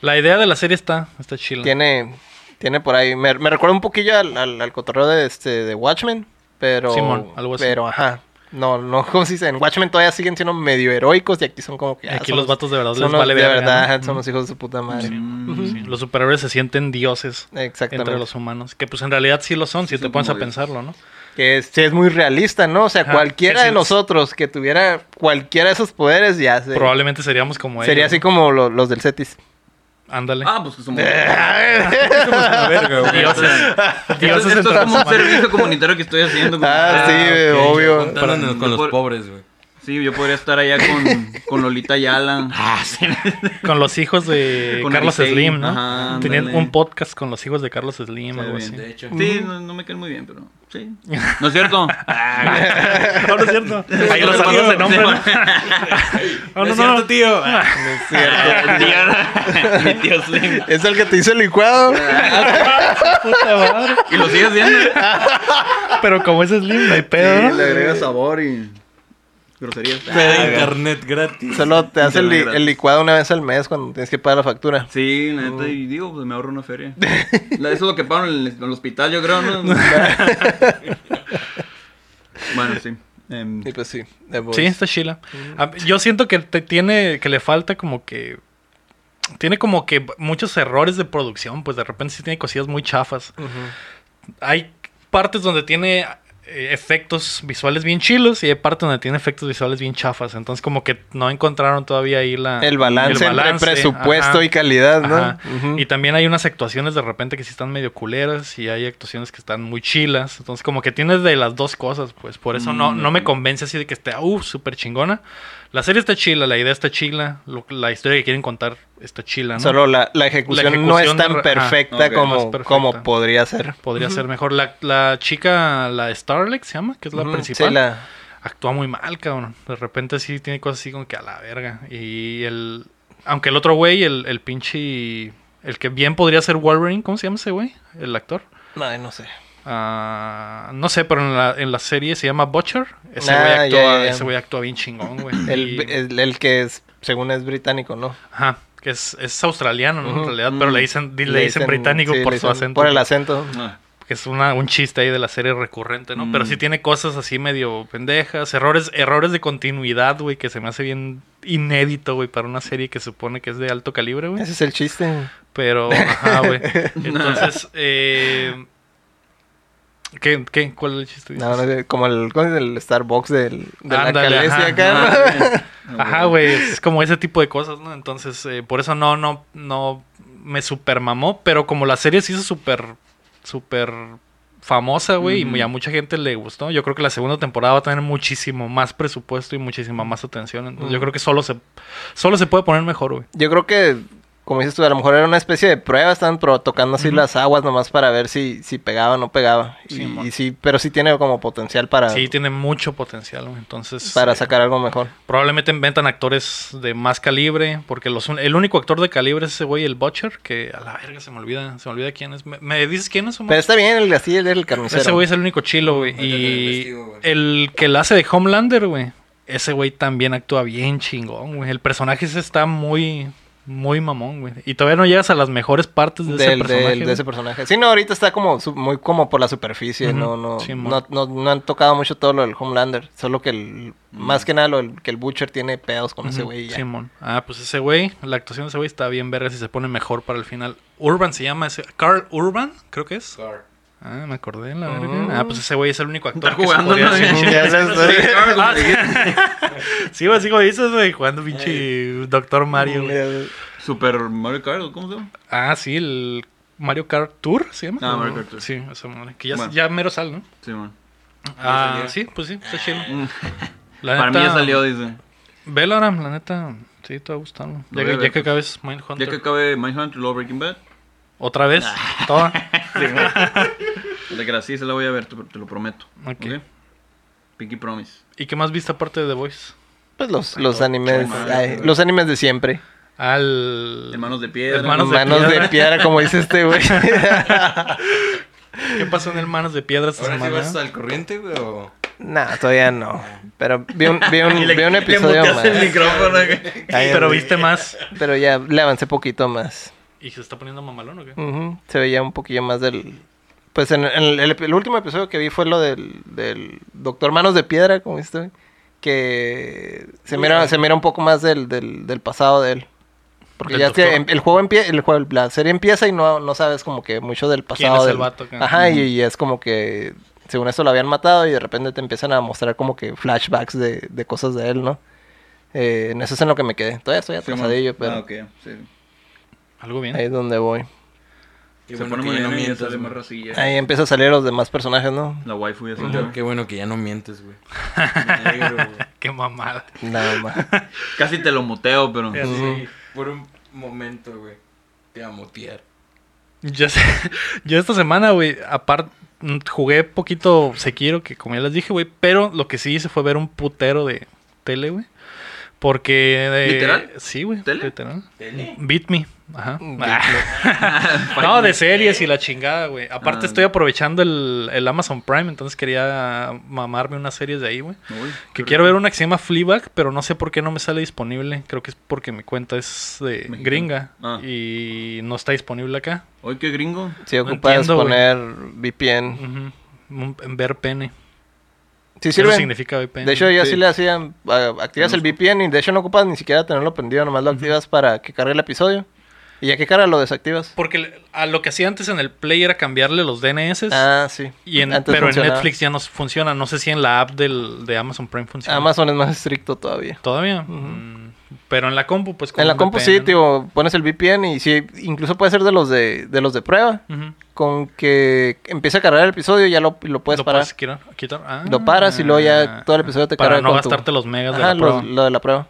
A: La idea de la serie está, está chila.
B: Tiene, tiene por ahí. Me, me recuerda un poquillo al, al, al cotorreo de este de Watchmen, pero.
A: Simón, algo así.
B: Pero ajá. No, no, como si dice, en Watchmen todavía siguen siendo medio heroicos y aquí son como que.
A: Y
B: ah,
A: aquí
B: son
A: los vatos de verdad
B: son
A: les
B: los-
A: vale
B: de
A: verga,
B: verdad,
A: ¿no?
B: ajá, son los hijos de su puta madre.
A: Sí, sí.
C: Mm.
A: Los superhéroes se sienten dioses
B: Exactamente.
A: entre los humanos. Que pues en realidad sí lo son, si
C: Sí,
A: te
C: son
A: pones a
C: como dioses.
A: pensarlo, ¿no?
B: Que es, sí, es muy realista, ¿no? O sea,
A: Ajá,
B: cualquiera
A: que
B: de
A: sí.
B: nosotros que tuviera cualquiera de esos poderes ya se-
A: Probablemente seríamos como ellos.
B: sería así como lo- los del Cetis.
A: Ándale.
C: Ah, pues que somos.
D: verga, güey.
A: dioses.
C: Esto,
A: dioses
C: esto
A: entre
C: es
A: los
C: como un
A: humanos.
C: servicio comunitario que estoy haciendo. como-
B: Ah, sí, güey,
D: ok,
B: obvio.
D: juntándonos
C: Para-
D: con los
C: por-
D: pobres, güey.
C: Sí, yo podría estar allá con, con Lolita Ayala. Ah, sí.
A: Con los hijos de
C: Con
A: Carlos
C: Arisei.
A: Slim, ¿no?
C: Ajá,
A: Tenían
C: ándale.
A: un podcast con los hijos de Carlos Slim, algo así.
D: De hecho.
C: Sí, no, no me caen muy bien, pero. Sí. ¿No es cierto?
A: No, no es cierto. Ahí los
C: Hermano,
A: amigos de nombre. ¿no?
C: sí.
A: No, no,
D: es
A: no.
D: cierto, tío.
C: Tío- Mi tío Slim.
B: ¿Es el que te hizo el licuado?
A: Puta madre.
C: Y lo sigues viendo.
A: Pero como es Slim, no hay pedo. ¿no?
C: agrega sabor y. groserías.
D: Te da
C: Ah,
D: internet gratis.
B: Solo te hace el, li-
C: Internet
B: el licuado una vez al mes cuando tienes que pagar la factura.
C: Sí, la neta, y digo, pues me ahorro una feria. La- Eso es lo que pagan en el, en el hospital, yo creo, ¿no? bueno, sí. Em,
B: Y pues sí. The Boys.
A: Sí, está chila. A- Yo siento que te tiene, que le falta como que. Tiene como que muchos errores de producción, pues de repente sí tiene cosillas muy chafas.
B: Ujú.
A: Hay partes donde tiene eh, efectos visuales bien chilos y hay partes donde tiene efectos visuales bien chafas. Entonces como que no encontraron todavía ahí la...
B: El balance,
A: balance,
B: entre presupuesto
A: ajá.
B: y calidad, ¿no?
A: Ajá.
B: Ujú.
A: Y también hay unas actuaciones de repente que sí están medio culeras y hay actuaciones que están muy chilas. Entonces, como que tienes de las dos cosas, pues por eso no,
C: Mm,
A: no me
C: ok.
A: convence así de que esté, uh, súper chingona. La serie está chila, la idea está chila, lo- la historia que quieren contar está chila, ¿no?
B: Solo la, la ejecución
A: La
B: no es
A: ejecución
B: tan
A: de-
B: perfecta,
C: ajá, ok,
B: como,
A: no es perfecta.
B: como podría ser.
A: Podría ser mejor. La, la chica, la Starlight se llama, que es la
B: Ujú,
A: principal.
B: Sí, la,
A: actúa muy mal, cabrón. De repente sí tiene cosas así como que a la verga. Y el. Aunque el otro güey, el, el pinche. El que bien podría ser Wolverine, ¿cómo se llama ese güey? El actor.
B: no, no sé.
A: Ah, no sé, pero en la, en la serie se llama Butcher. Ese
B: Ah,
A: güey
B: ya,
A: actúa,
B: ya, ya.
A: ese güey actúa bien chingón, güey.
B: El,
A: Y-
B: el, el que es, según es británico, ¿no?
A: Ajá, que es, es australiano, ¿no? En
B: Ujú.
A: realidad, pero le dicen, le dicen británico
B: sí,
A: por
B: le
A: su
B: dicen-
A: acento.
B: Por el acento.
C: ah,
A: que es una, un chiste ahí de la serie recurrente, ¿no? Pero
C: Mm.
A: sí tiene cosas así medio pendejas, errores, errores de continuidad, güey, que se me hace bien inédito, güey, para una serie que supone que es de alto calibre, güey.
B: Ese es el chiste.
A: Pero, ajá, güey. Entonces, eh... ¿Qué, qué? ¿Cuál es el chiste?
B: No, no sé, como el, ¿cómo es el Starbucks del, de
A: Ándale,
B: la Calesia
A: ajá,
B: acá. Ah,
A: Ajá, güey, es como ese tipo de cosas, ¿no? Entonces, eh, por eso no, no, no me super mamó, pero como la serie se hizo súper, súper famosa, güey,
C: Ujú.
A: y a mucha gente le gustó, yo creo que la segunda temporada va a tener muchísimo más presupuesto y muchísima más atención, entonces yo
B: Ujú.
A: creo que solo se, solo se puede poner mejor, güey.
B: Yo creo que, como dices tú, a lo mejor era una especie de prueba, estaban pro- tocando así
A: Ujú.
B: las aguas nomás para ver si, si pegaba o no pegaba. Y-
A: Sí, mon.
B: y, sí, pero sí tiene como potencial para,
A: Sí, tiene mucho potencial, güey, entonces...
B: para
A: eh,
B: sacar algo mejor.
A: Probablemente inventan actores de más calibre, porque los un- el único actor de calibre es ese güey, el Butcher, que a la verga se me olvida, se me olvida quién es. ¿Me, me dices quién es? Omar?
B: Pero está bien, el así el, el carnicero.
A: Ese güey es el único chilo, güey.
D: Ahorita te lo
A: Y
D: investigo, güey.
A: el que la hace de Homelander, güey. Ese güey también actúa bien chingón, güey. El personaje ese está muy, muy mamón, güey. Y todavía no llegas a las mejores partes de ese
B: Del- del-
A: personaje.
B: de
A: güey.
B: ese personaje. Sí, no, ahorita está como su- muy como por la superficie,
A: Ujú,
B: no, no,
A: sí, mon.
B: no, no, no han tocado mucho todo lo del Homelander, solo que el, más que nada lo del- que el Butcher tiene pedos con ese
A: Mm. Ujú,
B: güey. y ya.
A: Simón. Ah, pues ese güey, la actuación de ese güey está bien verga si se pone mejor para el final. Urban se llama ese. Carl Urban, creo que es.
D: Car.
A: Ah, me acordé la
B: Oh.
A: verga. Ah, pues ese güey es el único actor
C: Está
A: que se
C: jugando,
A: podría
C: ¿no?
A: decir-
B: Ya la estoy-
A: Ah, sí. Sí, güey, así como dices, güey, jugando pinche Doctor Mario, güey.
C: Super Mario Kart, ¿o ¿cómo se llama?
A: Ah, sí, el Mario Kart Tour se llama.
C: Ah, Mario Kart Tour.
A: Sí, esa madre. Que ya,
C: Bueno.
A: ya mero sal, ¿no?
C: Sí, man.
A: Ah,
D: salió.
A: sí, pues sí, está chido.
C: Mm.
A: La
C: Para mí ya
A: neta,
C: salió, dice.
A: Velo ahora, la neta. Sí, te va a gustar, güey.
C: Lo
A: Ya,
C: voy a
A: que-
C: ver,
A: ya que acabes Mindhunter.
C: Ya que Ah. acabe Mindhunter y luego Breaking Bad.
A: Otra vez, toda.
C: De que la sí se la voy a ver, te, te lo prometo.
A: Ok.
C: ¿Ok? Pinky Promise.
A: ¿Y qué más viste aparte de The Voice?
B: Pues los, los animes,
C: Chumada,
B: ay,
C: güey.
B: los animes de siempre.
A: Al.
C: Hermanos de piedra.
A: Hermanos
B: Manos,
A: de
B: de,
A: piedra.
B: piedra. como dice este güey.
A: ¿Qué pasó en Hermanos de Piedra esta
D: Ahora sí
A: semana?
D: vas al corriente, güey, o...
B: no, todavía no. Pero vi un, vi un, vi un episodio
C: muteas
B: más.
C: el micrófono. güey.
B: Ay,
A: Pero
B: güey.
A: viste más.
B: Pero ya le avancé poquito más.
A: ¿Y se está poniendo mamalón o qué?
B: Ujú, Se veía un poquillo más del... Pues en, en el, el último episodio que vi fue lo del, del Doctor Manos de Piedra, como dice este güey, Que se mira, se mira un poco más del, del, del pasado de él. Porque
A: Del
B: ya es que
A: doctor.
B: em- el juego empieza, el juego, la serie empieza y no, no sabes como que mucho del pasado.
A: ¿Quién es el
B: del-
A: vato acá?
B: Ajá, y, y es como que según eso lo habían matado y de repente te empiezan a mostrar como que flashbacks de, de cosas de él, ¿no? Eh, en eso es en lo que me quedé. Todavía estoy
C: Sí, man.
B: atrasadillo, pero
C: Ah, ok, sí.
A: Algo bien.
B: ahí es donde voy.
D: Qué
C: se pone
D: bueno que
C: muy
D: ya no
C: bien y ya
D: mientas,
C: sale más
D: güey.
C: racilla.
B: Ahí empieza a salir los demás personajes, ¿no?
C: La waifu ya
D: Yo,
C: salió.
D: Qué bueno que ya no mientes, güey. Me alegro, güey.
A: Qué mamada.
B: Nada más.
C: Casi te lo muteo, pero.
A: Ya sé.
D: Por un momento, güey. Te va a mutear.
A: Yo, sé- yo esta semana, güey, aparte, jugué poquito Sekiro, que como ya les dije, güey, pero lo que sí hice fue ver un putero de tele, güey. Porque... eh,
C: ¿Literal?
A: Sí, güey.
C: ¿Tele?
A: Literal.
D: ¿Tele?
A: Beat Me. Ajá.
B: Mm,
A: Ah. No, de series y la chingada, güey. Aparte
C: Ah.
A: estoy aprovechando el, el Amazon Prime, entonces quería mamarme unas series de ahí, güey.
C: Uy,
A: Que
C: qué
A: quiero ver una que se llama Fleabag, pero no sé por qué no me sale disponible. Creo que es porque mi cuenta es de
C: Mexicana.
A: gringa
C: Ah.
A: y no está disponible acá.
C: rico. Uy, qué gringo.
B: Si
A: No
B: ocupas
A: entiendo, güey.
B: poner VPN.
A: Ujú. Un- Ver pene.
B: Sí
A: Eso
B: sirven.
A: significa VPN.
B: De hecho, yo
C: Sí.
B: así le hacían. ah, activas el VPN y de hecho no ocupas ni siquiera tenerlo prendido, nomás lo activas para que cargue el episodio. Y ya que carga, lo desactivas.
A: Porque le- a lo que hacía antes en el Play era cambiarle los DNS.
B: Ah, sí.
A: Pues, y en-
B: Antes
A: pero en
B: funcionaba.
A: Netflix ya no funciona. No sé si en la app del, de Amazon Prime funciona.
B: Amazon es más estricto todavía.
A: Todavía. Mm, pero en la compu, pues. con
B: En la
A: un
B: compu
A: VPN,
B: sí,
A: ¿no?
B: tío, pones el VPN y sí, incluso puede ser de los de, de los de prueba.
A: Ujú.
B: Con que empiece a cargar el episodio ya lo, lo puedes
A: Lo
B: parar.
A: puedes quitar. quitar. Ah.
B: Lo paras y luego ya todo el episodio te
A: Para
B: carga
A: no
B: con tu-
A: gastarte los megas
B: Ajá,
A: de la
B: lo,
A: prueba.
B: lo de la prueba.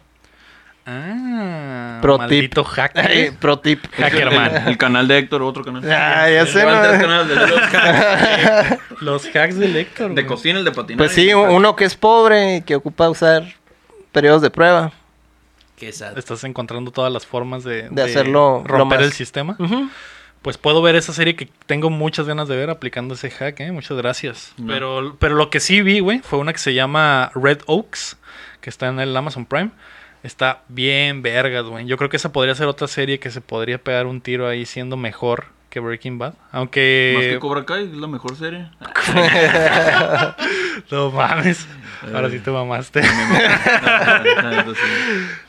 A: Ah,
B: Pro tip.
A: maldito hacker.
B: Ay, Pro tip.
A: Hackerman.
C: El, el canal de Héctor, otro canal.
B: Ah, ya sé,
C: Llevan
B: ¿no?
C: tres canales de
A: Los hacks de Lector.
C: De cocina, el de patinar.
B: Pues
C: y
B: sí,
C: el-
B: uno que es pobre y que ocupa usar periodos de prueba.
D: Qué sad.
A: Estás encontrando todas las formas de,
B: De hacerlo lo
A: romper
B: más-
A: el sistema. Pues puedo ver esa serie que tengo muchas ganas de ver aplicando ese hack, ¿eh? Muchas gracias.
C: Ya.
A: Pero, pero lo que sí vi, güey, fue una que se llama Red Oaks, que está en el Amazon Prime. Está bien vergas, güey. Yo creo que esa podría ser otra serie que se podría pegar un tiro ahí siendo mejor que Breaking Bad.
C: Más que
A: Aunque...
C: Cobra Kai, es la mejor serie. Ah,
A: No mames.
C: Eh,
A: Ahora sí te mamaste.
C: ah, ah, entonces,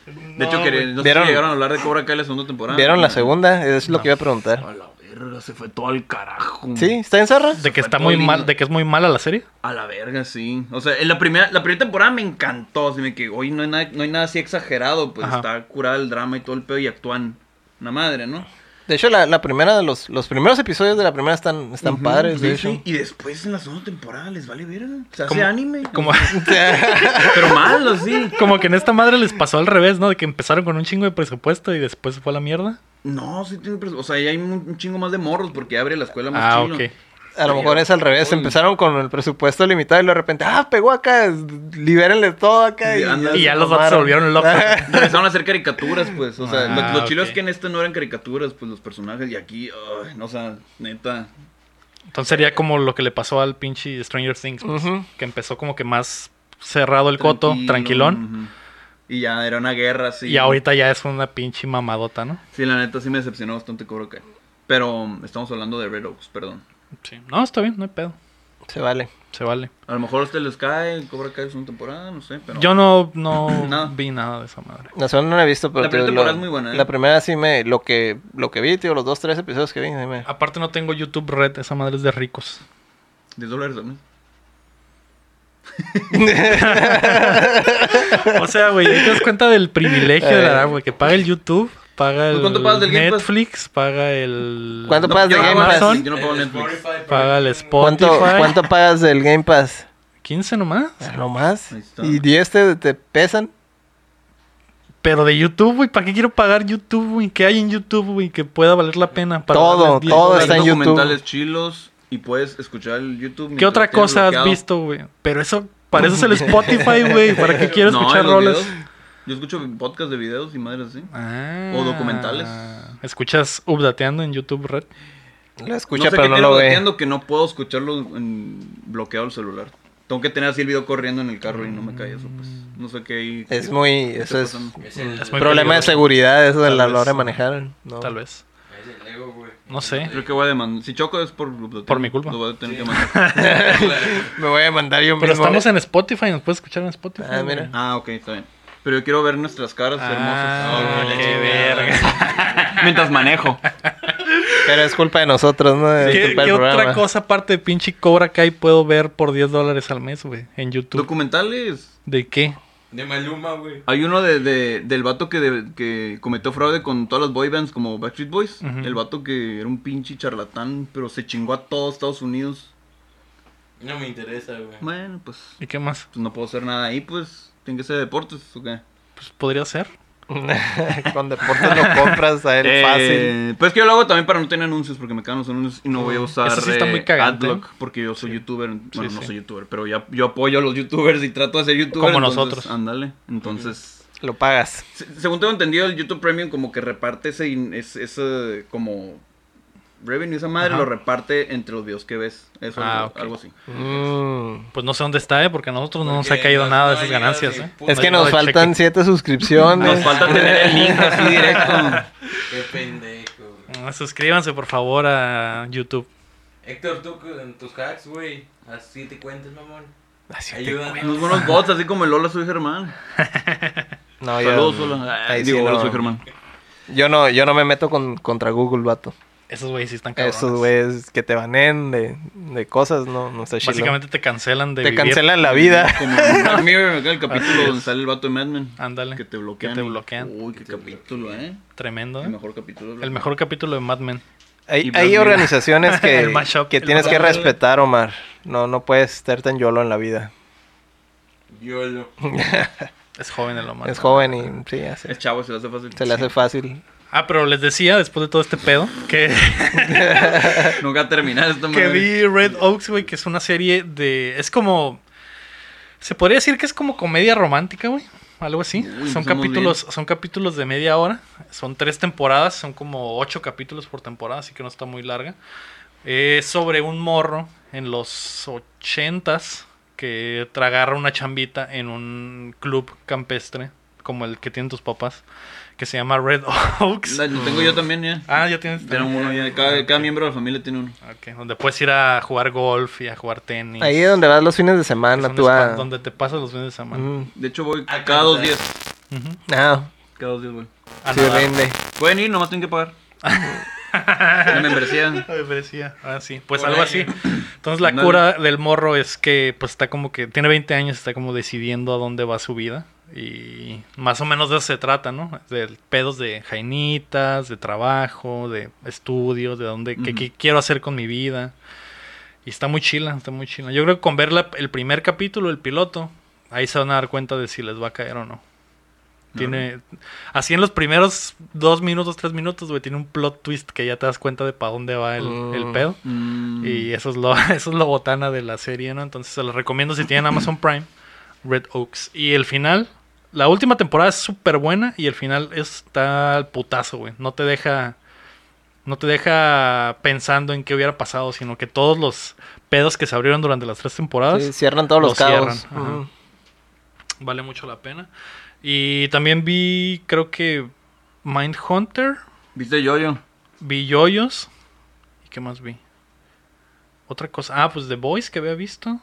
C: De hecho,
A: No,
C: que,
A: güey.
C: no sé si
B: ¿Vieron?
C: llegaron a hablar de Cobra Kai la segunda temporada.
B: ¿Vieron la segunda? Es lo
A: No.
B: que iba a preguntar.
C: A la verga, se fue todo al carajo.
B: ¿Sí? ¿Está en Zarra?
A: De que
C: fue
A: está
C: todo
A: muy
C: lindo.
A: mal, de que es muy mala la serie.
C: A la verga, sí. O sea, en la primera, la primera temporada me encantó. Se me que hoy no hay nada, no hay nada así exagerado. Pues
A: Ajá.
C: está curada el drama y todo el pedo y actúan una madre, ¿no?
B: De hecho, la, la primera de los, los primeros episodios de la primera están, están
C: Ujú,
B: padres, de
C: sí,
B: hecho.
C: sí. Y después en la segunda temporada les vale verga. Se hace
A: Como-
C: anime.
A: Como,
C: Pero malo, sí.
A: como que en esta madre les pasó al revés, ¿no? De que empezaron con un chingo de presupuesto y después se fue a la mierda.
C: No, sí tiene. pres- O sea, ya hay un un chingo más de morros porque abre la escuela más
A: Ah,
C: chilo.
A: ok.
B: A lo mejor es al revés. Empezaron con el presupuesto limitado y de repente, ah, pegó acá, libérenle todo acá.
C: Sí, anda.
A: Y ya los
B: dos
A: vatos se volvieron locos.
C: Empezaron a hacer caricaturas, pues. O sea, lo,
A: Ah,
C: lo chilo
A: ok.
C: es que en este no eran caricaturas, pues los personajes. Y aquí, ay, no, o sea, neta.
A: Entonces sería como lo que le pasó al pinche Stranger Things, pues,
B: Ujú.
A: que empezó como que más cerrado el coto, tranquilón.
C: ujú. Y ya era una guerra, sí.
A: Y ahorita ya es una pinche mamadota, ¿no?
C: Sí, la neta sí me decepcionó bastante Cobra Kai. Pero um, estamos hablando de Red Oaks, perdón.
A: Sí. No, está bien, no hay pedo.
B: Se vale.
A: Se vale.
C: A lo mejor a ustedes les cae Cobra Kai es una temporada, no sé, pero...
A: Yo no, no
C: No.
A: vi nada de esa madre.
B: La segunda no la he visto, pero...
C: La primera
B: tío,
C: temporada es muy buena, ¿eh?
B: La primera sí me... Lo que, lo que vi, tío, los dos, tres episodios que vi, ahí
C: Ah.
B: me-
A: Aparte no tengo YouTube Red, esa madre es de ricos.
C: 10 dólares al mes.
A: O sea, güey, ahí te das cuenta del privilegio de la edad, güey, que paga el YouTube, paga el
C: ¿Pues cuánto pagas del Game Pass?
A: Netflix, paga el
B: ¿Cuánto pagas
C: yo
B: de
C: no
B: Game
C: pago
B: Pass?
C: Netflix, Yo no pago
D: El
C: Netflix.
D: Eh, Spotify,
A: paga el Spotify.
B: ¿Cuánto, ¿Cuánto pagas del Game Pass?
A: 15 nomás.
B: No más.
C: Ahí está.
B: ¿Y 10 te, te pesan?
A: Pero de YouTube, güey, ¿para qué quiero pagar YouTube, güey? ¿Qué hay en YouTube, güey, que pueda valer la pena? Para
B: Todo,
A: darles 10
B: todo
A: dólares?
B: está en
C: Hay
B: YouTube.
C: documentales chilos y puedes escuchar el YouTube.
A: ¿Qué
C: mientras
A: otra
C: tienes
A: cosa has
C: bloqueado.
A: visto, güey? Pero eso, para eso es el Spotify, güey. ¿Para qué quiero
C: No,
A: escuchar
C: en los
A: roles?
C: videos. Yo escucho podcast de videos y madres así.
A: Ah.
C: O documentales.
A: ¿Escuchas Updateando en YouTube Red?
B: Lo escucha,
C: no sé
B: pero
C: qué
B: no
C: tiene
B: lo ve.
C: bloqueando que no puedo escucharlo en bloqueado el celular. Tengo que tener así el video corriendo en el carro y no me cae eso, pues. No sé qué hay.
B: Es muy...
C: qué
B: Eso
C: está
B: es...
C: pasando.
D: güey. Es el,
A: Es muy
B: Problema de
A: peligroso.
B: seguridad, eso de
A: Tal
B: la
A: vez.
B: hora de manejar. No.
A: Tal vez.
D: es el ego, güey.
A: No sé.
C: Creo que voy a demandar. Si choco es por...
A: Por mi culpa.
C: Lo voy a tener que mandar.
B: Me voy a mandar yo
A: Pero
B: mismo.
A: estamos en Spotify, nos puedes escuchar en Spotify.
B: Ah,
A: güey?
B: mira.
C: Ah, ok, está bien. Pero yo quiero ver nuestras caras
A: Ah,
C: hermosas.
A: qué verga.
C: Mientras manejo.
B: Pero es culpa de nosotros, ¿no? Es
A: ¿Qué,
B: culpa del
A: qué otra
B: programa.
A: cosa aparte de pinche Cobra Kai puedo ver por 10 dólares al mes, güey? En YouTube.
C: Documentales.
A: ¿De qué?
D: De Maluma, güey.
C: Hay uno de, de- del vato que, de- que cometió fraude con todas las boy bands como Backstreet Boys.
A: Ujú.
C: El vato que era un pinche charlatán, pero se chingó a todo Estados Unidos.
D: No me interesa, güey.
C: Bueno, pues,
A: ¿Y qué más?
C: pues no puedo hacer nada ahí, pues. Tiene que ser deportes, ¿o qué?
A: Pues podría ser.
B: Con deportes lo compras a él
C: Eh,
B: fácil.
C: Pues que yo lo hago también para no tener anuncios, porque me quedan los anuncios y no voy a usar
A: Mm. Eso sí está muy
C: eh,
A: cagante,
C: Adblock,
A: ¿eh?
C: porque yo soy youtuber. Bueno, no
A: sí.
C: soy youtuber, pero ya, yo apoyo a los youtubers y trato de ser youtuber.
A: Como
C: entonces,
A: nosotros.
C: Ándale. Entonces,
B: Lo pagas.
C: Se- Según tengo entendido, el YouTube Premium como que reparte ese, in- es- ese como revenue, esa madre
A: Ajá.
C: lo reparte entre los videos que ves. Eso,
A: Ah,
C: algo,
A: ok.
C: algo así.
B: Mm.
A: Pues no sé dónde está, ¿eh? Porque a nosotros no nos ha
D: Porque
A: caído
D: no-
A: nada de
D: no
A: esas
D: llega
A: ganancias,
D: ni
A: ¿eh?
D: puta.
B: Es que nos
A: No,
B: faltan
A: chequen.
B: siete
C: Nos
B: suscripciones.
C: falta tener el link así directo.
D: Qué pendejo, güey.
A: Ah, Suscríbanse, por favor, a YouTube.
D: Héctor, tú con tus hacks, güey. Así te cuentas, mamón.
B: Así te-
D: Ayúdanos.
C: Unos buenos bots, así como el Lola Soy Germán.
B: No, yo-
C: Saludos, Lola. Ah,
B: ahí sí
C: digo, Lola
B: no.
C: Soy Germán.
B: Yo no, yo no me meto con, contra Google, vato.
A: Esos güeyes sí están cabrones.
B: Esos güeyes que te banen de, de cosas, no, no está chido.
A: Básicamente te cancelan de
B: te
A: vivir.
B: cancelan la vida.
C: Como a mí me acaba el
A: Así
C: capítulo
A: es. Ah,
C: donde sale el vato de Mad Men.
A: Ándale.
C: Que te bloquean.
A: Que te
C: y-
A: bloquean.
C: Uy, qué capítulo, eh.
A: Tremendo,
C: El
A: ¿eh?
C: mejor capítulo.
A: El mejor capítulo de Mad Men.
B: Hay,
C: Y
B: hay
C: Black
B: organizaciones que,
A: El mashup,
B: que
A: el
B: tienes que
A: mashup.
B: respetar, Omar. No, no puedes estar tan yolo en la vida.
D: Yolo.
A: Es joven el Omar.
B: Es joven y sí, hace-
C: Es chavo, se le hace fácil.
B: se le hace fácil.
A: Ah, pero les decía, después de todo este pedo, que,
C: Nunca ha terminado esta
A: que
C: madre.
A: vi Red Oaks, güey, que es una serie de... Es como... Se podría decir que es como comedia romántica, güey. Algo así.
C: Uy,
A: son
C: empezamos
A: capítulos, son capítulos de media hora. Son tres temporadas, son como ocho capítulos por temporada, así que no está muy larga. Eh, Es sobre un morro en los ochentas que tragarra una chambita en un club campestre, como el que tienen tus papás, que se llama Red Oaks.
C: La- Lo tengo yo también, ya.
A: Ah, ya tienes.
C: Tengo uno ya. Cada, cada miembro de la familia tiene uno.
A: Ok, donde puedes ir a jugar golf y a jugar tenis.
B: Ahí es donde vas los fines de
A: que
B: semana,
A: son
B: tú
A: spa-
B: a...
A: Donde te pasas los fines de semana.
B: Mm,
C: De hecho, voy
D: Ah,
C: cada dos
D: cabrón.
C: días.
A: Ujú.
B: no,
C: Cada dos días, güey.
A: A
B: sí
A: nadar.
B: rinde.
C: Pueden ir, nomás tienen que pagar. La membresía.
A: Ay, parecía. Ah, sí. Pues
D: Por
A: algo
D: ahí.
A: así. Entonces la
C: Ándale.
A: cura del morro es que pues está como que tiene 20 años, está como decidiendo a dónde va su vida. Y más o menos de eso se trata, ¿no? De pedos de jainitas, de trabajo, de estudios, de dónde, qué,
C: Ujú.
A: qué quiero hacer con mi vida. Y está muy chila, está muy chila. Yo creo que con ver la- el primer capítulo, el piloto, ahí se van a dar cuenta de si les va a caer o no. Tiene, así en los primeros dos minutos, tres minutos, güey, tiene un plot twist que ya te das cuenta de para dónde va el, el
B: Mm.
A: pedo.
C: Mm.
A: Y eso es, lo, eso es lo botana de la serie, ¿no? Entonces se los recomiendo si tienen Amazon Prime, Red Oaks. Y el final, la última temporada es súper buena y el final está al putazo, güey. No te deja... No te deja pensando en qué hubiera pasado, sino que todos los pedos que se abrieron durante las tres temporadas
B: Sí, cierran todos los
A: Lo
B: cabos.
A: cierran, ajá.
B: Mm.
A: vale mucho la pena. Y también vi, creo que Mindhunter,
C: ¿Viste Yoyo?
A: vi Yoyos. ¿Y qué más vi? Otra cosa. Ah, pues The Boys que había visto.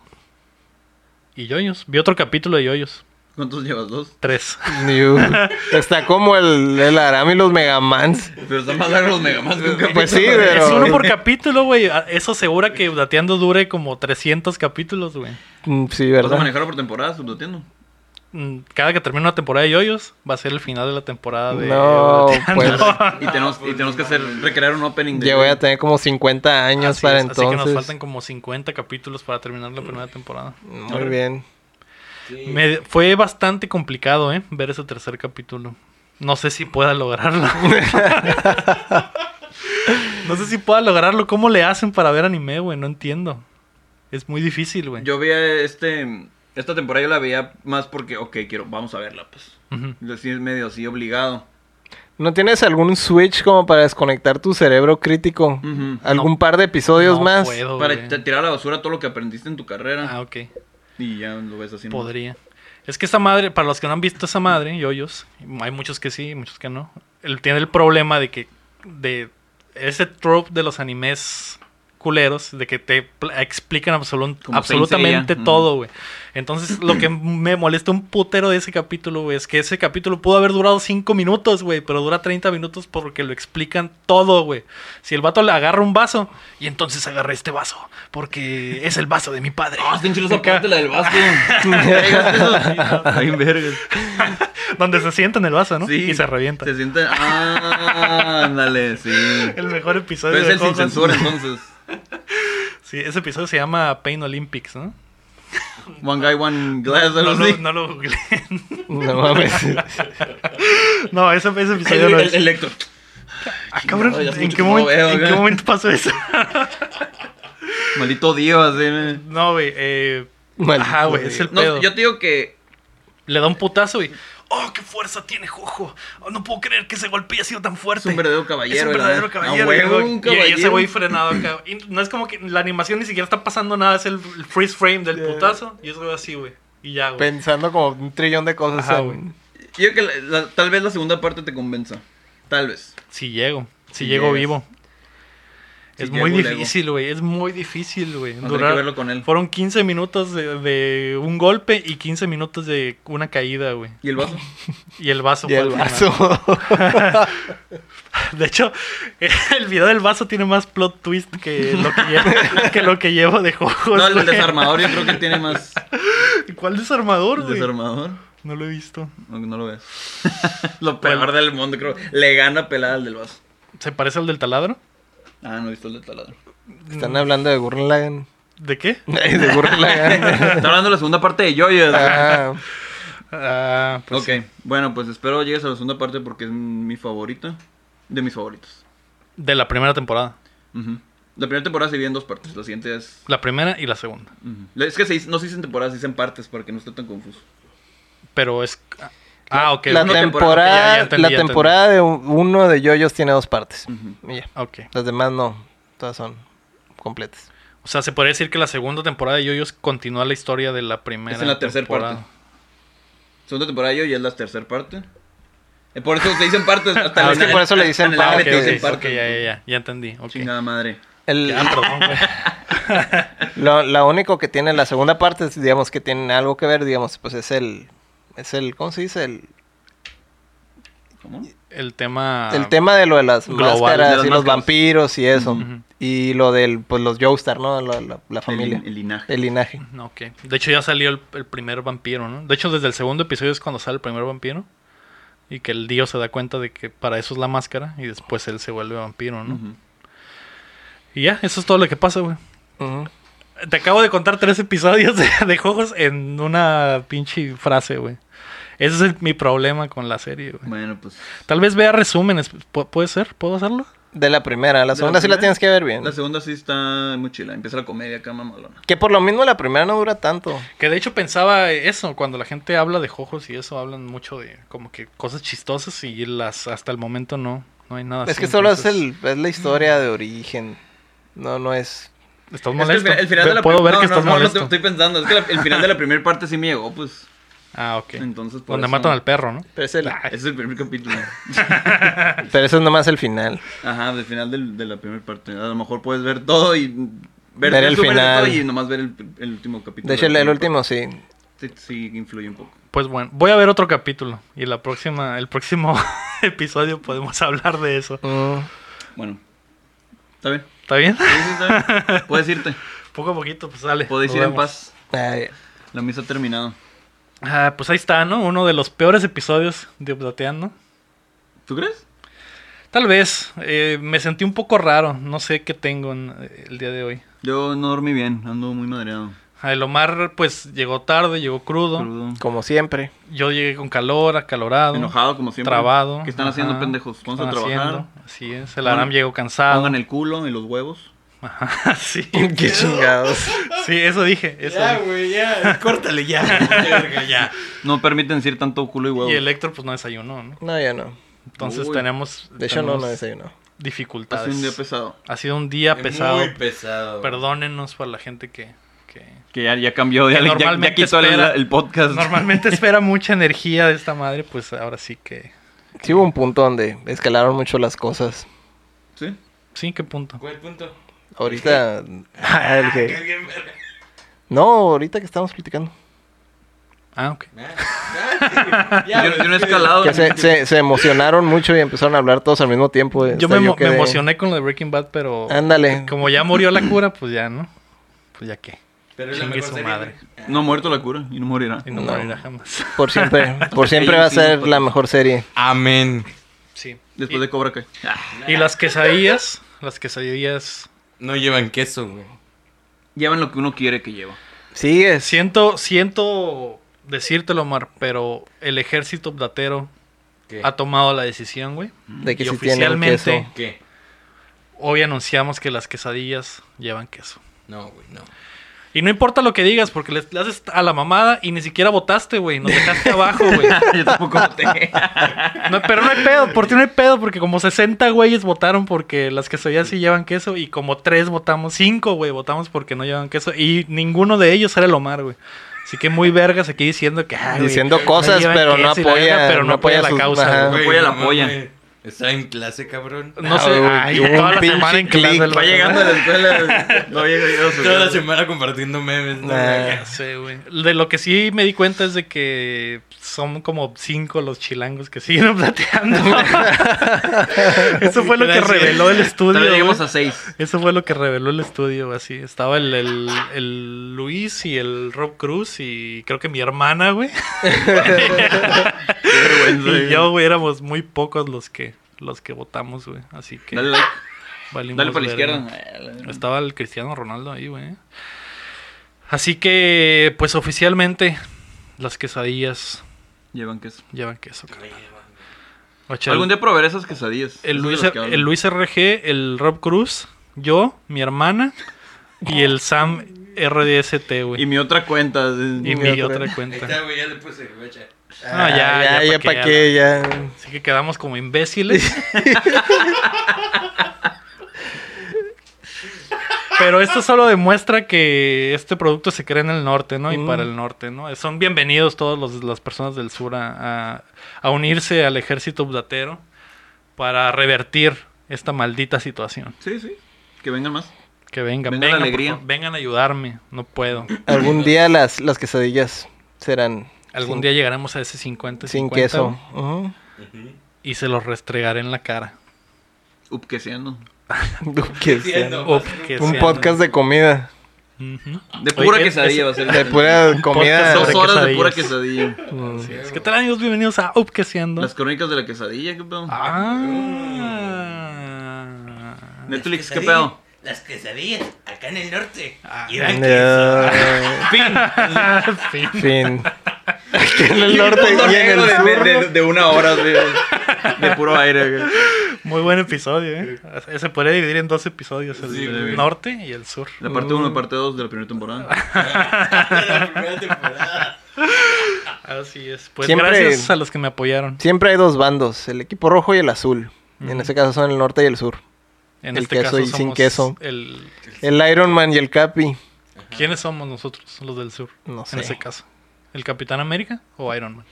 A: Y Yoyos. Vi otro capítulo de Yoyos.
C: ¿Cuántos llevas? ¿Dos?
A: Tres.
B: New. Está como el, el Aram y los Megamans.
C: Pero están más largos los megamans que un capítulo.
B: Pues sí,
A: Es uno
B: pero...
A: por capítulo, güey. A- Eso asegura que Dateando dure como 300 capítulos, güey.
B: Mm, Sí,
C: Vas a
B: ¿verdad?
C: manejarlo por temporada, subdotiendo.
A: Mm, Cada que termine una temporada de Yoyos, va a ser el final de la temporada de.
B: No,
A: Dateando.
B: pues.
C: Y tenemos, y tenemos que hacer, recrear un opening de...
B: Ya voy a tener como 50 años
A: Así
B: para
A: es, Así que
B: entonces.
A: nos faltan como 50 capítulos para terminar la primera temporada.
B: Muy bien.
D: Sí.
A: Me- fue bastante complicado, ¿eh? Ver ese tercer capítulo. No sé si pueda lograrlo. no sé si pueda lograrlo. ¿Cómo le hacen para ver anime, güey? No entiendo. Es muy difícil, güey.
C: Yo veía este... Esta temporada yo la veía más porque, ok, quiero, vamos a verla, pues.
A: Ujú.
C: Así es medio así obligado.
B: ¿No tienes algún switch como para desconectar tu cerebro crítico?
C: Ujú.
B: ¿Algún par de episodios
A: Mm, No
B: más?
A: puedo,
C: Para
A: güey.
C: t- tirar a la basura todo lo que aprendiste en tu carrera.
A: Ah, ok.
C: Y ya lo ves así. ¿no?
A: Podría. Es que esa madre, para los que no han visto esa madre, yoyos, hay muchos que sí, muchos que no. Él tiene el problema de que de ese trope de los animes culeros, de que te pl- explican absolun-
C: Como
A: absolutamente
C: Saint Seiya, ujú.
A: todo, güey. Entonces, lo que me molesta un putero de ese capítulo, güey, es que ese capítulo pudo haber durado 5 minutos, güey, pero dura 30 minutos porque lo explican todo, güey. Si el vato le agarra un vaso, y entonces agarré este vaso, porque es el vaso de mi padre.
C: Ah, está en chilo esa
A: Acá.
C: parte, la del vasco. Ay, vergas.
A: Donde se sienta en el vaso, ¿no?
C: Sí.
A: Y se revienta.
C: Se sienten... Ah, ándale, sí.
A: El mejor episodio
C: Pero es
A: de
C: el sin
A: Hojas.
C: censura, entonces.
A: Sí, ese episodio se llama Pain Olympics, ¿no?
C: One guy, one glass,
A: No,
C: algo
A: lo-
C: así.
A: no lo googleé.
B: No mames.
A: No, ese, ese
C: El,
A: episodio no
C: el-
A: es.
C: el Héctor.
A: Ah, cabrón,
C: No, ya hace
A: ¿en qué,
C: mucho que no
A: momento,
C: veo,
A: ¿en
C: güey.
A: qué momento pasó eso?
C: Maldito Dios, así. ¿no?
A: No, güey. Eh...
B: Maldito
A: Ajá, güey, es el
C: No,
A: pedo.
C: yo te digo que
A: Le da un putazo y. ¡Oh, qué fuerza tiene Jojo! Oh, no puedo creer que ese golpe haya sido tan
C: Es
A: fuerte.
C: un verdadero caballero.
A: Es un
C: ¿verdad?
A: verdadero
C: A
A: caballero.
C: huevo,
A: y-
C: un
A: Y
C: caballero.
A: ese güey frenado acá. Y no es como que la animación ni siquiera está pasando nada, es el, el freeze frame del
B: Yeah.
A: putazo. Y es güey así, güey. Y ya, güey.
B: Pensando como un trillón de cosas.
A: Ajá,
B: en-
A: güey.
C: Yo creo que la- la- tal vez la segunda parte te convenza. Tal vez.
A: Si llego, si
C: Si
A: llego
C: llegas.
A: vivo.
C: Si
A: es muy
C: llego, llego.
A: difícil, güey. Es muy difícil, güey.
C: Vamos a tener que
A: Durar-
C: verlo con él.
A: Fueron 15 minutos de, de un golpe y 15 minutos de una caída, güey.
C: ¿Y el vaso?
A: Y el vaso.
B: Y
A: fue
B: el
A: al final.
B: vaso.
A: De hecho, el video del vaso tiene más plot twist que lo que llevo, que lo que llevo de juegos.
C: No, el
A: güey.
C: desarmador yo creo que tiene más.
A: ¿Cuál desarmador,
C: ¿El
A: güey?
C: desarmador?
A: No lo he visto.
C: No, no lo veas. lo peor del mundo, creo. Le gana pelada al del vaso.
A: ¿Se parece al del taladro? Mm,
C: Ah, no he visto el de taladro.
B: Están hablando de Gurren Lagann.
A: ¿De qué?
B: de Gurren Lagann.
C: Está hablando de la segunda parte de Joyas.
B: Ah,
A: Ah, pues
C: ok, bueno, pues espero llegues a la segunda parte porque es mi favorita. De mis favoritos.
A: De la primera temporada.
C: Ujú. La primera temporada se divide en dos partes. La siguiente es.
A: La primera y la segunda.
C: Ujú. Es que se dice- no se dicen temporadas, se dicen partes para que no esté tan confuso.
A: Pero es. Ah, ok.
B: la
A: ok, ok,
C: temporada-
A: ya- ya entendí,
B: temporada,
A: ya
B: la
A: entendí. Mm.
B: temporada de uno de Yoyos tiene dos partes.
C: Ujú.
B: Y ya.
A: Ok.
B: Las demás no. Todas son completas.
A: O sea, se podría decir que la segunda temporada de Yoyos continúa la historia de la primera.
C: Es en la tercera
A: temporada.
C: parte. Segunda temporada de Joyas es la tercera parte. Eh, Por eso se dicen partes. Hasta
B: Ah,
C: el
B: es que por eso le
C: hasta
B: dicen
C: en el
A: Ah,
B: partes,
A: ok,
C: área te
A: ok,
C: dicen
A: ok,
C: partes.
A: ya, ya, ya, ya entendí. Ok.
C: Chingada madre.
B: El,
A: Ya, perdón, güey.
B: Lo, lo único que tiene la segunda parte, es, digamos, que tiene algo que ver, digamos, pues es el... Es el... ¿Cómo se dice? El,
C: ¿Cómo?
A: El tema.
B: el tema de lo de las
A: Ah, global,
B: máscaras
C: de las
B: y los
C: máscaras.
B: vampiros y eso.
A: Ujú.
B: Y lo del... Pues los Joestar, ¿no? La, la- la familia.
C: El,
B: El,
C: el linaje.
B: linaje.
A: Ok. De hecho, ya salió el, el primer vampiro, ¿no? De hecho, desde el segundo episodio es cuando sale el primer vampiro. Y que el dios se da cuenta de que para eso es la máscara. Y después él se vuelve vampiro, ¿no?
C: Ujú.
A: Y ya, eso es todo lo que pasa, güey.
B: Ujú.
A: Te acabo de contar tres episodios de, de juegos en una pinche frase, güey. Ese es el- mi problema con la serie, güey.
C: Bueno, pues.
A: Tal vez vea resúmenes. ¿Pu- ¿Puede ser? ¿Puedo hacerlo?
B: De la primera. La
C: la
B: segunda sí la
C: primera?
B: tienes que ver bien.
C: La segunda sí está muy chila. Empieza la comedia acá, mamalona.
B: Que por lo mismo la primera no dura tanto.
A: Que de hecho pensaba eso, cuando la gente habla de jojos y eso, hablan mucho de como que cosas chistosas y las hasta el momento no, no hay nada
B: es
A: así,
B: que solo es,
A: Ah, entonces,
B: el, es la historia de origen. No, no es...
A: Estás
C: Es que el
A: molesto.
C: fi- el final de la
A: Puedo
C: prim-
A: ver
C: no,
A: que
C: no,
A: estás
C: no, no,
A: molesto.
C: te- estoy pensando. Es que la- el final de la primera parte sí me llegó, pues.
A: Ah, ok.
C: Entonces, pues, por
A: Donde
C: eso-
A: matan al perro, ¿no? Ah,
B: Pero es, el-
C: Ese es el primer capítulo.
B: pero eso es nomás el final.
C: Ajá, del final del- de la primera parte. A lo mejor puedes ver todo y. Ver,
B: Ver el
C: resumen de
B: final.
C: todo Y nomás ver el, el último capítulo.
B: De hecho, el,
C: la
B: el
C: primera
B: último sí.
C: parte. Sí, sí, influye un poco.
A: Pues bueno, voy a ver otro capítulo y la próxima, el próximo episodio podemos hablar de eso.
B: Mm.
C: Bueno. ¿Está bien?
A: ¿Está bien?
C: Sí, sí, está bien. Puedes irte.
A: Poco a poquito, pues sale.
C: Puedes
A: nos
C: ir en
A: vemos.
C: paz.
B: Ay,
C: La misa ha terminado.
A: Ah, pues ahí está, ¿no? Uno de los peores episodios de Updateando.
C: ¿Tú crees?
A: Tal vez, eh, me sentí un poco raro, no sé qué tengo en- eh, el día de hoy.
C: Yo no dormí bien. Ando muy madreado.
A: Ah, El Omar, pues, llegó tarde, llegó crudo.
C: Crudo.
B: como siempre.
A: Yo llegué con calor, acalorado.
C: Enojado, como siempre.
A: Trabado.
C: ¿Qué están
A: Ajá.
C: haciendo, pendejos? Vamos a
A: Están
C: trabajar.
A: haciendo, Así es. El
C: Pongan-
A: Aram llegó cansado.
C: Pongan el culo y los huevos.
A: Ajá, sí.
B: Qué chingados.
A: Sí, eso dije. Eso
D: Ya,
A: dije.
D: güey, ya. Córtale, ya. Ya, verga, ya.
C: No permiten decir tanto culo y huevos.
A: Y Electro, pues, no desayunó, ¿no?
B: No, yo no.
A: Entonces
C: Uy.
A: tenemos,
B: De hecho, no,
A: tenemos
B: no desayuno.
C: Ha
A: dificultades.
C: sido un día pesado.
A: Ha sido un día pesado.
D: Muy pesado.
A: Perdónenos para la gente que... que
C: Que ya, ya cambió, ya,
A: Que
C: le- ya-
A: normalmente
C: ya quitó el-
A: espera-
C: el, podcast.
A: Normalmente espera mucha energía de esta madre, pues ahora sí que...
B: Sí hubo un punto donde escalaron mucho las cosas.
C: ¿Sí?
A: Sí, ¿qué punto?
D: ¿Cuál punto?
B: Ahorita... Ah,
D: Ah,
B: dije,
D: qué bien, verga.
B: no, ahorita que estamos criticando.
A: Ah, ok.
D: Ah, ah, sí. Ya,
C: Yo,
D: güey,
C: yo no he
D: sí.
C: escalado.
B: Que se, se- se emocionaron mucho y empezaron a hablar todos al mismo tiempo. eh.
A: Yo
B: Hasta
A: me, mo- me
B: quedé-
A: emocioné con lo de Breaking Bad, pero...
B: Ah, Ándale.
A: Como ya murió la cura, pues ya, ¿no? Pues ya qué.
D: Pero es la
A: Chingue
D: mejor
A: su
D: serie,
A: madre.
D: güey. Ah.
C: No ha muerto la cura y no morirá.
A: Y no,
B: No.
A: morirá jamás.
B: Por siempre. Por siempre va a ser la mejor serie.
D: Amén.
A: Sí.
C: Después de Cobra Kai. Ah,
A: Y las quesadillas, las quesadillas.
D: No llevan queso, güey.
C: llevan lo que uno quiere que lleva.
B: Sí, es...
A: Siento, siento decírtelo, Omar, pero el ejército datero
D: ¿Qué?
A: ha tomado la decisión, güey.
B: De que
A: Y
B: sí tienen
A: oficialmente-
B: queso.
D: ¿Qué?
A: Hoy anunciamos que las quesadillas llevan queso.
D: No, güey, no.
A: Y no importa lo que digas, porque le, le haces a la mamada y ni siquiera votaste, güey. Nos dejaste abajo, güey.
C: Yo tampoco voté.
A: No, pero no hay pedo, por ti no hay pedo, porque como 60 güeyes votaron porque las quesadillas sí llevan queso y como 3 votamos, 5 güey votamos porque no llevan queso y ninguno de ellos era el Omar, güey. Así que muy vergas aquí diciendo que... ah, güey,
B: Diciendo cosas,
A: llevan
B: pero no
A: queso y la
B: apoya-
A: verga, pero no,
B: no
A: apoya
B: apoya
A: la
B: sus-
A: causa.
B: ajá.
A: güey.
C: No apoya la
D: mames,
C: apoya.
D: Está en clase, cabrón.
A: No sé,
B: Ah, güey,
A: ay,
B: un
A: toda la
B: pinche
A: semana en clase.
B: click.
A: el
C: Va
A: vato,
C: llegando
A: ¿no?
C: a la escuela. No había llegado a su
D: Toda la
C: casa.
D: semana compartiendo memes, ¿no?
B: Nah.
A: Ya sé, güey. De lo que sí me di cuenta es de que son como cinco los chilangos que siguen plateando. Eso fue lo que
D: Gracias.
A: reveló el estudio.
C: Tal vez lleguemos
A: güey.
C: a seis.
A: Eso fue lo que reveló el estudio, así. Estaba el, el- el Luis y el Rob Cruz y creo que mi hermana, güey.
C: Qué vergüenza,
A: Y
C: güey.
A: yo, güey, éramos muy pocos los que los que votamos, güey. Así que
C: Dale like.
A: valimos
C: Dale para la
A: verga.
C: izquierda.
A: Estaba el Cristiano Ronaldo ahí, güey. Así que, pues oficialmente, las quesadillas
C: Llevan queso.
A: llevan queso. carnal. Guacha,
C: Algún día probaré esas quesadillas.
A: el,
C: Esas de
A: Luis,
C: las que hablan.
A: el Luis RG, el Rob Cruz, yo, mi hermana y el Sam RDST, güey.
C: Y mi otra cuenta.
A: Y,
B: mi
C: de-
A: mi
B: otra.
A: otra
D: Ahí
A: cuenta.
D: está, güey, ya le puse fecha.
A: Ah, ya, ya,
B: ya,
A: pa' qué,
B: ya, pa' qué, ya.
A: Así que quedamos como imbéciles. Pero esto solo demuestra que este producto se crea en el norte, ¿no? Y
B: Mm.
A: para el norte, ¿no? Son bienvenidos todas los- las personas del sur a, a- a unirse al ejército obdatero para revertir esta maldita situación.
C: Sí, sí. Que vengan más.
A: Que vengan,
C: Venga la
A: vengan, por
C: alegría.
A: favor, vengan a ayudarme. No puedo.
B: Algún día las, las quesadillas serán
A: Algún
B: sin-
A: día llegaremos a ese 50
B: sin queso. Ujú.
A: Y se los restregaré en la cara.
C: Upqueseando.
B: Que sea.
D: Entiendo.
A: Up que
B: Un
A: sea.
B: podcast de comida.
A: Ujú.
C: De pura
A: Oye,
C: quesadilla
A: ese-
C: va a ser.
B: De pura comida.
A: podcast
C: Dos
A: sobre
C: horas de pura
A: quesadillas.
C: quesadilla.
A: Así es. ¿Qué tal amigos? Bienvenidos a Upqueseando.
C: Las crónicas de la quesadilla, qué pedo.
A: Ah.
C: Netflix, qué
D: Las
C: pedo.
D: quesadillas- Las quesadillas, acá en el norte.
A: Ah,
D: Llevan
B: Ya.
A: Fin.
B: Fin. Aquí en el norte
C: Un
B: y en el
C: torneo de-
B: sur.
C: de- de- de una hora, así, güey. De puro aire, güey.
A: Muy buen episodio, ¿eh? Se podría dividir en dos episodios, el
D: Sí,
A: el
C: güey.
A: norte y el sur.
C: La parte 1 y la parte 2 de la primera temporada.
D: la primera temporada.
A: Así es. Pues
B: Siempre-
A: gracias a los que me apoyaron
B: Siempre hay dos bandos, el equipo rojo y el azul. Y en
A: Ujú.
B: este caso son el norte y el sur.
A: en
B: El
A: este
B: queso
A: caso.
B: y sin
A: somos
B: queso.
A: el-
B: El Iron Man y el Capi.
A: ¿Quiénes somos nosotros, los del sur?
B: No
A: En
B: sé.
A: ese caso. ¿El Capitán América o Iron Man?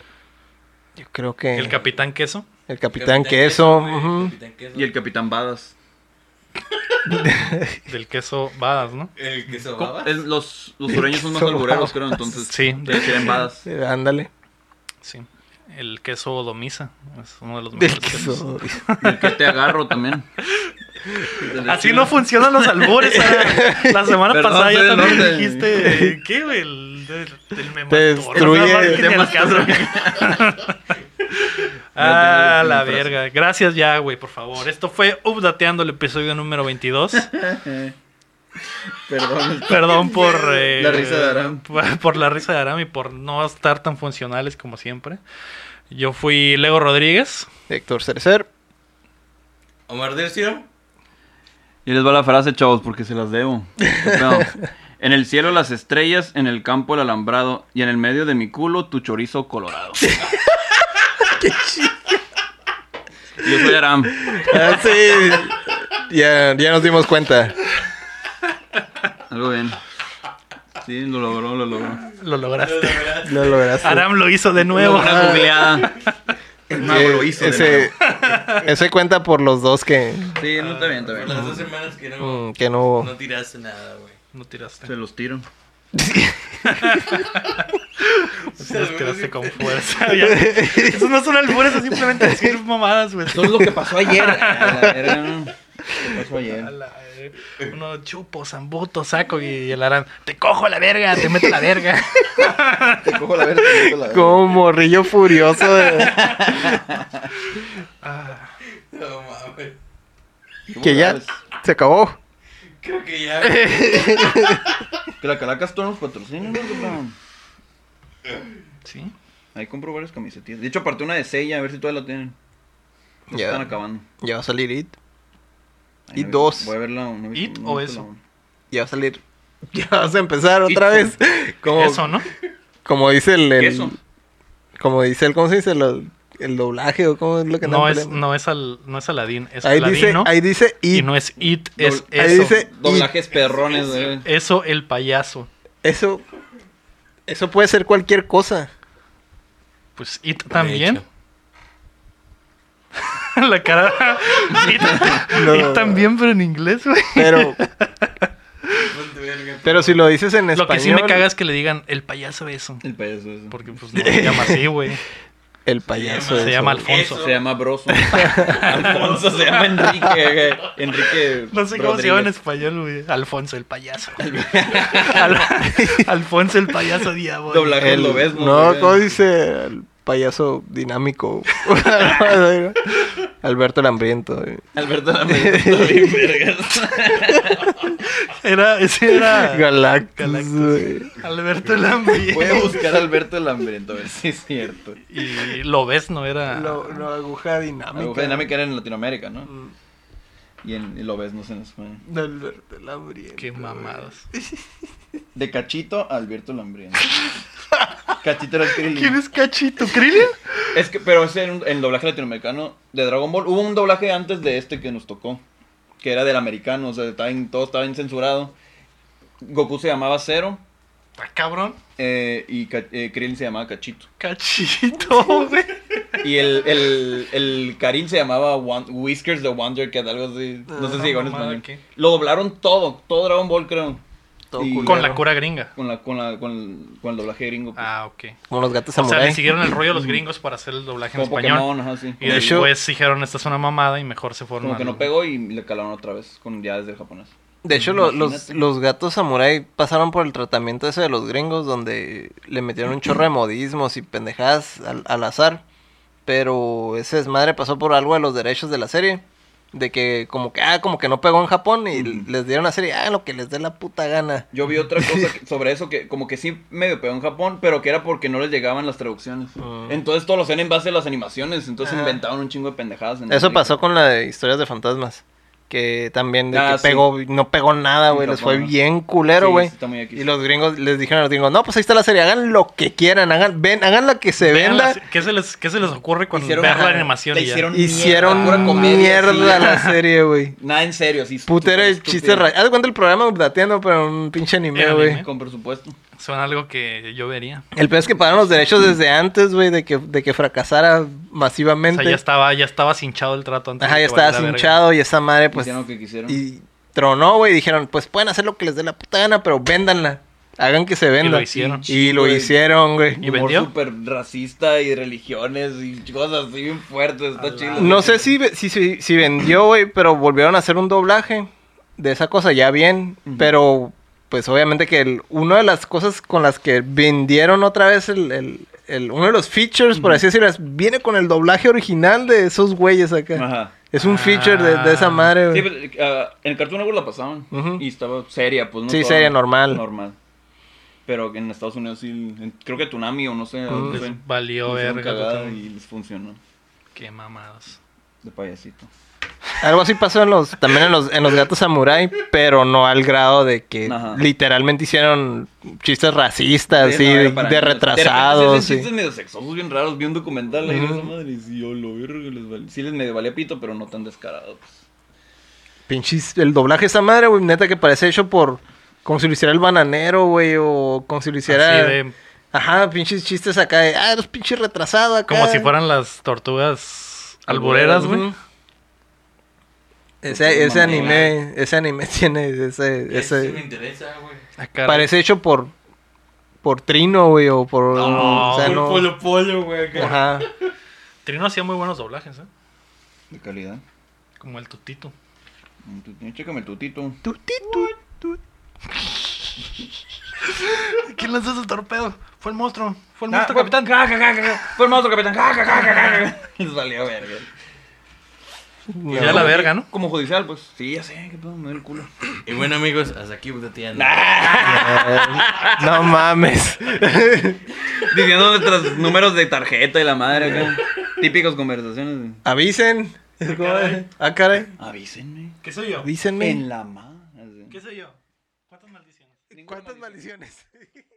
B: Yo creo que.
A: ¿El Capitán Queso?
B: el Capitán Queso.
D: güey,
B: ujú.
D: Capitán Queso.
C: Y el Capitán Badas.
A: Del queso Badas, ¿no?
D: El queso baba.
C: Es- Los, los sureños son más
B: Son
C: albureros,
B: babas.
C: creo, entonces.
A: Sí, de-
C: De quieren Badas.
B: Eh, Ándale.
A: Sí. El queso Domisa. Es uno de los
B: Del
A: mejores quesos.
B: queso.
C: Y el que te agarro también.
A: Así no funcionan los albores. Sara. La semana
C: Perdón,
A: pasada ya
C: soy del
A: también
C: norte.
A: dijiste. ¿Qué, güey? El, del, del me
B: Te
A: mató,
B: destruye
A: no, no,
B: el
A: ni al
C: tema.
A: caso. Ah, la verga. Gracias ya, güey, por favor. Esto fue Updateando el episodio número 22.
C: Perdón.
A: Perdón por... eh,
C: La risa de Aram.
A: Por, por la risa de Aram y por no estar tan funcionales como siempre. Yo fui Lego Rodríguez.
B: Héctor Cercer.
D: Omar Decio.
C: Y les va la frase, chavos, porque se las debo. ¿Qué pedo? En el cielo las estrellas, en el campo el alambrado y en el medio de mi culo tu chorizo colorado. Yo soy Aram.
B: Ah, sí. Ya, ya nos dimos cuenta.
C: Algo bien. Sí, lo logró, lo logró.
A: Lo lograste.
B: Lo lograste.
A: Aram lo hizo de nuevo.
C: Una googleada. El mago lo hizo. de
B: Eh, Ese,
C: nuevo.
B: ese cuenta por los dos que,
C: Sí, no, está bien, está
D: Por las dos
C: bien.
D: semanas que no,
B: mm, que no hubo.
D: no tiraste nada, güey.
A: No tiraste.
C: Se los tiro.
A: Se los quedaste con fuerza. ya. Eso no son albures, es simplemente decir mamadas, güey.
C: Todo lo que pasó ayer. A Ah, la verga, ¿no? ¿Qué pasó
A: A
C: ayer?
A: la- Uno chupo, zambuto, saco y, el arán. Te cojo a la verga, te meto a la verga.
C: Te cojo la verga. te cojo la verga.
B: Como morrillo furioso. de-
A: Ah,
D: No mames.
B: que ya
C: sabes?
B: se acabó.
D: Creo que ya. güey.
C: Que la Calacas todos nos patrocina, ¿no? cabrón?
A: sí.
C: Ahí compro varias camisetillas. De hecho, aparte una de Sella, a ver si todavía la tienen. Ya
B: Ya,
C: están acabando.
B: ya va a salir It.
C: Ahí
B: Y
C: no he
B: dos.
C: visto. Voy a verla. No he visto-
A: ¿It
C: no he
A: o
C: visto
A: eso?
C: la-
B: Ya va a salir Ya vas a empezar otra vez. Como,
A: Eso, ¿no?
B: como dice el, el-
C: Queso.
B: Como dice el... ¿Cómo se dice? El, el doblaje o cómo es lo que
A: No
B: andan
A: es,
B: peleando.
A: no es al, no es Aladín, es
B: ahí, dice,
A: Aladino.
B: ahí dice...
A: y
B: Y
A: no es it, es
C: Doble-
A: eso.
B: ahí dice... y-
C: Doblajes perrones, güey.
A: Eso el payaso.
B: eso... Eso puede ser cualquier cosa.
A: Pues it
D: De
A: también.
D: hecho.
A: La cara. it,
B: No.
A: It también, pero en inglés, güey.
B: Pero,
D: Ponte verga.
B: pero si lo dices en español...
A: Lo que sí me caga es que le digan el payaso eso.
C: El payaso ese.
A: Porque pues no se llama así, güey.
B: El payaso.
D: Se
A: Se
B: eso.
A: llama Alfonso.
C: Se llama Broso. Alfonso se llama Enrique. güey. Enrique.
A: No sé cómo se llama en
C: Rodríguez.
A: español, güey. Alfonso el payaso. Al- Alfonso el payaso diablo.
C: Doblaje
B: El-
C: lo ves,
B: no, ¿cómo dice el payaso dinámico? Alberto el hambriento. güey.
C: Alberto Lamento está bien, vergas.
A: Era, ese era
B: Galactus.
A: Galactus.
B: güey.
A: Alberto
C: Voy a
A: Lambier.
C: buscar a Alberto Lambrento, a ver si es cierto.
A: Y lo ves, no era.
B: Lo- lo aguja dinámica.
C: Aguja dinámica era en Latinoamérica, ¿no?
B: Mm,
C: Y, en, y lo ves, no sé, en España.
B: de Alberto el hambriento.
A: Qué mamadas.
C: De Cachito a Alberto Lambriento. Cachito era el Krillin.
A: ¿Quién es Cachito? ¿Krillin?
C: Es que, pero es en el doblaje latinoamericano de Dragon Ball. Hubo un doblaje antes de este que nos tocó, que era del americano, o sea, estaba en- todo estaba bien censurado. Goku se llamaba Cero
A: Está Ah, cabrón.
C: eh, y Ca- eh, Krillin se llamaba Cachito.
A: Cachito, güey.
C: Y el, el, el Karin se llamaba Wan- Whiskers the Wonder Cat, algo así. No sé
A: Ah,
C: si llegó en
A: mamada,
C: español.
A: ¿qué?
C: Lo doblaron todo, todo Dragon Ball, creo.
B: Todo
C: Y-
B: culero.
A: Con la cura gringa.
C: Con, la, con, la, con, el, con el doblaje gringo. pues.
A: Ah, ok.
B: Como los gatos
A: O sea,
B: samurái.
A: le siguieron el rollo a los gringos para hacer el doblaje en
C: Como
A: español.
C: Pokémon, ajá, sí.
A: Y
B: De hecho-
A: después dijeron, esta es una mamada y mejor se fueron
C: Como que
A: al-
C: no pegó y le calaron otra vez, con ya desde el japonés.
B: De hecho, lo- los,
C: Imagínate.
B: los gatos samurái pasaron por el tratamiento ese de los gringos, donde le metieron un chorro de modismos y pendejadas al, al azar. Pero ese desmadre pasó por algo de los derechos de la serie. De que como que, ah, como que no pegó en Japón y
C: Ujú.
B: les dieron la serie, ah, lo que les dé la puta gana.
C: Yo vi otra cosa que- sobre eso que como que sí medio pegó en Japón, pero que era porque no les llegaban las traducciones.
B: Ah.
C: Entonces todos lo hacían en base a las animaciones, entonces
B: Ajá.
C: inventaban un chingo de pendejadas. en
B: Eso
C: América.
B: pasó con la de historias de fantasmas. Que también de
C: Ah,
B: que
C: sí.
B: pegó, no pegó nada,
C: En
B: güey. Les fue
C: Japón, ¿no?
B: bien culero,
C: Sí,
B: güey.
C: sí, está muy aquí.
B: y los gringos les dijeron a los gringos, no, pues ahí está la serie, hagan lo que quieran, hagan, ven, hagan la que se
A: Vean
B: venda.
A: las- ¿qué, se les, ¿Qué se les ocurre cuando
C: Hicieron
A: ver la
C: una-
A: animación?
C: le
A: y ya?
C: hicieron-
B: Hicieron
C: Mierda, pura comedia,
B: mierda
C: sí.
B: la serie, güey.
C: Nada en serio, sí.
B: Putera el
C: el
B: chiste ra- Haz de cuenta el programa updateando, pero un pinche anime,
A: Era
B: güey.
A: anime.
C: Eh, Con presupuesto.
A: Son algo que yo vería.
B: El peor es que pagaron los derechos desde antes, güey, de que, de que fracasara
A: O
B: masivamente.
A: sea, ya estaba, ya estaba cinchado el trato antes.
B: Ajá,
A: de
B: ya
A: que valiera
B: estaba
A: verga.
B: cinchado y esa madre, pues.
C: Hicieron lo que quisieron.
B: Y tronó, güey. y Dijeron, pues pueden hacer lo que les dé la puta gana, pero véndanla. Hagan que se venda.
A: hicieron.
B: Y lo
C: Güey.
B: hicieron, güey.
A: ¿Y
C: Humor
A: vendió?
C: súper racista y religiones y cosas así bien fuertes. Está chido.
B: No sé si, ve- si, si, si vendió, güey, pero volvieron a hacer un doblaje de esa cosa ya bien.
C: Ujú.
B: Pero, pues obviamente que el, una de las cosas con las que vendieron otra vez el, el- el- uno de los features, por así decirlo, es- viene con el doblaje original de esos güeyes acá.
C: Ajá. Ah.
B: Es un feature de, de esa madre,
C: Sí,
B: güey.
C: pero, eh, ah, en el Cartoon Network la pasaban
B: Ujú.
C: y estaba seria, pues no
B: Sí,
C: toda-
B: seria, normal.
C: Normal. Pero en Estados Unidos sí, en- creo que Tsunami o no sé,
B: Ujú.
C: no sé.
A: Les valió
C: Hicieron
A: verga.
C: cagada
A: totalmente.
C: y les funcionó
A: Qué mamadas.
C: de payasito.
B: Algo así pasó en los, también en los, en los gatos samurai, pero no al grado de que
C: Ajá.
B: literalmente hicieron chistes racistas,
C: Sí,
B: sí,
C: no,
B: de,
C: era para
B: de
C: niños. De repente
B: retrasados.
C: sí hacen
B: sí.
C: chistes medio sexosos bien raros, vi un documental ahí
B: Ujú.
C: de esa madre y sí, yo lo verga, les vale. Sí les medio valía pito, pero no tan descarado. pues.
B: Pinches, el doblaje de esa madre, güey, neta que parece hecho por... Como si lo hiciera el bananero, güey, o como si lo hiciera...
A: Así de-
B: Ajá, pinches chistes acá de... Ah, eres pinche retrasado acá.
A: como si fueran las tortugas albureras, güey.
B: Ah. Ujú. Ese, ese
C: Tortuga
B: anime, ese anime tiene ese...
D: Eso sí me
B: ese
D: interesa, güey.
A: Ah, caray.
B: parece hecho por... Por Trino, güey, o por...
A: No, pues
B: o sea,
D: Por
B: Ah, no-
D: Polo Polo, güey. acá.
B: Ajá.
A: Trino hacía muy buenos doblajes, ¿eh?
C: De calidad.
A: Como el tutito.
C: Un tut- Chécame el tutito.
A: ¿Quién lanzó ese torpedo? Fue el monstruo. Fue el
C: Ah,
A: monstruo,
C: fue-
A: capitán.
C: ja, ja, ja, ja, ja. Fue el monstruo, capitán. Ja, ja, ja, ja, ja, ja. Les valía verga.
A: Y ya la verga, ¿no?
C: Pues, Como judicial, pues. Sí, ya sé, que pedo, me duele el culo.
D: Y bueno, amigos, hasta aquí Budatiano.
B: No mames.
C: Diciendo nuestros números de tarjeta y la madre acá. Típicos conversaciones. de,
B: Avisen.
A: caray.
B: Ah, caray.
C: Avísenme.
A: ¿Qué soy yo?
B: Avísenme.
C: En la madre.
A: soy yo? ¿Cuántas maldiciones?
D: ninguna
B: ¿Cuántas
D: maldición.
B: maldiciones?